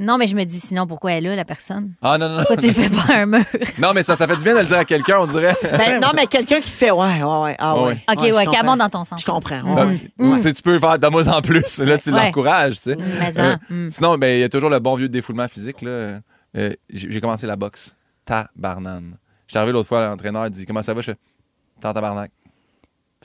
C: Non, mais je me dis sinon, pourquoi elle est là, la personne?
B: Ah non, non, non.
C: Pourquoi tu lui fais pas un mur?
B: Non, mais c'est parce que ça fait du bien de le dire à quelqu'un, on dirait.
A: Ben, non, mais quelqu'un qui te fait ouais, ouais, ouais, ah ouais.
B: Ouais.
C: OK,
A: je
C: ouais,
A: comprends.
C: qu'elle monte dans ton sens. Mm.
A: Je comprends. ouais.
B: Ah, Tu sais, tu peux faire de moi en plus. Là, tu
C: Ouais.
B: l'encourages, tu sais.
C: Mais
B: Euh,
C: en, mm.
B: Sinon, ben, il y a toujours le bon vieux défoulement physique. là. Euh, J'ai j'ai commencé la boxe. Tabarnane. J'étais arrivé l'autre fois, l'entraîneur il dit Comment ça va Je fais Tant tabarnak.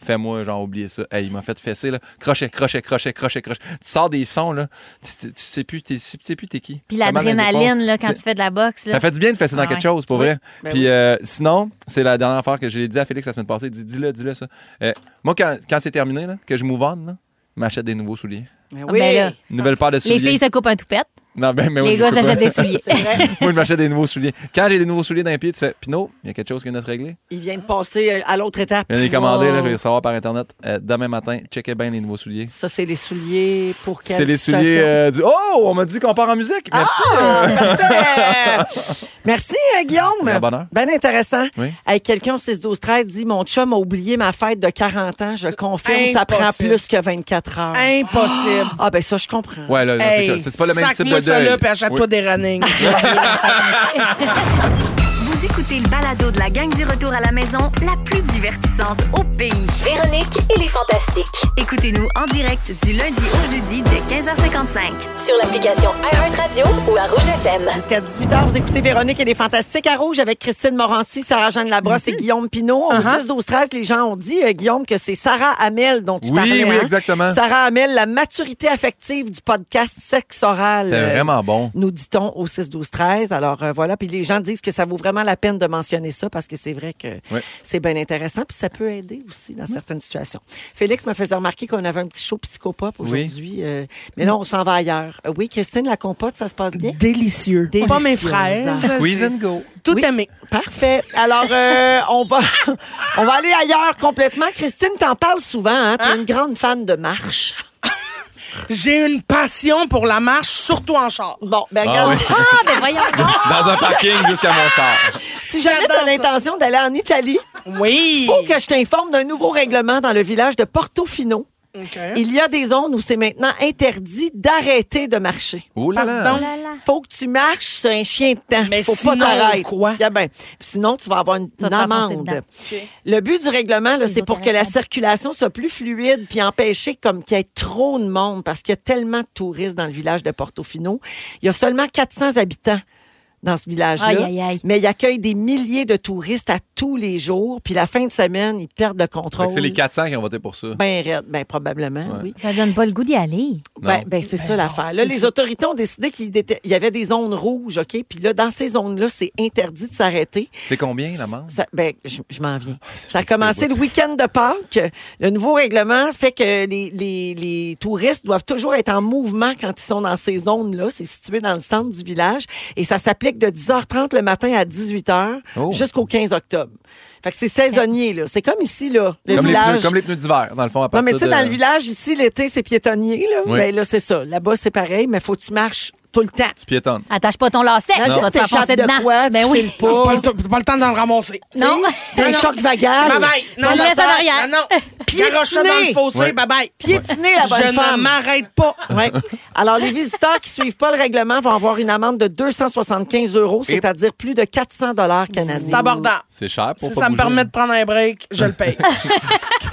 B: Fais-moi, genre, oublier ça. Hey, il m'a fait fesser, là. Crochet, crochet, crochet, crochet, crochet. Tu sors des sons, là. Tu, tu- tu sais plus, t'es- tu sais plus t'es qui.
C: Puis
B: T'as mal dans les
C: l'adrénaline,
B: épaules.
C: là, quand
B: C'est-
C: tu fais de la boxe, là.
B: Ça fait du bien de fesser dans
C: Ah
B: quelque
C: ouais.
B: chose, pour
A: Oui.
B: vrai.
A: Ben
B: Puis
A: oui.
B: euh, sinon, c'est la dernière affaire que j'ai dit à Félix la semaine passée. Dis, dis-le, dis-le ça. Euh, moi, quand, quand c'est terminé, là, que je move on, là, je m'achète des nouveaux souliers.
A: Ben
C: Ah,
A: oui.
C: ben là,
B: Une nouvelle paire de souliers.
C: les filles se coupent un toupette,
B: Non, ben, mais oui,
C: les
B: je
C: gars
B: peux pas.
C: s'achètent des souliers.
B: moi, je m'achète des nouveaux souliers. Quand j'ai des nouveaux souliers dans les pieds, tu fais Pino, il y a quelque chose qui vient de se régler.
A: Il vient de passer euh, à l'autre étape.
B: Je les ai commandés,
C: Wow.
B: là, je vais les recevoir par Internet euh, demain matin. Checkez bien les nouveaux souliers.
A: Ça, c'est les souliers pour quelle
B: C'est les souliers
A: situation?
B: euh, du. Oh, on m'a dit qu'on part en musique. Merci.
A: Ah, parfait. Merci, euh,
B: Grand
A: Guillaume.
B: bonheur.
A: Ben intéressant.
B: Oui.
A: Avec quelqu'un au 6-12-13 dit Mon chum a oublié ma fête de 40 ans. Je confirme, ça prend
D: Impossible.
A: plus que 24 heures.
D: Impossible.
A: Ah, ben ça, je comprends.
B: Ouais, là, non, c'est
D: Hey,
B: que- c'est pas le même type de
D: Sac-moi ça là,
B: deuil.
D: puis achète-toi
B: Oui.
D: des running.
E: Vous écoutez le balado de la gang du retour à la maison, la plus divertissante au pays.
F: Véronique et les Fantastiques.
E: Écoutez-nous en direct du lundi au jeudi dès 15h55.
F: Sur l'application iHeartRadio ou à Rouge FM.
A: Jusqu'à 18h, vous écoutez Véronique et les Fantastiques à Rouge avec Christine Morancy, Sarah-Jeanne Labrosse et Guillaume Pinot. Au 6-12-13, les gens ont dit, euh, Guillaume, que c'est Sarah Hamel dont tu
B: Oui,
A: parlais.
B: oui,
A: hein?
B: exactement.
A: Sarah Hamel, la maturité affective du podcast Sexe Oral.
B: C'était
A: Euh,
B: vraiment bon.
A: nous dit-on au 6 12 13 alors euh, voilà puis les gens disent que ça vaut vraiment la peine de de mentionner ça parce que c'est vrai que
B: Ouais.
A: c'est bien intéressant. Puis ça peut aider aussi dans certaines situations. Félix me faisait remarquer qu'on avait un petit show psychopop aujourd'hui. euh, mais là, on s'en va ailleurs. Euh, Oui, Christine, la compote, ça se passe bien?
D: Délicieux. Pas mes
A: Délicieuse.
D: fraises.
B: Squeeze
D: j'ai
B: and go.
D: Tout
A: Oui.
D: aimé.
A: Parfait. Alors, euh, on, va, on va aller ailleurs complètement. Christine, t'en parles souvent. Hein? T'es une grande fan de marche.
D: J'ai une passion pour la marche, surtout en char.
A: Bon, ben,
B: Ah
A: regarde,
B: oui.
C: Ah, ben voyons. donc.
B: Dans un parking jusqu'à mon char.
A: si jamais
D: J'adore
A: t'as l'intention d'aller en Italie,
D: Oui.
A: faut que je t'informe d'un nouveau règlement dans le village de Portofino.
D: OK.
A: Il y a des zones où c'est maintenant interdit d'arrêter de marcher.
B: Oh là là.
C: Oh là là.
A: Faut que tu marches sur un chien de temps.
D: Mais
A: Faut
D: sinon,
A: pas t'arrêter.
D: quoi?
A: Regarde bien. Sinon, tu vas avoir une,
C: vas
A: une
C: te faire foncer
A: amende.
C: dedans.
A: Le but du règlement, là,
C: Les
A: c'est
C: autres
A: pour que la
C: raisons.
A: circulation soit plus fluide puis empêcher comme qu'il y ait trop de monde parce qu'il y a tellement de touristes dans le village de Portofino. Il y a seulement 400 habitants dans ce village-là.
C: Aïe, aïe, aïe.
A: Mais il accueille des milliers de touristes à tous les jours. Puis la fin de semaine, ils perdent le
B: Fait
A: contrôle.
B: que C'est les 400 qui ont voté pour ça.
A: Ben, raide, ben, probablement, oui.
C: Ça donne pas le goût d'y aller.
A: Ben, ben, c'est ça l'affaire. Là, les autorités ont décidé qu'il déta- il y avait des zones rouges, OK? Puis là, dans ces zones-là, c'est interdit de s'arrêter.
B: C'est combien l'amende?
A: Ça- ben, je, je m'en viens. Ça a
B: Ah, c'est
A: commencé
B: beau.
A: le week-end de Pâques. Le nouveau règlement fait que les, les- les touristes doivent toujours être en mouvement quand ils sont dans ces zones-là. C'est situé dans le centre du village. Et ça s'applique de 10h30 le matin à 18h
B: Oh.
A: jusqu'au 15 octobre. Fait que c'est saisonnier, là. C'est comme ici, là, le
B: Comme les,
A: village.
B: pneus, comme les pneus d'hiver, dans le fond, à
A: Non,
B: partir
A: mais tu sais,
B: de-
A: dans le village, ici, l'été, c'est piétonnier. Là,
B: Oui.
A: Ben, là c'est ça. Là-bas, c'est pareil, mais faut que tu marches tout le temps.
B: Tu piétonnes.
C: Attache pas ton lacet, tu vas te faire
A: t'échappes
C: foncer
A: de
C: dedans.
A: quoi,
C: ben
A: tu
C: oui.
A: files pas.
D: Pas le, t- pas le temps d'en le ramasser.
C: Non.
A: T'as
D: Non,
A: un
D: non.
A: choc vagal.
D: Bye bye. Non,
C: le
D: non,
C: laisse
D: non,
C: à l'arrière.
D: Non, non.
A: Piétiner.
D: Garoche ça dans le fossé.
B: Ouais.
D: Bye bye.
A: Piétiner la bonne
D: Je ne
A: femme.
D: m'arrête pas.
A: Ouais. Alors, les visiteurs qui suivent pas le règlement vont avoir une amende de 275 euros, c'est-à-dire plus de 400 dollars canadiens.
D: C'est abordable.
B: C'est cher pour
D: Si
B: pas
D: ça me
B: bouger.
D: permet de prendre un break, je le paye.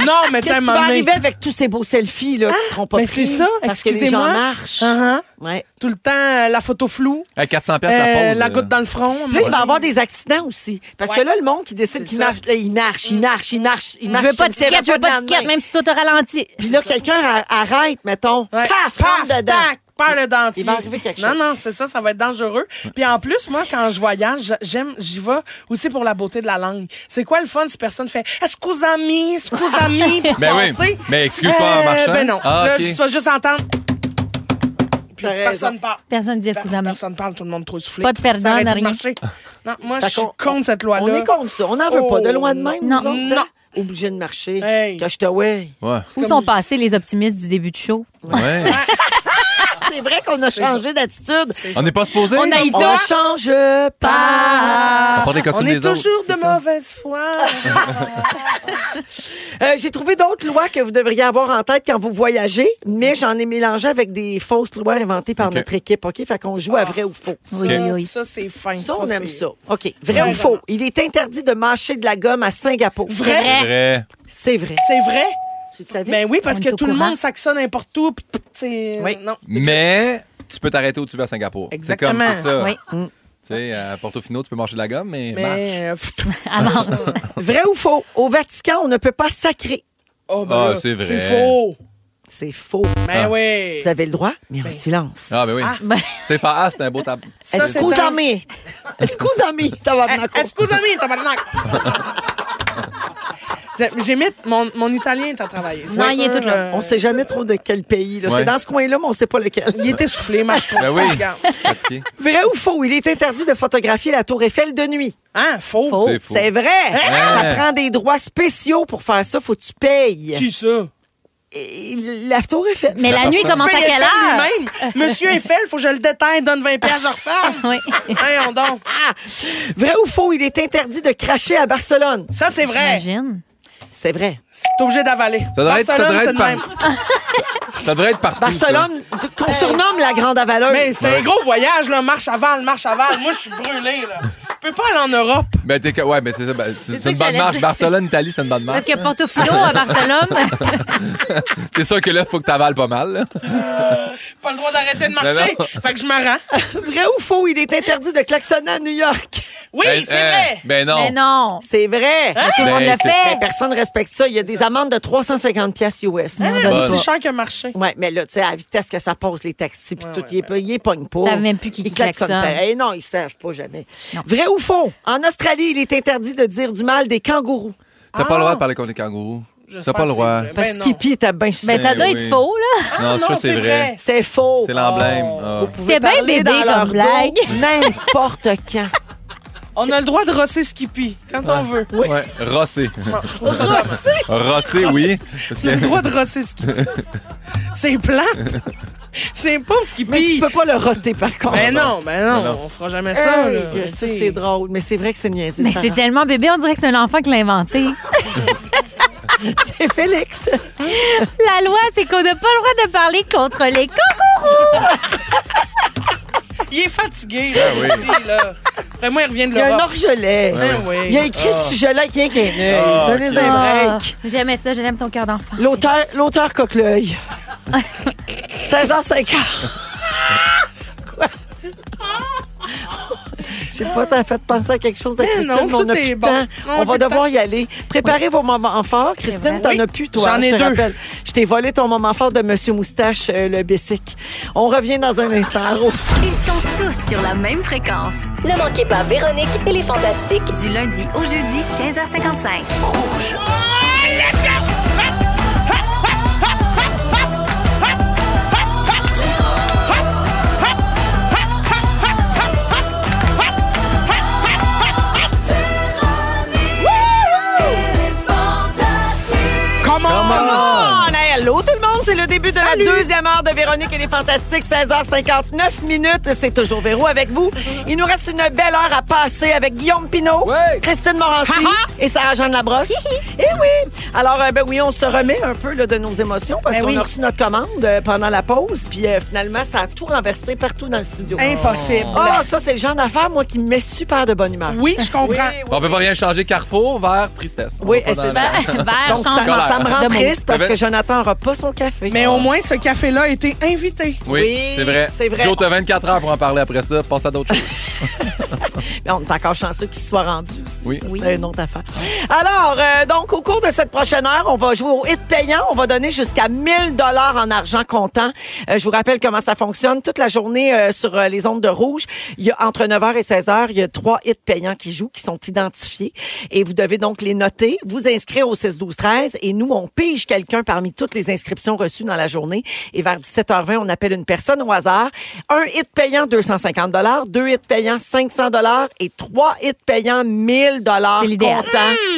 D: non, mais tiens,
A: Qu'est-ce qui va arriver avec tous ces beaux selfies là, qui seront pas
D: mais
A: pris
D: Ah, ben, c'est ça,
A: parce que les gens
D: excusez-moi. Ah, Uh-huh.
A: marchent. Ouais.
D: Tout le temps, euh, la photo floue,
B: Hey, 400 pièces
D: euh,
B: la pause.
D: la
B: euh.
D: goutte dans le front.
A: Puis là, il va y avoir des accidents aussi. Parce que
D: Ouais.
A: là, le monde qui décide
D: C'est
A: qu'il
D: ça. Mm.
A: marche, là, il marche, il marche, il marche, il marche.
C: Je veux pas
A: comme
C: de
A: s'il y
C: ticket,
A: avait
C: je veux
A: de
C: pas de ticket,
A: lendemain.
C: même si toi t'as ralenti.
A: Puis là, quelqu'un a- arrête, mettons.
D: Ouais.
A: Paf, rentre dedans.
D: tac, perd le dentier.
A: Il va arriver quelque
D: Non,
A: chose.
D: non, c'est ça, ça va être dangereux. Puis en plus, moi, quand je voyage, j'aime, j'y vais aussi pour la beauté de la langue. C'est quoi le fun si personne fait excusami, excusami, pour
B: Ben oui,
D: passer?
B: mais excuse-toi en marchant.
D: Ben non,
B: Ah,
D: là,
B: ok.
D: tu vas juste entendre. Puis
A: T'as
D: personne
A: raison.
D: parle.
C: Personne dit
D: Personne,
C: excusez-moi.
D: parle, tout le monde trop soufflé.
C: Pas de perdant,
D: Ça arrête
C: rien.
D: de marcher. Non, moi, je
A: Fait
D: suis
A: qu'on-
D: contre cette loi-là.
A: On est contre ça. On n'en veut pas. De loin de même,
C: Non.
A: nous autres, hein? Obligé de marcher.
D: Hey.
A: Que je te ouais.
B: Ouais.
C: Où sont passés les optimistes du début de show?
B: Ouais.
A: C'est vrai qu'on a changé d'attitude.
B: On n'est pas supposé.
C: On a eu
A: On
D: Ah!
C: toi.
A: change pas.
B: On porte les costumes
D: on est
B: des autres,
D: toujours
B: c'est
D: de
B: ça?
D: mauvaise foi.
A: Euh, J'ai trouvé d'autres lois que vous devriez avoir en tête quand vous voyagez, mais j'en ai mélangé avec des fausses lois inventées par
B: OK.
A: notre équipe. OK? Fait qu'on joue à vrai ou faux.
C: Oui,
D: Ça,
C: oui, oui.
D: Ah. Ça, c'est fin.
A: Ça, on aime
D: c'est-
A: ça. OK. Vrai ou faux? Il est interdit de mâcher de la gomme à Singapour.
D: Vrai?
C: Vrai.
B: Vrai.
A: C'est vrai.
D: C'est vrai?
A: Tu le savais?
D: Ben oui, parce
C: On est
D: que
C: au
D: tout le
C: courant.
D: monde saxonne n'importe où. puis, pff, t'sais,
A: Oui.
D: Non.
B: Mais tu peux t'arrêter où tu vas à Singapour.
D: Exactement.
B: C'est comme c'est ça.
C: Oui,
B: Tu sais, à Portofino, tu peux manger de la gomme, mais, marche.
D: Mais. euh, pff,
C: avance.
A: Vrai ou faux? Au Vatican, on ne peut pas sacrer.
D: Oh, ben
B: Ah,
D: là,
B: c'est vrai.
D: C'est faux.
A: C'est faux.
D: Ben
B: Ah.
D: oui.
A: Vous avez le droit, mais en
D: Ben.
A: silence.
B: Ah, ben oui. C'est fa- ah, c'est un beau table.
D: Ça, c'est un- Eh,
A: Excusez-moi. Excusez-moi, tabarnak.
D: Excusez-moi, tabarnak. C'est- J'imite mon, mon italien est à travailler.
C: Non, il est tout là.
A: On sait jamais trop de quel pays. là.
B: Ouais.
A: C'est dans ce coin-là, mais on sait pas lequel.
D: Il était soufflé, moi, je trouve.
B: Ben oui.
D: Regarde.
B: C'est fatigué.
A: Vrai ou faux? Il est interdit de photographier la Tour Eiffel de nuit.
D: Hein, faux.
C: Faux.
B: C'est faux.
A: C'est vrai. Ça prend des droits spéciaux pour faire ça. Faut que tu payes.
D: Qui ça?
A: Et la Tour Eiffel.
C: Mais la nuit commence à
D: Eiffel
C: quelle heure?
D: lui-même. Monsieur Eiffel, faut que je le détaille, donne 20 pièces, je referme.
C: Oui.
D: Voyons donc.
A: Ah! Vrai ou faux? Il est interdit de cracher à Barcelone.
D: Ça, c'est vrai.
C: Imagine.
A: C'est vrai.
D: T'es obligé d'avaler.
B: Ça devrait être- ça
D: Barcelone,
B: devrait
D: c'est
B: être
D: le
B: par-
D: même.
B: Ça devrait être partout.
A: Barcelone, qu'on surnomme la Grande Avaleuse.
D: Mais c'est un gros voyage, là. Marche avant, le marche avant. Moi, je suis brûlé, là. Je peux pas aller en Europe.
B: ça. Ben, t'es que- ouais, ben, c'est ça. ben, c'est
C: C'est
B: c'est
C: ça
B: une
C: que
B: bonne
C: j'allais
B: marche.
C: dire.
B: Barcelone, Italie, c'est une bonne marche.
C: Parce que Portofino à Barcelone,
B: C'est sûr que là, faut que t'avales pas mal. là.
D: Pas le droit d'arrêter de marcher.
B: Non,
D: Fait que je me rends.
A: Vrai ou faux? Il est interdit de klaxonner à New York.
D: Oui,
B: Eh,
D: c'est
B: eh,
D: vrai.
B: Ben non.
C: Mais non.
A: C'est vrai.
C: Tout le monde
B: Ben,
C: le
B: c'est-
A: Mais
C: fait.
A: personne respecte ça. Il y a des amendes de 350 pièces US. Ça,
B: Bon.
D: C'est
A: ça.
D: cher que marché.
A: Ouais, mais là, tu sais, à la vitesse que ça passe, les taxis, puis tout, ils ils les pognent pas.
C: Ils savent même plus qui
A: Ils
C: klaxonne.
A: klaxonnent pareil. Eh Non, ils savent pas jamais. Vrai ou faux? En Australie, il est interdit de dire du mal des kangourous.
B: T'as pas le droit de parler contre les kangourous. T'as
D: J'espère
B: pas le
D: que
B: droit.
D: c'est vrai.
A: Parce
D: Ben non.
A: qu'Skippy était bien sûr.
C: Ben, ça doit
B: oui.
C: être faux, là.
B: non, ça,
D: Ah non,
B: c'est
D: c'est
B: vrai.
D: vrai.
A: C'est faux.
B: C'est l'emblème. Ah.
A: Vous
C: C'était bien
A: parler
C: bébé
A: dans
C: comme
A: leur dos
C: blague.
A: N'importe quand.
D: On a le droit de rosser Skippy quand on veut. Oui.
B: Ouais. Rossé.
D: Je trouve ça dommage.
B: Rossé, oui. Parce que-
D: le droit de rosser Skippy. C'est plate. C'est pauvre
A: Mais tu
D: Skippy.
A: peux pas le roter, par contre.
D: Mais Ben non, mais non,
B: Non, non.
D: on fera jamais ça.
A: Hey,
D: là.
A: ça,
D: T'sais.
A: c'est drôle. Mais c'est vrai que c'est niaiseux.
C: Mais
A: par
C: c'est tellement bébé, on dirait que c'est un enfant qui l'a inventé.
A: an. Et Félix.
C: La loi, c'est qu'on n'a pas le droit de parler contre les kangourous.
D: Il est fatigué, là.
B: Ah oui.
D: petit, là. Après moi, il revient de
A: Il y a un
D: l'Europe.
A: orgelet.
D: Ben oui.
A: Il y a écrit ce sujet-là qui est qu'un œil.
B: Ah,
A: Donnez
B: ok.
A: E. un
C: Ah,
A: break.
C: J'aimais ça, j'aime ton cœur d'enfant.
A: L'auteur, l'auteur coque-l'œil. 16h50. Quoi? Je sais pas, ça a fait penser à quelque chose à
D: Mais
A: Christine,
D: non,
A: mais on
D: tout
A: n'a plus
D: est
A: de
D: bon.
A: temps.
D: Non,
A: on va
D: plus de
A: devoir y aller. Préparez vos moments forts. Christine,
C: vrai.
A: t'en
D: Oui,
A: as plus, toi.
D: j'en
A: hein,
D: ai
A: je te
D: deux.
A: rappelle. Je t'ai volé ton moment fort de Monsieur Moustache, euh, le Bessic. On revient dans un instant. À Rouge.
E: Ils sont tous sur la même fréquence.
F: Ne manquez pas Véronique et les Fantastiques.
E: Du lundi au jeudi, 15h55.
D: Come
A: Come
D: on!
A: on! Hey, Allô tout le monde, c'est le début de la deuxième heure de Véronique et les Fantastiques, 16h59 minutes. C'est toujours Véro avec vous. Il nous reste une belle heure à passer avec Guillaume Pinault, Christine Morancy et Sarah-Jeanne Labrosse. Eh oui! Alors, euh, ben oui, on se remet un peu là, de nos émotions parce
D: Ben
A: qu'on
D: oui.
A: a reçu notre commande euh, pendant la pause, puis euh, finalement, ça a tout renversé partout dans le studio.
D: Oh. Impossible.
A: Ah, ça, c'est le genre d'affaires, moi, qui me met super de bonne humeur.
D: Oui, je comprends.
B: On peut pas rien changer. Carrefour vers tristesse. On
A: Oui,
B: va pas
A: c'est
B: dans-
A: ça.
C: Vers
A: Donc, ça,
C: changement
A: ça me rend
C: Ben, de mots.
A: triste parce
B: Ben,
A: que Jonathan n'aura pas son café.
D: Mais au moins, ce café-là a été invité.
B: Oui,
A: Oui,
B: c'est vrai.
A: c'est vrai.
B: Joe, t'as 24 heures pour en parler après ça. Passe à d'autres choses.
A: Mais on est encore chanceux qu'ils se soient rendus aussi.
B: Oui.
A: Ça, c'est une autre affaire. Alors, euh, donc, au cours de cette prochaine heure, on va jouer au hit payant. On va donner jusqu'à 1000 dollars en argent comptant. Euh, je vous rappelle comment ça fonctionne. Toute la journée euh, sur euh, les ondes de rouge, il y a entre 9h et 16h, il y a trois hits payants qui jouent, qui sont identifiés. Et vous devez donc les noter, vous inscrire au 6 12 13 et nous, on pige quelqu'un parmi toutes les inscriptions reçues dans la journée. Et vers 17h20, on appelle une personne au hasard. Un hit payant, 250 dollars. Deux hits payants, 500 dollars. Et trois hits payants, 1000 dollars.
C: C'est l'idéal.
A: comptant.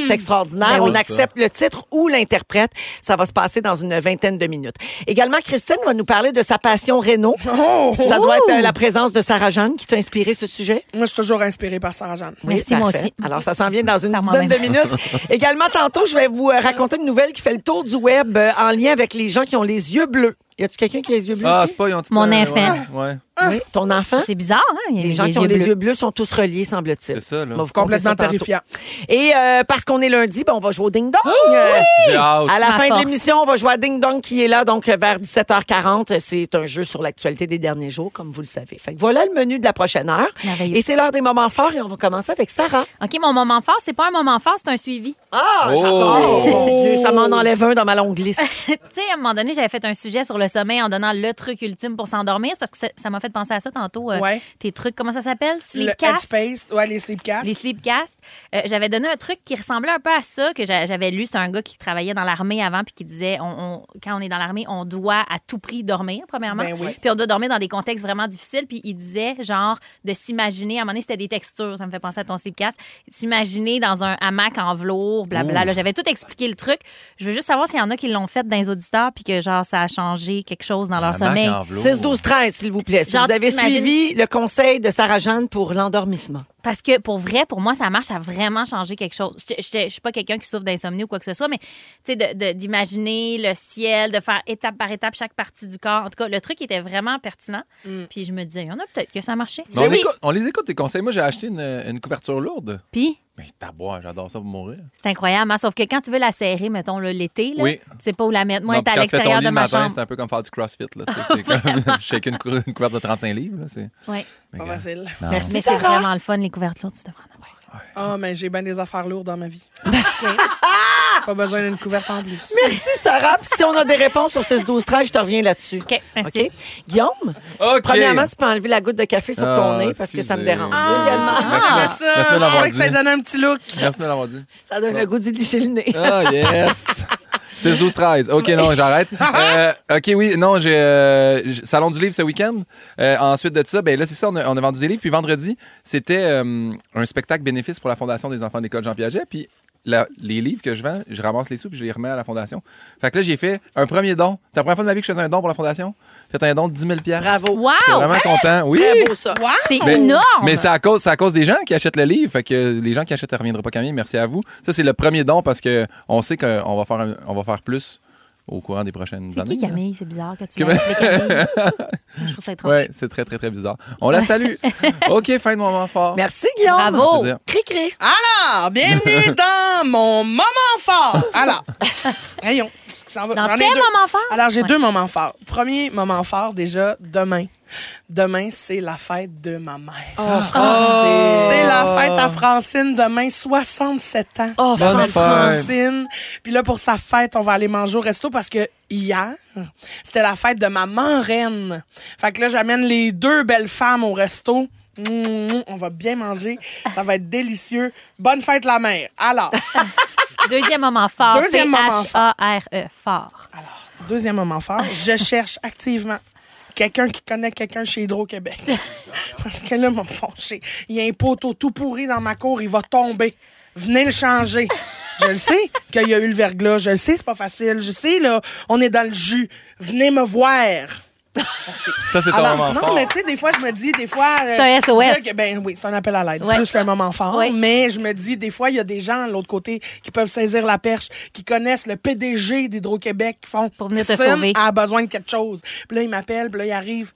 A: C'est extraordinaire.
C: Ben oui.
A: on accepte le titre ou l'interprète. Ça va se passer dans une vingtaine de minutes. Également, Christine va nous parler de sa passion Renault.
B: Oh!
A: Ça doit être euh, la présence de Sarah-Jeanne qui t'a inspiré ce sujet.
D: Moi, je suis toujours inspirée par Sarah-Jeanne.
C: Merci, moi
A: Parfait.
C: aussi.
A: Alors, ça s'en vient dans une
C: Par
A: dizaine de
C: moi-même.
A: minutes. Également, tantôt, je vais vous euh, raconter une nouvelle qui fait le tour du web euh, en lien avec les gens qui ont les yeux bleus. Y a-tu quelqu'un qui a les yeux bleus
B: Ah,
A: ici?
B: c'est pas ils ont tout
C: Mon
B: un-
C: enfant.
B: Ouais, ouais.
A: Oui, ton enfant?
C: C'est bizarre, hein? Il y a
A: Les gens qui ont les
C: bleus.
A: yeux bleus sont tous reliés, semble-t-il.
B: C'est ça, là.
A: On va vous compter
D: Complètement
A: ça tantôt.
D: terrifiant.
A: Et euh, parce qu'on est lundi, ben, on va jouer au ding-dong. Euh,
B: J'ai hâte.
A: à la
C: Ma
A: fin
C: force.
A: de l'émission, on va jouer à Ding Dong qui est là, donc euh, vers 17h40. C'est un jeu sur l'actualité des derniers jours, comme vous le savez. Fait que voilà le menu de la prochaine heure.
C: Merveilleux.
A: Et c'est l'heure des moments forts et on va commencer avec Sarah.
C: OK, mon moment fort, c'est pas un moment fort, c'est un suivi.
A: Ah,
B: Oh!
A: j'adore! Mon Dieu, Ça m'en enlève un dans ma longue liste.
C: Tu sais, à un moment donné, j'avais fait un sujet sur le sommeil en donnant le truc ultime pour s'endormir. C'est parce que ça- ça m'a fait penser à ça tantôt. euh,
D: Ouais.
C: Tes trucs, comment ça s'appelle?
D: Le
C: Sleepcast?
D: Headspace, ouais, les Sleepcast.
C: Les sleepcasts. Euh, j'avais donné un truc qui ressemblait un peu à ça, que j'a- j'avais lu. C'est un gars qui travaillait dans l'armée avant, puis qui disait on, on- quand on est dans l'armée, on doit à tout prix dormir, premièrement.
D: Ben oui.
C: Puis on doit dormir dans des contextes vraiment difficiles. Puis il disait, genre, de s'imaginer, à un moment donné, c'était des textures, ça me fait penser à ton sleepcast, s'imaginer dans un hamac en velours, blablabla. Là, J'avais tout expliqué le truc. Je veux juste savoir s'il y en a qui l'ont fait dans les auditeurs, puis que, genre, ça a changé quelque chose dans leur
B: Maman qui
C: sommeil.
B: en velours.
A: 6, 12, 13, s'il vous plaît. Si
C: Genre,
A: vous avez
C: tu t'imagines-
A: suivi le conseil de Sarah-Jeanne pour l'endormissement.
C: Parce que pour vrai, pour moi, ça marche à vraiment changer quelque chose. Je, je- je suis pas quelqu'un qui souffre d'insomnie ou quoi que ce soit, mais tu sais, de- de- d'imaginer le ciel, de faire étape par étape chaque partie du corps. En tout cas, le truc était vraiment pertinent. Puis je me disais, il y en a peut-être que ça marchait.
B: Mais Ben, on,
C: Mm. Oui.
B: écoute- on les écoute, tes conseils. Moi, j'ai acheté une, une couverture lourde.
C: Puis
B: Mais tabois, j'adore ça pour mourir.
C: c'est incroyable, hein? sauf que quand tu veux la serrer, mettons là, l'été, là,
B: Oui.
C: tu sais pas où la mettre. Moi,
B: Non,
C: elle est à
B: quand tu fais ton
C: l'extérieur
B: lit
C: de
B: le
C: ma
B: matin,
C: chambre.
B: c'est un peu comme faire du crossfit. là, tu sais, C'est comme shaker une, cou- une couverture de 35 livres. là, c'est-
C: Ouais.
B: Mais
D: Pas
B: gars,
D: facile.
B: non.
A: Merci.
C: Mais c'est hein?
A: Sarah.
C: vraiment le fun, les couvertures, tu devrais en avoir.
D: Ah, mais j'ai bien des affaires lourdes dans ma vie. Pas besoin d'une couverte en plus.
A: Merci, Sarah. Puis si on a des réponses au 6 12 13 je te reviens là-dessus.
C: OK, merci.
A: OK? Guillaume,
B: OK.
A: Oh, premièrement, tu peux enlever la goutte de café sur ton
B: Ah,
A: nez parce que ça me
B: excusez.
A: dérange.
B: Ah.
A: Deuxièmement,
D: Ah,
B: Merci. Merci
D: ça,
B: de
D: je
B: l'avoir
D: trouvais que ça
B: dit.
D: donnait un petit look.
B: Merci de l'avoir dit.
A: ça donne le goût d'y licher le nez.
B: Ah, yes! 6, 12, 13. OK, non, j'arrête. Euh, OK, oui, non, j'ai euh, j- Salon du livre ce week-end. Euh, ensuite de ça, ben là, c'est ça, on a, on a vendu des livres. Puis vendredi, c'était euh, un spectacle bénéfice pour la Fondation des enfants de l'école Jean Piaget. Puis la- les livres que je vends, je ramasse les sous puis je les remets à la Fondation. Fait que là, j'ai fait un premier don. C'est la première fois de ma vie que je faisais un don pour la Fondation. J'ai fait un don de 10 000
A: Bravo.
B: J'étais
C: Wow!
B: vraiment content. Oui!
A: Très beau, ça.
C: C'est
B: Mais-
C: Ah, énorme!
B: Mais c'est à cause, c'est à cause des gens qui achètent le livre. Fait que les gens qui achètent ne reviendront pas Camille. Merci à vous. Ça, c'est le premier don parce que on sait qu'on va faire, un- on va faire plus au courant des prochaines
C: C'est
B: années.
C: qui Camille? C'est bizarre que tu
B: Que-
C: l'aies appelée Camille. Je trouve ça étrange.
B: Oui, c'est très, très, très bizarre. On la salue. OK, fin de moment fort.
A: Merci, Guillaume.
C: Bravo! Ah,
B: Plaisir.
A: Cri-cri.
D: Alors, bienvenue dans mon moment fort. Alors, voyons. qu'est-ce qui s'en va?
C: Dans
D: J'en ai
C: tes
D: deux.
C: moments forts?
D: Alors, j'ai
C: Ouais.
D: deux moments forts. Premier moment fort, déjà, demain. Demain, c'est la fête de ma mère.
C: Oh,
D: Ah, C'est la fête à Francine, demain, 67 ans.
A: Oh,
B: Bonne
A: Fran-
B: fête.
D: Francine. Puis là, pour sa fête, on va aller manger au resto parce que hier, c'était la fête de ma marraine. Fait que là, j'amène les deux belles femmes au resto. Mmh, on va bien manger. Ça va être délicieux. Bonne fête, la mère. Alors,
C: Deuxième moment fort.
D: Deuxième moment Ah, fort.
C: P-H-A-R-E, E, fort.
D: alors deuxième moment fort, je cherche activement quelqu'un qui connaît quelqu'un chez Hydro-Québec. Parce que là, mon foncé, il y a un poteau tout pourri dans ma cour, il va tomber. Venez le changer. Je le sais qu'il y a eu le verglas. Je le sais, c'est pas facile. Je sais, là, on est dans le jus. Venez me voir.
B: Ça, c'est ton
D: Alors,
B: moment
D: non,
B: fort.
D: mais tu sais, des fois, je me dis, des fois. euh,
C: C'est un SOS.
D: dire que- ben oui, c'est un appel à l'aide,
C: Ouais.
D: plus qu'un moment fort.
C: Ouais.
D: Mais je me dis, des fois, il y a des gens de l'autre côté qui peuvent saisir la perche, qui connaissent le PDG d'Hydro-Québec, qui font.
C: Pour venir te
D: Christine
C: sauver.
D: a besoin de quelque chose. Puis là, il m'appelle, puis là, il arrive.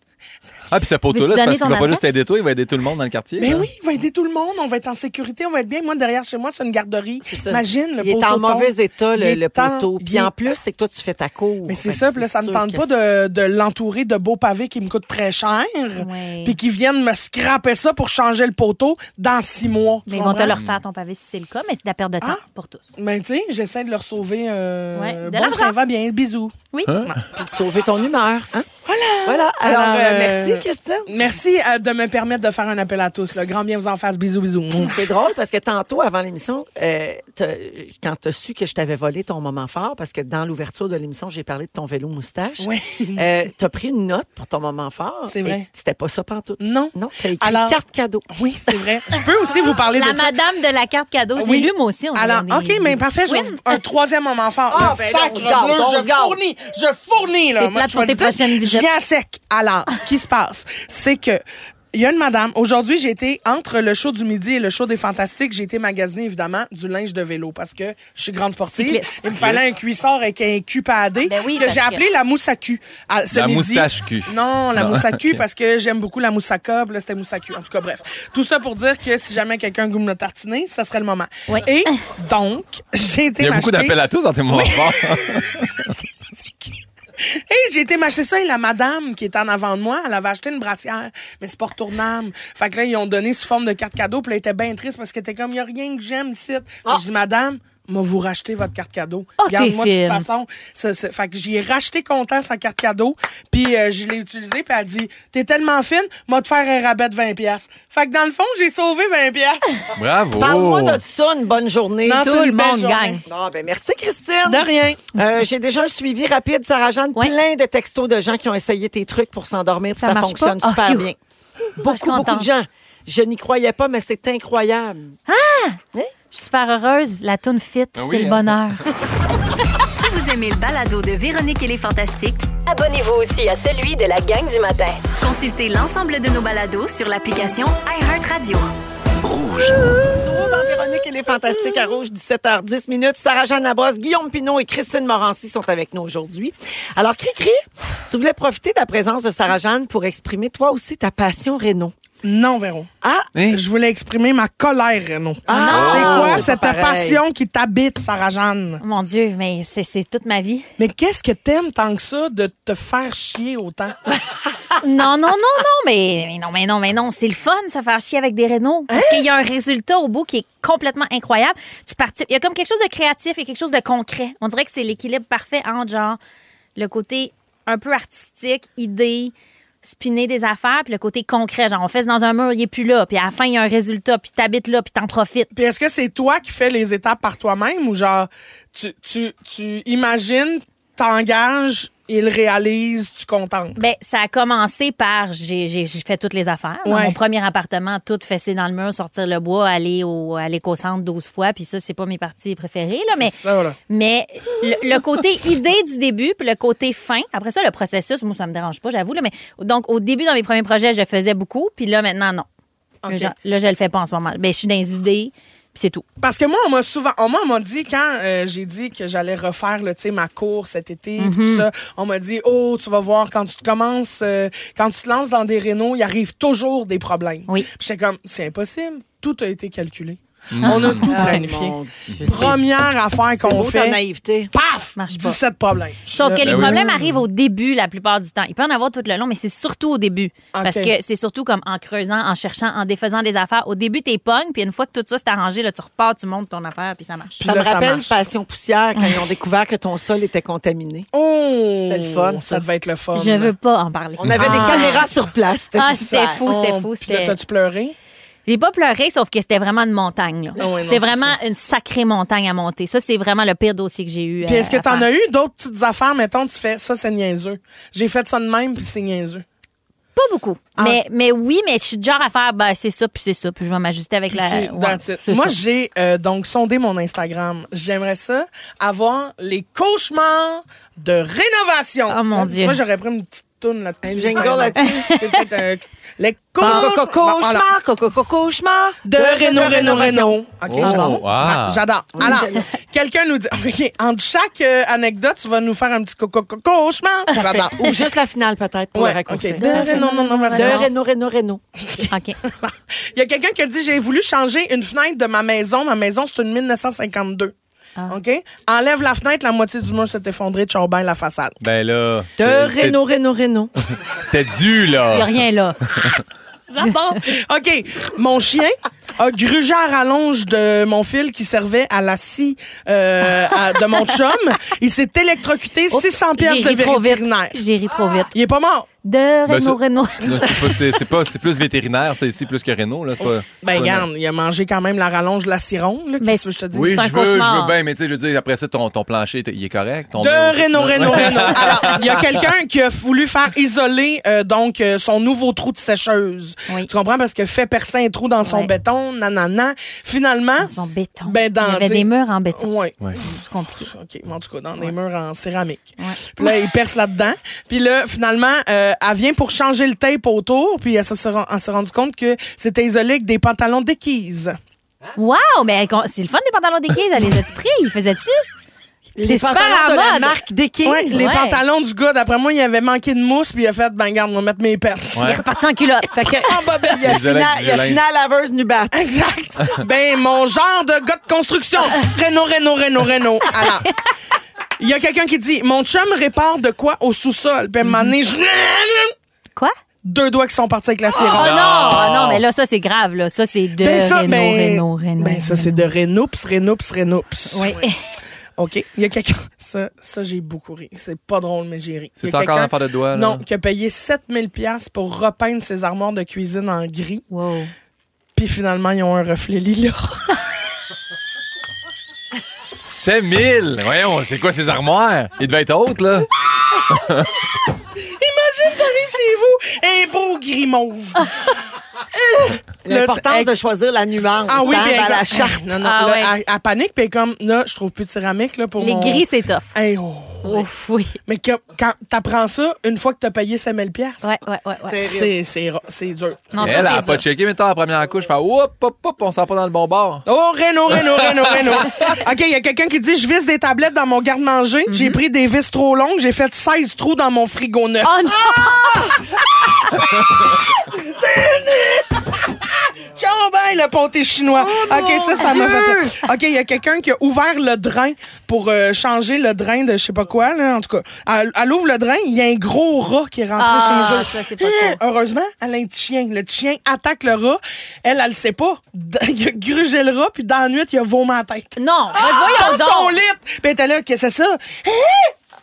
B: Ah, puis ce
C: Veux-tu
B: poteau-là, c'est
C: donner
B: parce qu'il
C: ton
B: va pas juste
C: adresse?
B: aider toi, il va aider tout le monde dans le quartier.
D: Ben
B: là.
D: oui, il va aider tout le monde, on va être en sécurité, on va être bien. Moi, derrière chez moi, c'est une garderie.
A: ça.
D: Imagine le
A: il est
D: poteau
A: en
D: tombe.
A: mauvais état,
D: Il
A: le,
D: est
A: le
D: en-
A: poteau.
D: il
A: Puis
D: est-
A: en plus, c'est que toi, tu fais ta cour.
D: Mais
A: Fait
D: c'est
A: que
D: ça, puis là, ça me
A: sûr
D: tente
A: que
D: pas
A: c'est-
D: de, de l'entourer de beaux pavés qui me coûtent très cher,
C: Ouais.
D: puis qui viennent me scraper ça pour changer le poteau dans six mois. Tu
C: Mais ils vont te
D: comprends? Ah.
C: le refaire ton pavé si c'est le cas, mais c'est de la perte de temps pour tous.
D: Mais tu sais, j'essaie de leur sauver euh,
C: Ouais, de
D: bon,
C: l'argent.
D: ça va bien, bisous.
C: Oui?
B: Hein?
D: Ah.
A: Sauver ton humeur. hein? Voilà. Alors,
D: Alors,
A: euh,
D: euh,
A: merci, Christine.
D: Merci euh, de me permettre de faire un appel à tous. Le grand bien vous en fasse. Bisous, bisous.
A: C'est drôle parce que tantôt, avant l'émission, euh, t'as- quand tu as su que je t'avais volé ton moment fort, parce que dans l'ouverture de l'émission, j'ai parlé de ton vélo moustache,
D: Oui.
A: tu as pris une note pour ton moment fort.
D: C'est vrai.
A: Et C'était pas ça pantoute.
D: Non.
A: Non, tu as écrit
D: Alors-
A: carte cadeau.
D: Oui, c'est vrai. Je peux aussi vous parler
C: La
D: de ça.
C: madame de la carte cadeau, j'ai
D: Ah Oui.
C: lu moi aussi. on
D: Alors,
C: a
D: OK,
C: des-
D: mais
C: des
D: parfait.
C: petits
D: j'ai
C: wins.
D: un troisième moment fort.
A: Ah,
D: Le
A: ben,
D: sacre
A: on se garde,
D: bleu,
A: on se
D: je
A: garde.
D: fournis. Je fournis, là.
C: C'est
D: Moi,
C: plate
D: je
C: pour
D: vais
C: tes
D: le dire,
C: prochaines
D: Je
C: visites.
D: viens à sec. Alors, ce qui se passe, c'est que. Il y a une madame. Aujourd'hui, j'ai été entre le show du midi et le show des fantastiques. J'ai été magasiner, évidemment, du linge de vélo parce que je suis grande sportive.
C: Cycliste.
D: Il me fallait un cuissard avec un cul padé
C: Ben oui,
D: que
C: parce
D: j'ai
C: que-
D: appelé la mousse à cul. Ah, ce
B: La
D: midi-
B: moustache cul.
D: Non, la
B: Non,
D: mousse à cul
B: ok.
D: parce que j'aime beaucoup la mousse à cob. Là, c'était mousse à cul. En tout cas, bref. Tout ça pour dire que si jamais quelqu'un goûte me tartiner, ça serait le moment.
C: Oui.
D: Et donc, j'ai
B: Il
D: été
B: y a beaucoup
D: m'acheter-
B: d'appels à tous dans tes moments forts.
D: Hey, j'ai été m'acheter ça et la madame qui était en avant de moi, elle avait acheté une brassière, mais c'est pas retournable. Fait que là, ils ont donné sous forme de carte cadeau, puis elle était bien triste parce qu'elle était comme, il y a rien que j'aime ici.
A: Ah.
D: Je dis, madame, moi, vous racheter votre carte cadeau.
C: Oh,
D: Regarde-moi,
C: t'es
D: de toute
C: fine.
D: façon. ça- ça- fait que j'y ai racheté content sa carte cadeau, puis euh, je l'ai utilisée, puis elle dit, t'es tellement fine, moi, te faire un rabais de 20$. piastres. Fait que dans le fond, j'ai sauvé 20$. piastres.
B: Bravo.
A: Parle-moi de ça, une bonne journée.
D: Non,
C: Tout
D: c'est
C: le
D: une belle
C: monde
D: journée.
C: gagne.
A: Bon, ben merci, Christine.
D: De rien.
A: Euh, J'ai déjà un suivi rapide, Sarah-Jeanne.
C: Mhm. Ouais.
A: Plein de textos de gens qui ont essayé tes trucs pour s'endormir. puis
C: Ça
A: Ça,
C: marche
A: fonctionne
C: pas? Oh,
A: super
C: phew.
A: bien.
C: je
A: Beaucoup,
C: suis
A: beaucoup de
C: contente.
A: gens. Je n'y croyais pas, mais c'est incroyable.
C: Je suis super heureuse. La toune fit,
B: oui,
C: c'est le
B: hein.
C: bonheur.
E: Si vous aimez le balado de Véronique et les Fantastiques,
F: Abonnez-vous aussi à celui de la gang du matin.
E: consultez l'ensemble de nos balados sur l'application iHeartRadio.
A: Retrouve dans Véronique et les Fantastiques à Rouge, 17h10 minutes. Sarah-Jeanne Labrosse, Guillaume Pinot et Christine Morancy sont avec nous aujourd'hui. Alors, Cricri, tu voulais profiter de la présence de Sarah-Jeanne pour exprimer toi aussi ta passion Renault.
D: Non, Véron.
A: Ah,
B: Hein?
D: Je voulais exprimer ma colère, Renaud.
A: Ah,
D: c'est
A: non.
D: quoi
A: C'est
D: cette
A: pas pareil.
D: passion qui t'habite, Sarah-Jeanne?
C: Mon Dieu, mais c'est- c'est toute ma vie.
D: Mais qu'est-ce que t'aimes tant que ça de te faire chier autant?
C: Non, non, non, non, mais, mais non, mais non, mais non, c'est le fun de se faire chier avec des rénaux. Parce qu'il y a un résultat au bout qui est complètement incroyable. Tu participes. Il y a comme quelque chose de créatif et quelque chose de concret. On dirait que c'est l'équilibre parfait entre genre le côté un peu artistique, idée, spinner des affaires, puis le côté concret. Genre, on fait dans un mur, il est plus là, puis à la fin, il y a un résultat, puis t'habites là, puis t'en profites.
D: Puis est-ce que c'est toi qui fais les étapes par toi-même ou genre tu, tu, tu imagines, t'engages, il réalise, tu contentes?
C: Ben, ça a commencé par j'ai, j'ai, j'ai fait toutes les affaires. Dans
D: Ouais.
C: mon premier appartement, tout fessé dans le mur, sortir le bois, aller au à l'éco-centre 12 fois, puis ça c'est pas mes parties préférées là, mais
D: ça, là.
C: mais le, le côté idée du début puis le côté fin. Après ça le processus, moi ça me dérange pas, j'avoue là, mais donc au début dans mes premiers projets, je faisais beaucoup, puis là maintenant non.
D: Ok.
C: Là, je- là, je le fais pas en ce moment. Ben je suis dans les idées, puis c'est tout.
D: Parce que moi, on m'a souvent, on m'a- on m'a dit quand euh, j'ai dit que j'allais refaire là, tu sais, ma cour cet été, pis
C: Mhm.
D: tout ça, on m'a dit oh tu vas voir quand tu te commences, euh, quand tu te lances dans des rénaux, il arrive toujours des problèmes.
C: Oui.
D: Puis J'étais comme c'est impossible, tout a été calculé, on a tout planifié. Première affaire
A: C'est
D: Eh qu'on
A: beau, ta
D: fait,
A: naïveté.
D: paf,
C: Marche pas.
D: 17 problèmes. Je suis
C: Sauf
D: là,
C: que les
B: Ben oui.
C: problèmes arrivent au début la plupart du temps. Il peut en avoir tout le long, mais c'est surtout au début. Parce
D: Ok.
C: que c'est surtout comme en creusant, en cherchant, en défaisant des affaires. Au début, t'es pogne, puis une fois que tout ça s'est arrangé, là, tu repars, tu montes ton affaire, puis ça marche.
D: Puis
A: Ça me
D: là, ça
A: rappelle
D: marche.
A: Passion Poussière quand ils ont découvert que ton sol était contaminé.
D: Oh,
A: C'était le fun,
D: ça.
A: ça.
D: devait être le fun.
C: Je veux pas en parler.
A: On avait des
D: Ah.
A: caméras sur place. C'était
C: Ah, c'était
A: super.
C: fou, c'était
D: Oh,
C: fou.
D: puis là,
C: c'était-
D: T'as-tu pleuré?
C: J'ai pas pleuré, sauf que c'était vraiment une montagne. là.
D: Ah ouais, non,
C: c'est
D: c'est
C: vraiment une sacrée montagne à monter. Ça, c'est vraiment le pire dossier que j'ai eu.
D: Puis est-ce que
C: euh, à
D: t'en
C: faire.
D: as eu d'autres petites affaires, mettons, tu fais ça, c'est niaiseux. J'ai fait ça de même, puis c'est niaiseux.
C: Pas beaucoup.
D: Ah.
C: Mais, mais oui, mais je suis du genre à faire, ben, c'est ça, puis c'est ça, puis je vais m'ajuster avec
D: Puis
C: la.
D: c'est-
C: ouais,
D: that's it.
C: c'est
D: Moi,
C: ça.
D: j'ai euh, donc sondé mon Instagram. J'aimerais ça avoir les cauchemars de rénovation.
C: Oh, mon
D: Ah,
C: Dieu.
D: Moi, j'aurais pris une petite toune là-dessus.
A: Un jingle là-dessus.
D: C'est peut-être un- Les
A: Coco-
D: cauchemars Bah, voilà.
A: Bah, Cauchemar, coco- coco- cauchemar
D: de Renault, Renault,
A: rénovation.
D: Renault. OK.
B: Oh, wow.
D: Ah, J'adore. Alors, quelqu'un nous dit, OK, entre chaque euh, anecdote, tu vas nous faire un petit coco- coco- cauchemar. J'adore.
A: Ou juste la finale, peut-être, pour
D: Ouais,
A: le raccourcir.
D: ok. De Renault, Renault, Renault.
A: De Renault, Renault, Renault.
C: OK.
D: Il y a quelqu'un qui a dit j'ai voulu changer une fenêtre de ma maison. Ma maison, c'est une 1952. OK? Enlève la fenêtre, la moitié du mur s'est effondrée, ciao, ben, la façade.
B: Ben là.
A: De
B: c'était-
A: Renault, Renault, Renault.
B: C'était dû,
C: Il n'y a
B: là.
C: rien là.
D: OK. Mon chien a grugé à rallonge de mon fil qui servait à la scie euh, à- de mon chum. Il s'est électrocuté 600 pièces
C: J'ai
D: de
C: ri trop vite.
D: vétérinaire.
C: J'ai ri trop vite.
D: Il est pas mort.
C: De
B: Ben,
C: Renault,
B: ça-
C: Renault.
B: Non, C'est pas- c'est- c'est pas- c'est plus vétérinaire, c'est ici plus que Renault, là. C'est pas. c'est
D: Ben,
B: pas-
D: regarde, il a mangé quand même la rallonge de la cironde, là.
C: Mais
D: Qu'est-ce que je te dis?
B: Oui,
C: C'est un
B: je veux, je
C: cauchemar.
B: veux bien, mais tu sais, je veux dire, après ça, ton, ton plancher, t- il est correct. Ton
D: De Renault, Renault,
B: Ouais.
D: Renault. Alors, il y a quelqu'un qui a voulu faire isoler euh, donc euh, son nouveau trou de sécheuse.
C: Oui.
D: Tu comprends parce que fait percer un trou dans son
C: Ouais.
D: béton, nanana. Finalement,
C: Ils ont béton.
D: Ben, dans-
C: Il y avait
D: t'sais-
C: des murs en béton.
D: ouais.
B: Ouais.
C: C'est compliqué.
D: OK, mais en tout cas, dans des murs en céramique.
C: Ouais.
D: Puis là, il perce là-dedans. Puis là, finalement, euh, elle vient pour changer le tape autour. Puis elle se- se rend- elle s'est rendue compte que c'était isolé avec des pantalons d'équise.
C: Wow, mais con- c'est le fun des pantalons des kids. Elle les a-tu pris? Ils faisaient-tu? C'est
A: Les
C: super
A: pantalons
C: à
A: de la
C: mode.
A: marque Dekins.
D: Ouais, les
C: Ouais.
D: pantalons du gars, d'après moi, il avait manqué de mousse. Puis il a fait, ben garde, on va mettre mes pertes.
B: Ouais.
C: Il est reparti en culotte. Fait que-
D: En bobette.
A: Il y a
B: Les élèves
A: finale,
B: du
A: il y a
B: violin.
A: finale laveuse Nubat.
D: Exact. Ben, mon genre de gars de construction. Renault, Renault, Renault, Renault. Alors, il y a quelqu'un qui dit Mon chum répare de quoi au sous-sol Ben, m'en
C: Quoi?
D: Deux doigts qui sont partis avec la
C: Oh
D: sirène.
C: non! Ah non, mais là, ça, c'est grave. Là. Ça, c'est de
D: Ben, ça,
C: Renault,
D: ben,
C: Renault, Renault.
D: ben, ça, c'est de Renoups, Renoups, Renoups.
C: Oui.
D: OK. Il y a quelqu'un. Ça, ça j'ai beaucoup ri. C'est pas drôle, mais j'ai ri.
B: C'est
D: Il y a
B: ça encore
D: quelqu'un-
B: une affaire de doigt, là?
D: Non, qui a payé 7000$ pour repeindre ses armoires de cuisine en gris.
C: Wow.
D: Puis finalement, ils ont un reflet lilas.
B: 7000! Voyons, c'est quoi ces armoires? Il devait être haute, là.
D: Imagine, t'arrives chez vous, un beau gris mauve.
A: L'importance de choisir la nuance
D: Ah oui,
A: hein,
D: puis elle
A: dans
D: est
A: la
D: comme-
A: charte.
D: Non, non,
C: Ah
D: là,
C: ouais.
D: elle, elle panique, puis elle est comme, là, je trouve plus de céramique, là, pour
C: Les
D: mon-
C: gris, c'est tough.
D: Hey, oh.
C: Ouf, oui.
D: Mais que- quand t'apprends ça, une fois que t'as payé 5000 pièces,
C: Ouais, ouais, ouais. ouais.
D: c'est c'est ra- c'est dur.
C: Non,
B: Elle, elle
C: ça,
B: a
C: c'est
B: pas
C: dur.
B: checké, mais t'as la première couche, fait hop, hop, hop, on s'en pas dans le bon bord.
D: Oh, Renault, Renault, Renault, Renault. OK, il y a quelqu'un qui dit, je visse des tablettes dans mon garde-manger.
C: Mhm.
D: J'ai pris des vis trop longues. J'ai fait 16 trous dans mon frigo neuf. Ah!
C: Oh non!
D: Tiens, ben, le pâté chinois.
C: Oh,
D: OK, ça, ça m'a fait. peur. OK, il y a quelqu'un qui a ouvert le drain pour euh, changer le drain de je sais pas quoi, là, en tout cas. Elle, elle ouvre le drain, il y a un gros rat qui est rentré
C: Ah,
D: chez eux.
C: ça, c'est pas cool.
D: Eh, Heureusement, elle a un petit chien. Le petit chien attaque le rat. Elle, elle le sait pas. Il a grugé le rat, puis dans la nuit, il a vomi à la tête.
C: Non, ben, voyons
D: Dans son
C: donc.
D: lit! Puis elle était là, qu'est-ce que c'est ça? Eh,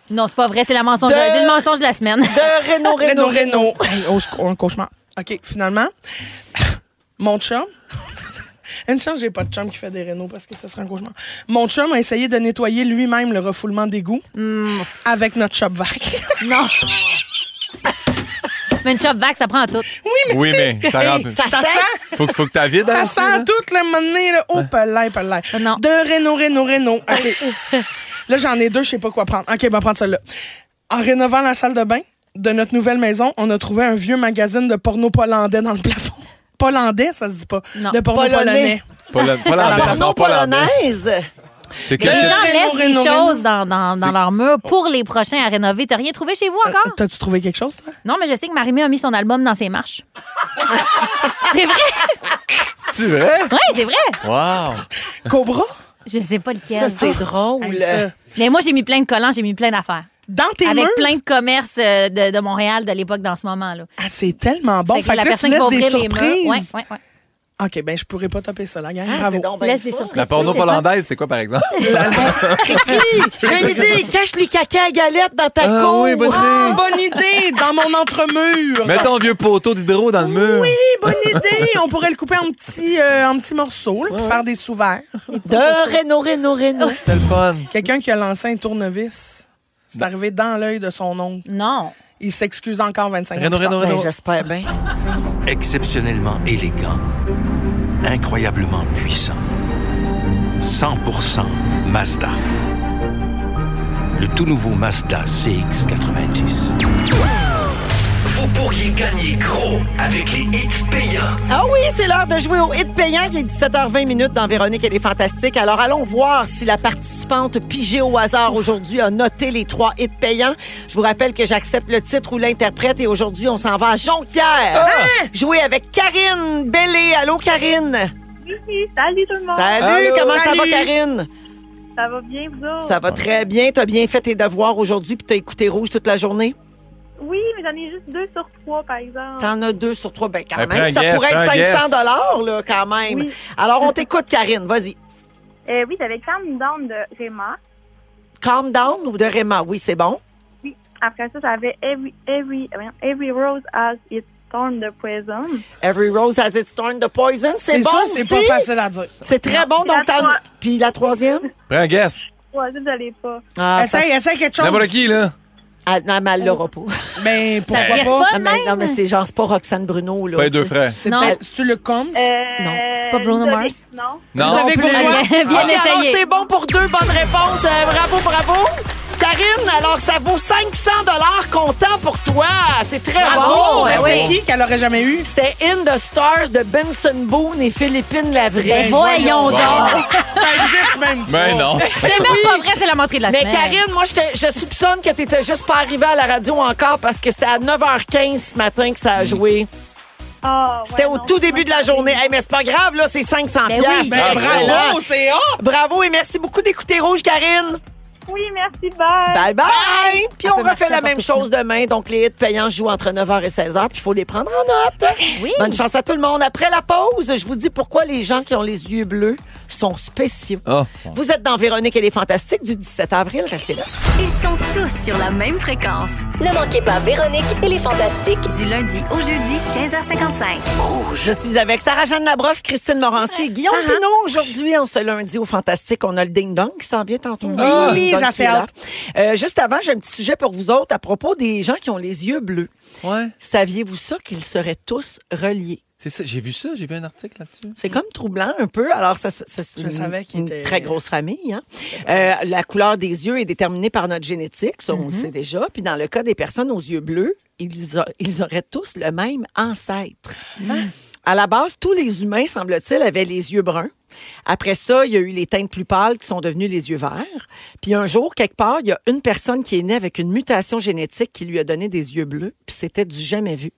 C: Non, c'est pas vrai, c'est la mensonge.
A: De-
C: C'est le mensonge de la semaine.
A: De Renault, Renault,
D: Renault,
A: Renault.
D: Renault. Hey, au secours, un cauchemar. OK, finalement, mon chum. Une chance, j'ai pas de chum qui fait des rénaux parce que ça serait un cauchemar. Mon chum a essayé de nettoyer lui-même le refoulement d'égout
C: Hmm.
D: avec notre chop vac.
C: Non. Mais une shop vac, ça prend tout.
B: Oui, mais ça rentre.
D: ça, sent,
B: Faut, que- faut que ta vie hein?
D: ça sent tout le monnaie, là. Oh, pelin, pelin.
C: Non. Ah,
D: De réno, réno, réno. OK. là, j'en ai deux, je sais pas quoi prendre. OK, on va prendre celle-là. En rénovant la salle de bain de notre nouvelle maison, on a trouvé un vieux magazine de porno polonais dans le plafond. Polandais, ça se dit pas.
C: Non.
D: De porno
A: Polonais.
D: polonais. Euh,
B: Pas la- pas la-
A: Renault
B: Ah, non, pas la-
A: Ah, polonaise.
B: C'est que
C: Les
D: Euh,
C: gens
D: réno,
C: laissent des
D: réno,
C: choses
D: réno.
C: dans, dans, dans leur mur
D: Oh.
C: pour les prochains à rénover. T'as rien trouvé chez vous
D: Euh,
C: encore?
D: T'as-tu trouvé quelque chose, toi?
C: Non, mais je sais que Marimé a mis son album dans ses marches. c'est vrai?
B: c'est vrai.
C: Oui, c'est vrai.
B: Wow.
D: Cobra?
C: Je sais pas
A: Ça,
C: lequel.
A: c'est drôle. Ah,
D: Hey, ça.
C: mais moi, j'ai mis plein de collants, j'ai mis plein d'affaires.
D: Dans tes
C: Avec
D: murs?
C: plein de commerces euh, de, de Montréal de l'époque dans ce moment-là.
D: Ah, c'est tellement bon.
C: Fait que
D: Fait que là,
C: la
D: tu
C: personne qui va
D: laisses des
C: ouvrir les murs.
D: surprises.
C: Ouais, ouais, ouais.
D: OK, ben je pourrais pas taper ça, la gang.
A: Ah,
D: Bravo.
A: c'est donc ben
C: Laisse
A: le
C: des
A: fun.
C: surprises.
B: La porno
C: Oui, c'est ça.
B: hollandaise, c'est quoi, par exemple?
A: J'ai une idée. Cache les caca à galette dans ta
B: Ah
A: cour.
B: oui, bonne idée.
D: Bonne idée! Dans mon entremur!
B: Mets ton vieux poteau d'hydro dans le mur.
D: Oui, bonne idée! On pourrait le couper en petits, euh, en petits morceaux là, pour faire des sous-verts.
A: De Renault, Renault, Renault.
D: Ah
B: C'est le fun.
D: Quelqu'un qui a lancé un tournevis, c'est arrivé dans l'œil de son oncle.
C: Non.
D: Il s'excuse encore 25 ans.
B: Renaud, Renaud,
A: Ben,
B: Renaud.
A: J'espère bien.
H: exceptionnellement élégant, incroyablement puissant. 100% Mazda. Le tout nouveau Mazda CX90. Vous pourriez gagner gros avec les hits payants.
A: Ah oui, c'est l'heure de jouer au hit payant. Il est 17h20 minutes dans Véronique et les Fantastiques. Alors allons voir si la participante pigée au hasard aujourd'hui a noté les trois hits payants. Je vous rappelle que j'accepte le titre ou l'interprète et aujourd'hui on s'en va à Jonquière.
B: Ah!
A: Hein? Jouer avec Karine Bellé. Allô Karine.
I: Salut tout le monde,
A: Salut,
B: Allô,
A: comment
B: salut.
A: ça va Karine?
I: ça va bien vous autres?
A: Ça va très bien. T'as bien fait tes devoirs aujourd'hui puis t'as écouté Rouge toute la journée.
I: Oui, mais j'en ai juste deux sur trois par exemple.
A: T'en as deux sur trois. Ben quand
B: Ben, prends
A: même,
B: un
A: ça
B: guess,
A: pourrait
B: prends
A: être
B: un
A: 500
B: guess.
A: dollars là quand même.
I: Oui.
A: Alors on t'écoute Karine, vas-y.
I: Euh, oui, j'avais Calm Down de Réma.
A: Calm down ou de Réma, oui c'est bon.
I: Oui, après ça j'avais Every, every, euh, every Rose Has Its Thorn de Poison.
A: Every rose has its thorn the poison. C'est
D: C'est
A: bon
D: ça, c'est pas
A: aussi.
D: facile à dire.
A: C'est très bon. Donc,
I: La
A: t'en-
I: trois-
A: Puis la troisième?
B: Prends un guess.
I: Ouais, ça, je l'ai pas.
A: Ah, ça,
D: essaye, essaye quelque chose.
B: N'importe qui, là.
A: elle, non, mais elle l'aura pas.
D: Ben,
C: Ça
D: pourquoi
C: se guesse
A: Non,
D: pas?
C: pas de
A: Ah, mais, non, mais
C: même.
A: c'est genre, c'est pas Roxane Bruno. Là,
B: Pas les Ben, deux
A: tu sais.
B: frères.
D: C'est
C: Non.
D: peut-être, tu le comptes?
I: Euh,
C: Non, c'est pas Bruno
I: Ludovic,
C: Mars.
I: Non.
B: Non.
D: Ludovic
A: plus.
D: Bourgeois?
C: Bien
A: Ok, Ah, alors,
C: essayé.
A: c'est bon pour deux bonnes réponses. Euh, bravo, bravo. Karine, alors, ça vaut 500 comptant pour toi. C'est très bon.
C: Bravo, ben
A: Euh,
C: oui.
D: C'est qui qu'elle aurait jamais eu?
A: C'était In the Stars de Benson Boone et Philippine Lavraie.
C: Ben, voyons donc.
D: Ça existe même pas.
B: Mais Ben, non.
C: C'est même pas vrai, c'est la montrée de la
A: Mais
C: semaine.
A: Karine, moi, je, te- je soupçonne que t'étais juste pas arrivée à la radio encore parce que c'était à 9h15 ce matin que ça a joué.
I: Ah, ouais,
A: C'était au
I: non,
A: tout
I: c'est
A: début
I: pas
A: de la
I: ça.
A: journée. Hey, mais c'est pas grave, là, c'est 500
C: Ben
A: piastres.
C: oui.
D: Ben,
B: Ah,
D: bravo, c'est hot!
A: Bravo et merci beaucoup d'écouter Rouge, Karine.
I: Oui, merci, bye.
A: Bye bye. Puis
C: Ça
A: on
C: peut marcher
A: refait la
C: à
A: même
C: partir de
A: chose demain. Donc les hits payants jouent entre 9h et 16h. Puis il faut les prendre en note.
C: Oui.
A: Bonne chance à tout le monde. Après la pause, je vous dis pourquoi les gens qui ont les yeux bleus sont spéciaux.
B: Ah.
A: Vous êtes dans Véronique et les Fantastiques du 17 avril. Restez là.
E: Ils sont tous sur la même fréquence.
F: Ne manquez pas Véronique et les Fantastiques.
E: Du lundi au jeudi, 15h55.
A: Je suis avec Sarah-Jeanne Labrosse, Christine Morancy, et Guillaume
D: Ah,
A: Pinot. Aujourd'hui, en ce lundi au Fantastique, on a le ding-dong qui s'en vient tantôt.
D: Ah,
A: Le ding-dong
D: j'en
A: qui est
D: sais
A: là.
D: hâte.
A: Euh, juste avant, j'ai un petit sujet pour vous autres à propos des gens qui ont les yeux bleus.
B: Ah. Ouais.
A: Saviez-vous ça qu'ils seraient tous reliés?
B: C'est ça. J'ai vu ça. J'ai vu un article là-dessus.
A: C'est comme troublant un peu. Alors, ça, ça- ça- c'est
D: Je
A: une,
D: savais qu'il
A: une
D: était-
A: très grosse famille. hein. Euh, la couleur des yeux est déterminée par notre génétique, ça,
D: Mhm.
A: on le sait déjà. Puis dans le cas des personnes aux yeux bleus, ils, a- ils auraient tous
D: Ah.
A: le même ancêtre. À la base, tous les humains, semble-t-il, avaient les yeux bruns. Après ça, il y a eu les teintes plus pâles qui sont devenues les yeux verts. Puis un jour, quelque part, il y a une personne qui est née avec une mutation génétique qui lui a donné des yeux bleus, puis c'était du jamais vu.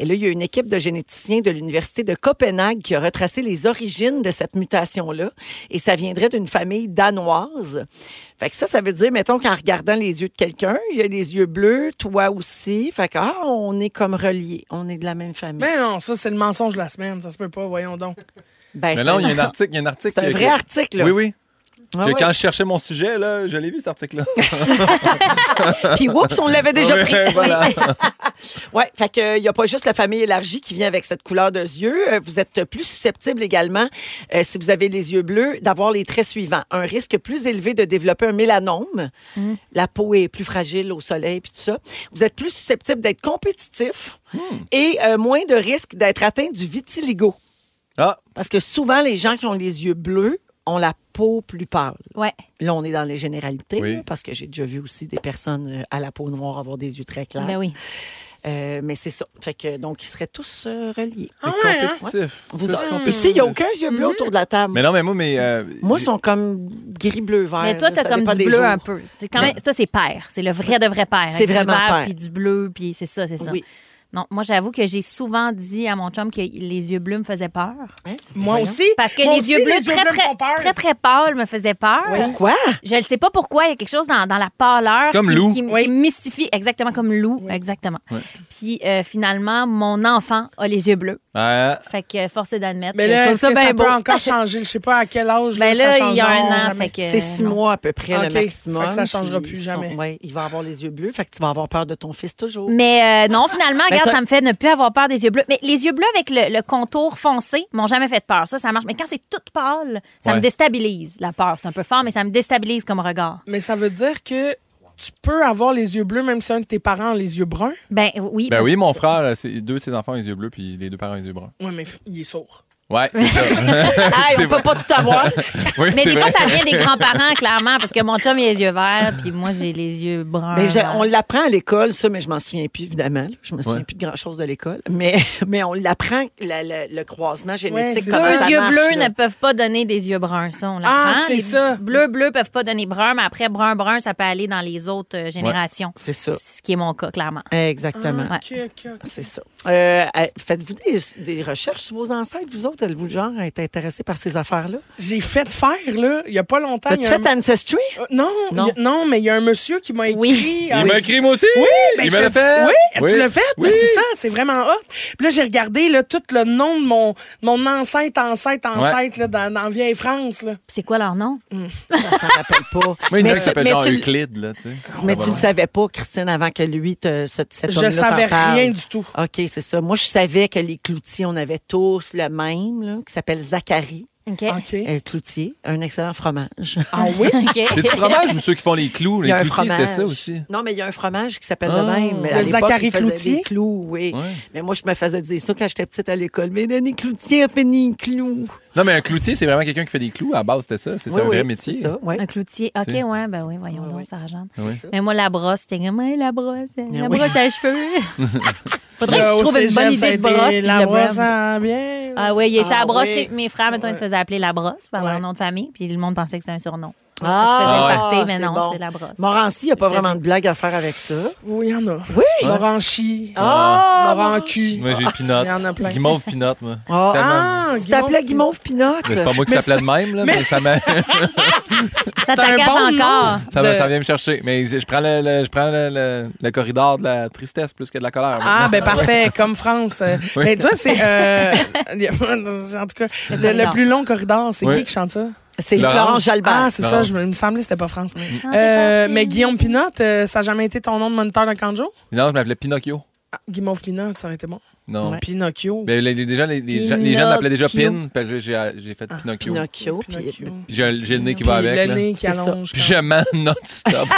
A: Et là, il y a une équipe de généticiens de l'Université de Copenhague qui a retracé les origines de cette mutation-là, et ça viendrait d'une famille danoise. Fait que ça, ça veut dire, mettons qu'en regardant les yeux de quelqu'un, il y a les yeux bleus, toi aussi. Fait que, ah, on est comme reliés. On est de la même famille.
D: Mais non, ça, c'est le mensonge de la semaine. Ça se peut pas, voyons donc.
A: Ben,
B: Mais
A: c'est
B: non,
A: un-
B: il y a un article. Il y a un article.
A: C'est un
B: qui-
A: vrai article, là.
B: Oui, oui.
A: Ah
B: Que
A: ouais.
B: Quand je cherchais mon sujet, là, je l'ai vu cet article-là.
A: Puis, oups, on l'avait déjà
B: Ouais,
A: pris.
B: voilà.
A: Ouais, fait que euh, il n'y a pas juste la famille élargie qui vient avec cette couleur de yeux. Euh, Vous êtes plus susceptible également, euh, si vous avez les yeux bleus, d'avoir les traits suivants. Un risque plus élevé de développer un mélanome. La peau est plus fragile au soleil, puis tout ça. Vous êtes plus susceptible d'être compétitif
B: Hmm.
A: et euh, moins de risque d'être atteint du vitiligo.
B: Ah,
A: Parce que souvent, les gens qui ont les yeux bleus ont la peau plus pâle.
C: Ouais.
A: Là, on est dans les généralités,
B: Oui.
A: là, parce que j'ai déjà vu aussi des personnes euh, à la peau noire avoir des yeux très clairs.
C: Ben oui.
A: Euh, mais c'est ça. Fait que, donc, ils seraient tous euh, reliés. Mhm.
D: Ah ouais, hein?
B: compétitif.
A: Vous
B: Plus
A: autres.
B: compétitif.
A: Ici, il n'y a aucun yeux bleu autour de la table.
B: Mais non, mais moi, mais. euh,
A: Moi,
B: j'ai-
A: ils sont comme gris-bleu-vert.
C: Mais toi,
A: là.
C: t'as
A: Ça
C: comme
A: dépend
C: du
A: des
C: bleu
A: jours.
C: un peu. C'est quand même,
D: Ben.
C: toi, c'est père. C'est le vrai de vrai père.
A: C'est vraiment
C: du vert,
A: père.
C: Puis du bleu, puis c'est ça, c'est ça. Hein?
A: Oui.
C: Non, moi, j'avoue que j'ai souvent dit à mon chum que les yeux bleus me faisaient peur.
A: Hein?
D: Moi
A: Voyons.
D: aussi.
C: Parce que
D: moi
C: les
D: aussi,
C: yeux bleus très,
D: me font peur.
C: très, très, très pâles me faisaient peur.
A: Pourquoi?
C: Je ne sais pas pourquoi, il y a quelque chose dans, dans la pâleur
B: C'est comme
C: qui,
B: Lou.
C: qui- qui
D: Oui.
C: me mystifie, exactement comme Lou, exactement. Puis euh, finalement, mon enfant a les yeux bleus.
B: Ouais.
C: Fait que euh, force est d'admettre.
D: Mais
C: je
D: là,
C: trouve
D: est-ce que ça
C: bien
D: peut
C: beau.
D: encore changer? Je sais pas à quel âge.
C: Ben
D: là,
C: là,
D: ça
C: il y a
D: changera
C: un an,
D: jamais.
C: fait que
A: C'est six
C: non.
A: mois à peu près
D: OK.
A: le maximum.
D: Fait que ça changera
A: Puis
D: plus
A: ils
D: jamais.
A: ouais, il va avoir les yeux bleus. Fait que tu vas avoir peur de ton fils toujours.
C: Mais euh, non, finalement,
A: Ben,
C: regarde,
A: t'as-
C: ça me fait ne plus avoir peur des yeux bleus. Mais les yeux bleus avec le, le contour foncé m'ont jamais fait peur. Ça, ça marche. Mais quand c'est toute pâle, ça
B: Ouais.
C: me déstabilise, la peur. C'est un peu fort, mais ça me déstabilise comme regard.
D: Mais ça veut dire que tu peux avoir les yeux bleus même si un de tes parents a les yeux bruns.
C: Ben oui.
B: Ben
C: parce-
B: oui, mon frère, là, c'est deux de ses enfants ont les yeux bleus, puis les deux parents ont les yeux bruns.
D: Oui, mais f- il est sourd.
B: Ouais, c'est ça.
A: Hey, on
B: c'est
A: ne peut pas tout avoir.
B: Oui, c'est
C: Mais des fois,
B: vrai.
C: ça vient des grands-parents, clairement, parce que mon chum, il a les yeux verts, puis moi, j'ai les yeux bruns.
A: Mais je- on l'apprend à l'école, ça, mais je m'en souviens plus, évidemment. là. Je me souviens
B: Ouais.
A: plus de grand-chose de l'école. Mais, mais on l'apprend, la- la- le croisement génétique.
D: c'est
A: comment
D: ça.
A: ça
C: les yeux
A: marche,
C: bleus
A: là.
C: ne peuvent pas donner des yeux bruns, ça, on l'apprend.
D: Ah, c'est
C: Les
D: ça.
C: Bleus, bleus peuvent pas donner brun, mais après, brun-brun, ça peut aller dans les autres euh, générations.
A: C'est ça.
C: C'est Ce qui est mon cas, clairement.
A: Exactement.
C: Ouais.
D: Ok, Ah, ok, ok.
A: C'est ça. Euh, euh, Faites-vous des, des recherches sur vos ancêtres, vous autres? Êtes-vous le genre à être intéressé par ces affaires-là?
D: J'ai fait faire, là, il y a pas longtemps. il
A: As-tu
D: Ben, y a un-
A: fait Ancestry?
D: Euh, Non, il y a-
A: Non.
D: non. mais il y a un monsieur qui m'a écrit.
C: Oui.
D: euh,
B: Il m'a écrit, moi aussi. Oui,
D: ben,
B: il
D: je
B: me l'a
D: te-
B: fait.
D: Oui, tu l'as fait,
B: Oui.
D: Ben, c'est ça, c'est vraiment hot. Puis là, j'ai regardé là, tout le nom de mon, mon ancêtre, ancêtre, ancêtre là, dans, dans Vieille France. Là.
C: Puis C'est quoi leur nom?
A: Ça ne rappelle pas.
B: Moi, il y en a
A: tu-
B: qui s'appelle
A: mais
B: genre
A: tu-
B: Euclide, là, tu sais.
A: Mais
B: Ah,
A: tu ne
B: voilà.
A: savais pas, Christine, avant que lui, te, ce, cet
D: ben Je
A: homme-là t'en
D: savais
A: parle.
D: rien du tout.
A: OK, c'est ça. Moi, je savais que les cloutiers, on avait tous le même, là, qui s'appelle Zachary
C: OK.
D: OK.
A: euh, Cloutier, un excellent fromage.
D: Ah
C: eh,
D: oui?
B: C'est du fromage ou ceux qui font les clous?
A: Il y
B: Les
A: a un
B: cloutiers, c'était ça
A: fromage.
B: aussi.
A: Non, mais il y a un fromage qui s'appelle
B: Ah.
A: le même. Mais à
D: Le
A: l'époque,
D: Zachary
A: il faisait
D: Cloutier?
A: des clous, oui.
B: Ouais.
A: Mais moi, je me faisais dire ça quand j'étais petite à l'école. Mais Denis Cloutier a fini clou.
B: Non, mais un cloutier, c'est vraiment quelqu'un qui fait des clous. À la base, c'était ça. C'est ça, un vrai
A: C'est
B: métier.
A: ça, oui.
C: Un cloutier. OK,
B: C'est-
C: ouais, ben oui, voyons
A: Ouais,
C: donc,
A: ouais.
C: ça rajoute.
B: Oui.
C: Mais moi, la brosse, c'était comme, Hey, la brosse, euh, la
A: oui.
C: brosse à cheveux. Faudrait que
D: Là,
C: je
D: Euh, au
C: trouve une
D: cégep,
C: bonne
D: ça a
C: idée de
D: été
C: brosse. puis
D: La
C: le
D: brosse
C: brand.
D: à bien.
C: Ah oui, il y a ça
A: Ah
C: à brosse.
A: oui.
C: tu sais, Mes frères, mettons, ils se faisaient appeler la brosse par
D: Ouais.
C: leur nom de famille, puis le monde pensait que c'était un surnom.
A: Ah,
C: je faisais
B: ouais.
C: le party, mais
A: c'est
C: non,
A: bon.
C: c'est la brosse.
A: Morancy, il n'y a pas
C: Je te
A: vraiment de blague à faire avec ça.
D: Oui, il y en a.
A: Oui.
D: Laurent Chi.
A: Ah,
D: Laurent Q.
B: Moi, j'ai Pinot.
D: Il y en a plein.
B: Guimauve Pinot, moi.
A: Ah,
B: Tellement.
D: Ah,
A: Tu t'appelais Guimauve Pinotte.
B: Mais C'est pas moi qui
D: Mais
B: s'appelais de même, là, mais ça m'a-
C: Ça
D: C'est un
C: t'agace
D: bon
C: encore. Ah,
B: ça m'a-
D: De-
B: ça vient me chercher. Mais je prends le- le je prends le- le- le corridor de la tristesse plus que de la colère.
D: Ah, ben parfait, comme France. Euh,
B: Oui.
D: Mais toi, c'est. euh, en tout cas, le, le
C: corridor.
D: plus long corridor, c'est
B: Oui.
D: qui qui chante ça?
A: C'est
B: Laurence.
A: Laurent Jalbert.
D: Ah, c'est ça,
B: Laurence.
D: je me, il me semblait que c'était pas France.
C: Ah,
D: Euh,
C: c'est
D: mais
C: parti.
D: Guillaume Pinot, euh, ça n'a jamais été ton nom de moniteur de Kanjo?
B: Non, je m'appelais Pinocchio.
D: Ah, Guillaume Pinot, ça aurait été bon.
B: Non.
D: Pinocchio.
B: Ben, les, les- déjà, les, les gens, les gens m'appelaient déjà Pin,
C: Pinocchio.
B: puis là, j'ai, j'ai fait Pinocchio.
A: Pinocchio. puis-
D: Pinocchio.
B: Puis j'ai, j'ai le nez qui
D: Puis
B: va avec.
D: le
B: là.
D: nez qui
A: C'est ça.
D: allonge.
B: Puis je mens non-stop.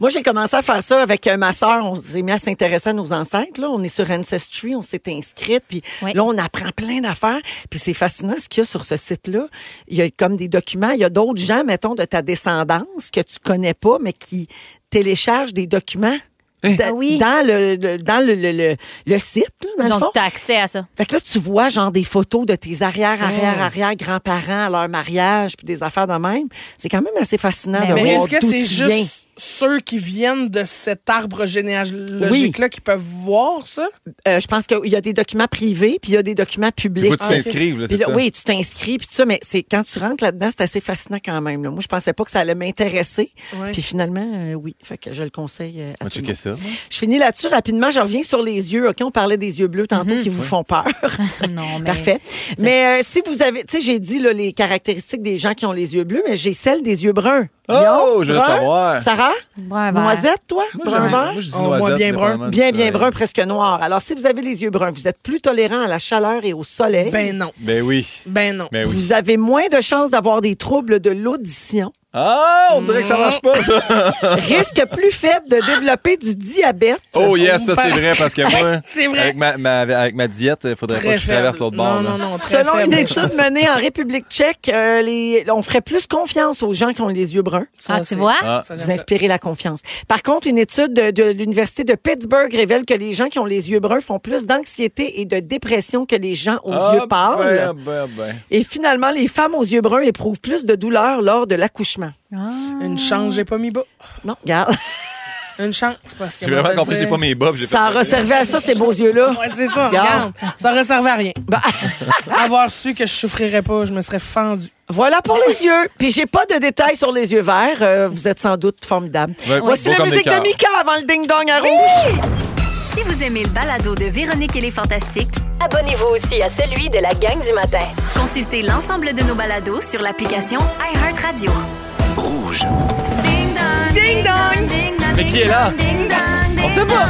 A: Moi, j'ai commencé à faire ça avec euh, ma sœur. On s'est mis à s'intéresser à nos ancêtres. Là. On est sur Ancestry, on s'est inscrite. Puis
C: Ouais.
A: là, on apprend plein d'affaires. Puis c'est fascinant ce qu'il y a sur ce site-là. Il y a comme des documents. Il y a d'autres gens, mettons, de ta descendance que tu connais pas, mais qui téléchargent des documents.
B: Eh.
A: d-
C: Ah oui.
A: dans le, le- dans le, le- le- le site, là, dans le fond.
C: Donc, tu as accès à ça.
A: Fait que là, tu vois genre des photos de tes
D: Eh.
A: arrière, arrière, arrière grands-parents à leur mariage, puis des affaires de même. C'est quand même assez fascinant
C: Mais
A: de
C: Ben oui.
D: Mais
A: voir
D: est-ce que
A: d'où
D: c'est
A: tu viens.
D: juste ceux qui viennent de cet arbre généalogique-là qui peuvent voir ça?
A: Euh, je pense qu'il y a des documents privés, puis il y a des documents
B: Il
A: publics.
B: faut que tu t'inscrives, là,
A: Puis
B: c'est
A: là,
B: ça?
A: oui, tu t'inscris, puis tout ça, mais c'est quand tu rentres là-dedans, c'est assez fascinant quand même. là. Moi, je pensais pas que ça allait m'intéresser.
D: Ouais.
A: Puis finalement, euh, oui, fait que je le conseille euh, à
B: On va
A: tout le
B: checker
A: monde.
B: ça.
A: Je finis là-dessus rapidement, je reviens sur les yeux. OK, on parlait des yeux bleus tantôt qui vous font peur.
C: Non, mais.
A: Parfait. Mais euh, si vous avez, tu sais, j'ai dit là, les caractéristiques des gens qui ont les yeux bleus, mais j'ai celle des yeux bruns.
B: Oh, je veux
A: brun.
B: savoir.
A: Sarah,
C: Brun vert.
A: noisette, toi,
B: Moi,
A: brun
B: j'aime-
A: vert?
B: moi, je dis
D: Oh, moi,
B: noisette,
D: bien brun.
B: dépendamment du
A: Bien, bien
B: soleil.
A: brun, presque noir. Alors, si vous avez les yeux bruns, vous êtes plus tolérant à la chaleur et au soleil.
D: Ben non.
B: Ben oui.
D: Ben non.
B: Ben oui.
A: Vous avez moins de chances d'avoir des troubles de l'audition.
B: Ah, on dirait que ça marche pas, ça.
A: risque plus faible de développer du diabète.
B: Oh yes, ça c'est vrai parce que moi,
D: C'est vrai.
B: avec ma, ma- avec ma diète, il faudrait pas que je
D: faible.
B: traverse l'autre bord.
D: Non,
B: là.
D: non, non. très
A: Selon une
D: faible.
A: étude menée en République tchèque, euh, les- on ferait plus confiance aux gens qui ont les yeux bruns.
C: Ah,
D: Ça,
C: tu vois?
B: Ah.
D: Ça, j'aime
A: Vous
D: ça.
A: inspirez la confiance. Par contre, une étude de, de l'Université de Pittsburgh révèle que les gens qui ont les yeux bruns font plus d'anxiété et de dépression que les gens aux
B: Ah,
A: yeux pâles.
B: ben, ben, ben.
A: Et finalement, les femmes aux yeux bruns éprouvent plus de douleur lors de l'accouchement.
D: Une chance, j'ai pas mis bas.
A: Non, regarde,
D: Une chance, parce que.
B: J'ai vraiment compris, j'ai pas mes bobs. j'ai
A: ça
B: fait-
A: resservait à ça, ces beaux yeux-là.
D: Ouais, c'est ça,
A: Regarde.
D: regarde. Ça ne servait à rien.
A: Bah.
D: Avoir su que je souffrirais pas, je me serais fendu.
A: Voilà pour les yeux. Puis j'ai pas de détails sur les yeux verts. Euh, vous êtes sans doute formidable.
B: Ouais,
A: Voici
B: beau
A: la
B: comme des
A: musique de
B: cœurs.
A: Mika avant le ding-dong à rouge.
E: Si vous aimez le balado de Véronique et les Fantastiques,
F: Abonnez-vous aussi à celui de la gang du matin.
E: consultez l'ensemble de nos balados sur l'application iHeartRadio.
H: Rouge.
E: Ding dong! Ding dong!
J: Mais qui est là?
E: Ding dong!
J: On sait
E: ding
J: pas.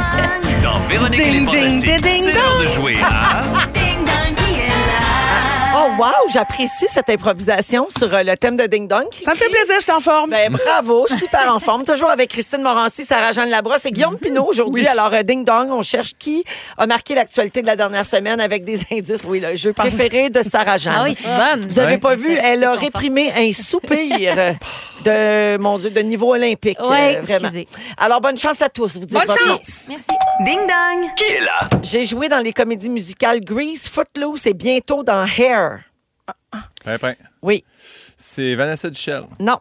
E: dong.
H: Dans Véronique et les Fantastiques, c'est l'heure de jouer
A: Ah,
H: à...
E: Ding dong qui est là?
A: Oh wow, j'apprécie cette improvisation sur euh, le thème de ding-dong.
D: Ça me fait plaisir, je t'en forme.
A: Ben, bravo, super en forme. Toujours avec Christine Morancy, Sarah-Jeanne Labrosse et
D: Mm-hmm.
A: Guillaume Pinot aujourd'hui. Alors, euh, Ding Dong, on cherche qui a marqué l'actualité de la dernière semaine avec des indices. Oui, le jeu préféré de Sarah-Jeanne.
C: Ah oui, je suis bonne.
A: Vous avez
B: Ouais.
A: pas vu, elle a
C: Ils sont
A: réprimé un soupir euh, de, mon Dieu, de niveau olympique. euh,
C: Ouais,
A: vraiment.
C: excusez.
A: Alors, bonne chance à tous. Vous dites
D: Bonne
A: votre nom.
D: chance.
E: Ding dong!
A: J'ai joué dans les comédies musicales Grease, Footloose et bientôt dans Hair.
B: Pimpin.
A: Oui.
B: Ben, C'est Vanessa Duchel.
A: Non.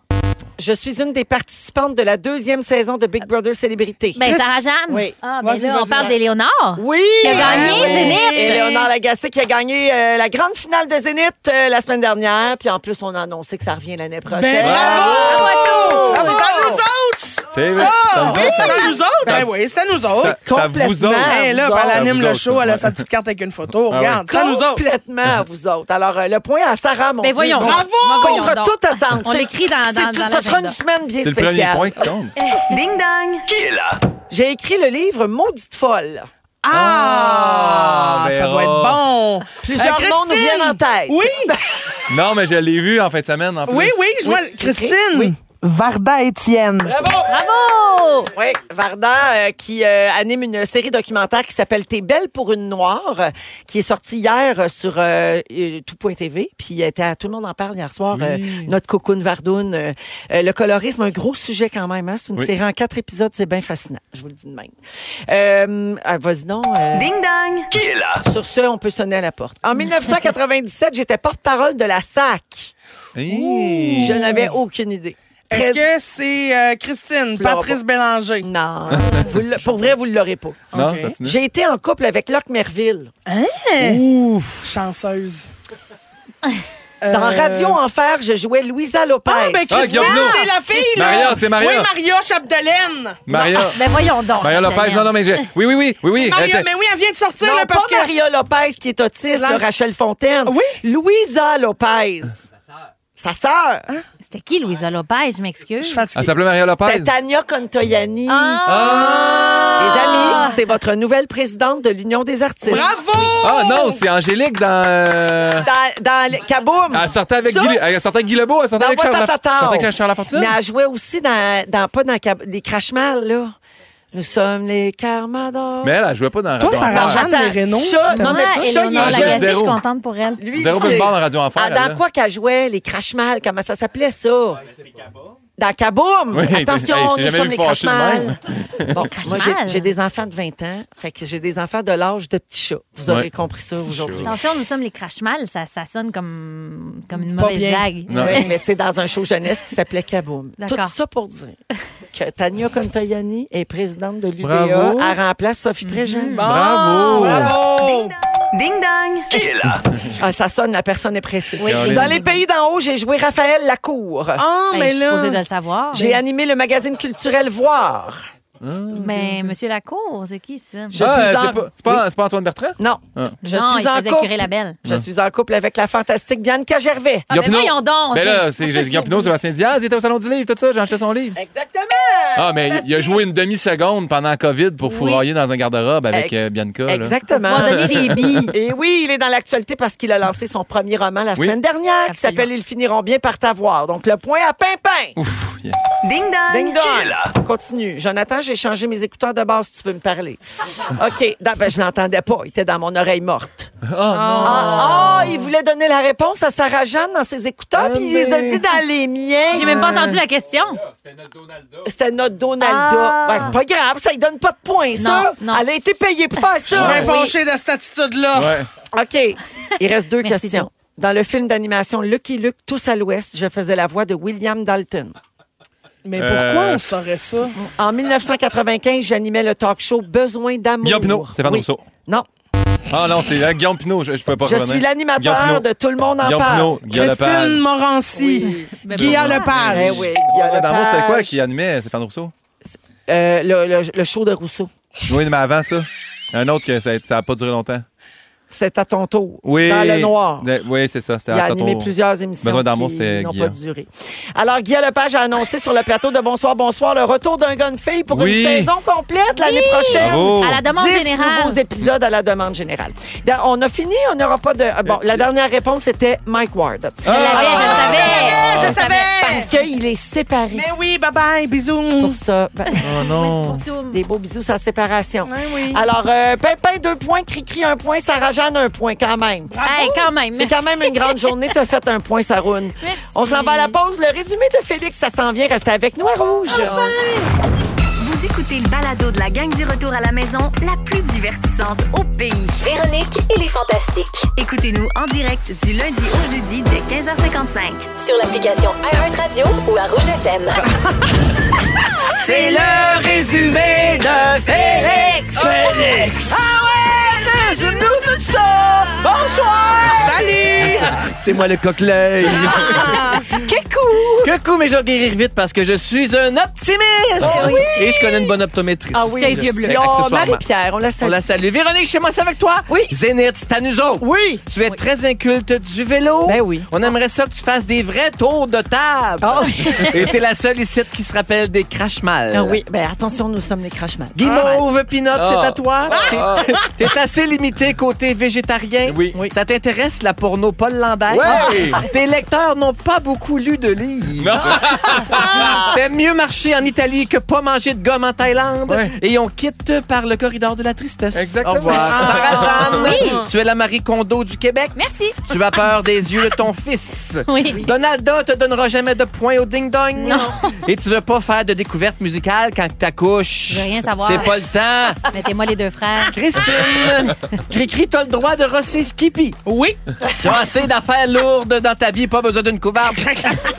A: Je suis une des participantes de la deuxième saison de Big Brother Célébrité.
C: Ben, Sarah-Jeanne.
A: Oui.
C: Ah, ben
D: Vas-y,
C: là, on
D: vas-y,
C: parle
D: vas-y.
C: d'Éléonore.
A: Oui!
C: Qui a gagné,
A: Ah oui.
C: Zénith.
A: Et Léonard Lagacé qui a gagné euh, la grande finale de Zénith euh, la semaine dernière. Puis en plus, on a annoncé que ça revient l'année prochaine.
D: Ben, bravo!
C: Bravo!
D: Ah, C'est à nous autres!
B: C'est
D: Ça!
B: c'est à nous autres,
D: C'est
B: ça.
D: à nous autres! Ben oui, c'est à nous autres!
B: C'est à vous
A: Complètement.
B: autres.
D: Hey, là,
A: vous
D: ben, elle
B: autres.
D: anime
B: Vous
D: le
B: autres,
D: show,
B: ça.
D: elle a sa petite carte avec une photo.
B: Ah
D: Regarde, c'est à nous autres!
A: Complètement à vous autres. Alors, euh, le point à Sarah, mon
C: Ben
A: Dieu.
C: voyons.
A: Bon,
C: Bravo!
A: Contre
C: Voyons donc.
A: toute attente.
C: On
A: C'est-
C: l'écrit dans-
A: c'est
C: dans-
A: tout-
C: dans
A: Ça sera une
C: l'agenda.
A: semaine bien
B: C'est le premier
A: spéciale.
B: point qui compte.
E: Ding dong!
A: J'ai écrit le livre Maudite folle.
D: Ah! oh.
B: Ah,
D: ça
B: Véro.
D: doit être bon!
A: Plusieurs
D: Euh,
A: noms nous
D: Christine!
A: viennent en tête.
D: Oui!
B: Non, mais je l'ai vu en fin de semaine. En plus.
D: Oui, oui, je vois Christine!
A: Oui.
D: Varda Étienne.
C: Bravo!
A: Oui, Varda euh, qui euh, anime une série documentaire qui s'appelle T'es belle pour une noire, euh, qui est sortie hier euh, sur euh, euh, tout.tv. Puis elle était à tout le monde en parle hier soir. euh, notre cocoon Vardoune. euh, euh, le colorisme, un gros sujet quand même. hein. C'est une
B: Oui.
A: série en quatre épisodes, c'est bien fascinant. Je vous le dis de même. Euh, ah, Vas-y donc. euh,
E: Ding dong!
A: sur ce, on peut sonner à la porte. En 1997, j'étais porte-parole de la SAC.
B: Hey.
A: Je n'avais aucune idée.
D: Est-ce que c'est euh, Christine,
A: Tu l'auras
D: Patrice Bélanger?
A: Non. vous le- pour vrai, vous ne l'aurez pas.
B: Non,
D: Ok.
B: continue.
A: J'ai été en couple avec Locke Merville.
D: Hein? Ouf! Chanceuse.
A: Dans
D: Euh,
A: Radio Enfer, je jouais Louisa Lopez.
D: Ah, ben
B: Ah,
D: Christine,
B: Guillaume, non.
D: c'est la fille, là!
B: Maria, c'est Maria.
D: Oui, Maria Chapdelaine!
B: Maria.
C: Ben voyons donc.
B: Maria Lopez, non, non, mais j'ai. Oui, oui, oui, oui, oui.
D: Maria,
B: Elle était-
D: mais oui, elle vient de sortir,
A: non,
D: là, parce
A: pas
D: que...
A: Maria Lopez qui est autiste,
D: Lance-
A: là, Rachel Fontaine.
D: Oui.
A: Louisa Lopez. Sa sœur.
D: Ah,
C: C'était qui, Louisa Lopez? Je
D: Je suis
C: m'excuse.
B: Elle
D: fatiguée.
B: s'appelait Maria Lopez.
A: C'est Tania Contoyani. Ah! Les
C: Ah!
A: amis, c'est votre nouvelle présidente de l'Union des artistes.
D: Bravo!
B: Ah non, c'est Angélique dans. euh,
A: Dans, dans le- Kaboom.
B: Elle sortait avec
A: Ça,
B: Guy, elle sortait avec Guy Lebeau, elle sortait
A: Dans
B: avec Charles,
A: Watatata.
B: elle sortait avec Charles Lafortune.
A: Mais elle jouait aussi dans, dans pas dans Cab- des Crashmal, là. Nous sommes les Carmadors.
B: Mais elle, elle jouait pas dans Radio
D: Toi, ça
B: Enfer.
D: Sarah-Jeanne
A: Attends,
D: Lérénon,
A: ça,
D: t'as
A: non, mais
C: Ah,
A: ça, il est
C: Éléonore
B: Lagacé,
A: jeune.
C: Lagacé, je
B: zéro.
C: suis contente pour elle.
A: Lui,
B: Zéro
A: c'est-
B: peu de bord dans Radio Enfer.
A: Ah,
B: elle, là.
A: dans quoi qu'elle jouait? Les Crashmal, comment ça s'appelait ça? Dans Kaboom!
B: Oui,
A: Attention,
B: hey, je t'ai
A: nous
B: jamais
A: sommes
B: vu
A: les
B: fâché de
A: crachemals. Bon, moi, j'ai-
C: Crachemals.
A: j'ai des enfants de 20 ans. Fait que j'ai des enfants de l'âge de petits chats. Vous aurez
B: Ouais.
A: compris ça
B: Petits
A: aujourd'hui.
B: chats.
C: Attention, nous sommes les crash mal, ça, ça sonne comme, comme une
D: Pas
C: mauvaise
D: bien.
C: blague.
B: Non.
A: Oui, mais c'est dans un show jeunesse qui s'appelait Kaboom. Tout
C: D'accord.
A: ça pour dire que Tania Contoyani est présidente de l'UDA.
B: Bravo. Mmh.
A: Elle remplace Sophie Préjean.
B: Bravo!
D: Bravo!
E: Ding dong!
A: Ah, ça sonne, la personne est pressée.
C: Oui,
B: Caroline.
C: oui.
A: Dans les pays d'en haut, j'ai joué Raphaël Lacour.
D: Ah,
C: Ben,
D: mais
C: je suis supposée de
D: là.
C: le savoir.
A: J'ai animé le magazine culturel Voir.
C: Mais Monsieur Lacour, c'est qui ça?
A: Je
B: Ah,
A: suis
B: c'est
A: en-
B: pas, c'est pas- c'est pas Antoine Bertrand?
A: Non.
B: Ah.
A: Je
C: non,
A: suis
C: il
A: en
C: faisait
A: couple.
C: curer la belle.
A: Je suis en couple avec la fantastique Bianca Gervais.
C: Ah, mais
B: Gambino.
C: voyons donc!
B: Ben
C: j'ai-
B: là,
C: pour ça
B: c'est
C: que
B: Gapino,
C: j'ai-
B: Sébastien Diaz, il était au Salon du Livre, tout ça, j'ai acheté son livre.
A: Exactement!
D: Euh,
B: Ah, mais il a joué une demi-seconde pendant COVID pour
C: Oui.
B: fourrailler dans un garde-robe avec euh, Bianca. là.
C: On
A: Exactement.
C: va donner des billes.
A: Et oui, il est dans l'actualité parce qu'il a lancé son premier roman la
B: Oui.
A: semaine dernière qui
C: Absolument.
A: s'appelle Ils finiront bien par t'avoir. Donc, le point à Pimpin.
B: Ouf, yes.
E: Ding dong!
A: Ding dong. Continue. Jonathan, j'ai changé mes écouteurs de base si tu veux me parler. OK. Non, ben, je l'entendais pas. Il était dans mon oreille morte. Ah, ah, il voulait donner la réponse à Sarah Jeanne dans ses écouteurs, puis il les a dit dans les miens.
C: J'ai même
A: Euh,
C: pas entendu la question.
A: C'était notre Donalda.
C: Ah.
A: Ben, c'est pas grave, ça lui donne pas de points, ça.
C: Non, non.
A: Elle a été payée pour faire
D: Je suis
A: ça.
D: bien fâché de cette attitude-là.
B: Ouais.
A: OK. Il reste deux
C: Merci,
A: questions.
C: Jo.
A: Dans le film d'animation Lucky Luke, Tous à l'Ouest, je faisais la voix de William Dalton.
D: Mais
B: Euh,
D: pourquoi on saurait ça?
A: En 1995, j'animais le talk show Besoin d'amour.
B: Guillaume Pinot, Stéphane
A: Oui.
B: Rousseau.
A: Non,
B: Ah non, c'est euh, Guillaume Pinot, je, je peux pas
A: je
B: revenir.
A: suis
B: Guillaume Pinot.
A: l'animateur de Tout le monde en
B: Guillaume
A: parle.
B: Pinot, Guillaume
D: Christine
B: Lepage.
D: Morancy.
C: Ben,
D: Guillaume
C: pourquoi?
D: Lepage.
A: Eh oui, Guillaume
B: Ah, Dans moi, c'était quoi
A: Lepage.
B: qui animait Stéphane Rousseau?
A: Euh, le, le- le show de Rousseau.
B: Oui, mais avant ça. Un autre que ça n'a pas duré longtemps.
A: C'est à ton tour.
B: Oui.
A: Dans le noir.
B: De- Oui, c'est ça. C'était
A: Il a
B: à
A: animé
B: Toto.
A: plusieurs émissions
B: Besoin d'amour,
A: qui
B: c'était
A: n'ont pas
B: Guillaume.
A: duré. Alors, Guillaume Lepage a annoncé sur le plateau de Bonsoir, Bonsoir le retour d'un gars de fille pour
B: Oui.
A: une saison complète l'année prochaine.
B: Bravo.
C: À la demande
A: 10
C: générale.
A: nouveaux épisodes à la demande générale. Da- On a fini, on n'aura pas de... ah, Bon, la dernière réponse, c'était Mike Ward.
C: Je l'avais, je le savais.
D: Je savais!
A: Parce qu'il est séparé.
D: Mais oui, bye-bye,
A: Pour
D: bisous.
A: ça, ben,
B: Oh non.
C: Pourtoum.
A: des beaux bisous sans séparation.
C: Ben
D: Ouais, oui.
A: Alors, euh, Pimpin, deux points, Cricri, un point, Sarah Jeanne, un point quand même.
C: Hey, quand même.
A: C'est quand même une grande journée. Tu as fait un point, Saroune. On s'en va à la pause. Le résumé de Félix, ça s'en vient. Restez avec nous à Rouge.
E: Vous écoutez le balado de la gang du retour à la maison, la plus divertissante au pays.
F: Véronique et les Fantastiques.
E: Écoutez-nous en direct du lundi au jeudi dès 15h55.
F: Sur l'application iHeartRadio ou à Rouge FM.
A: C'est le résumé de Félix.
H: Oh,
A: Félix. Ah ouais, le genou, tout ça. Bonsoir.
D: Salut!
J: C'est moi le coquelin.
A: Ah Kékou.
J: que coup, mais je vais guérir vite parce que je suis un optimiste.
A: Oh,
J: Et je connais une bonne optométrie.
A: Ah oui.
C: C'est les yeux bleus.
A: Oh,
J: Accessoirement.
A: Marie-Pierre, on la
J: On
A: salue.
J: la salue. Véronique, chez moi, c'est avec toi.
A: Oui.
J: Zénith, c'est à nous autres.
A: Oui.
J: Tu es très inculte du vélo.
A: Ben oui.
J: On aimerait ça que tu fasses des vrais tours de table.
A: Ah oui.
J: Et t'es la seule ici qui se rappelle des crash mal.
A: Ah oui. Ben attention, nous sommes les crashman.
J: Guimauve, Pinot, c'est
B: Ah.
J: à toi. T'es- T'es assez limité côté végétarien.
B: Oui.
J: Ça t'intéresse la porno hollandaise?
B: Ouais.
J: Tes lecteurs n'ont pas beaucoup lu de livres. T'aimes mieux marcher en Italie que pas manger de gomme en Thaïlande.
B: Ouais.
J: Et on quitte par le corridor de la tristesse.
B: Exactement. Ah.
J: Au revoir. Sarah Jeanne,
C: Oui.
J: tu es la Marie Kondo du Québec.
C: Merci.
J: Tu as peur des yeux de ton fils.
C: Oui.
J: Donalda te donnera jamais de points au ding-dong.
C: Non.
J: Et tu veux pas faire de découverte musicale quand t'accouches.
C: Je veux rien savoir.
J: C'est pas le temps.
C: Mettez-moi les deux frères.
J: Christine, Cricri, t'as le droit de rosser Skippy.
D: Oui,
J: T'as assez d'affaires lourdes dans ta vie, pas besoin d'une couverte.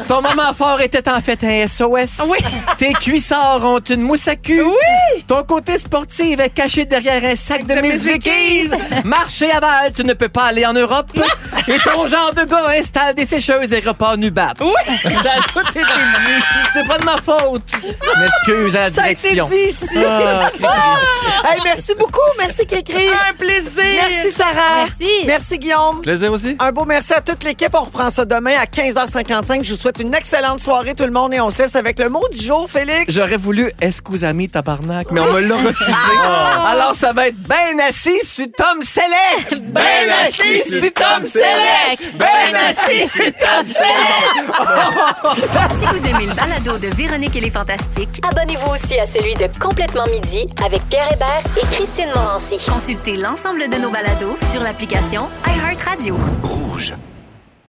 J: Ton moment fort était en fait un SOS.
D: Oui.
J: Tes cuissards ont une mousse à cul. Oui. Ton côté sportif est caché derrière un sac de,
D: de
J: Miss
D: Miss
J: Vickies. Marcher à Val, tu ne peux pas aller en Europe. Et ton genre de gars installe des sécheuses et repart nubat. Oui. Ça a tout été dit. C'est pas de ma faute. Je M'excuse à la
A: Ça a été
J: direction.
A: dit ici.
J: Ah,
A: Hey, merci beaucoup. Merci, Kékri.
D: un plaisir.
A: Merci, Sarah.
C: Merci.
A: Merci, Guillaume.
B: Plaisir aussi.
A: Un beau merci à toute l'équipe. On reprend ça demain à 15h55. Je vous souhaite une excellente soirée, tout le monde, et on se laisse avec le mot du jour, Félix.
J: J'aurais voulu Escusami tabarnak, mais on me l'a refusé. Alors ça va être ben assis sur Tom Selleck. Ben assis sur Tom Selleck. Ben assis sur Tom Selleck.
E: Si vous aimez le balado de Véronique et les Fantastiques,
F: Abonnez-vous aussi à celui de Complètement Midi avec Pierre Hébert et Christine Morancy.
E: consultez l'ensemble de nos balados sur l'application iHeartRadio.
H: Rouge.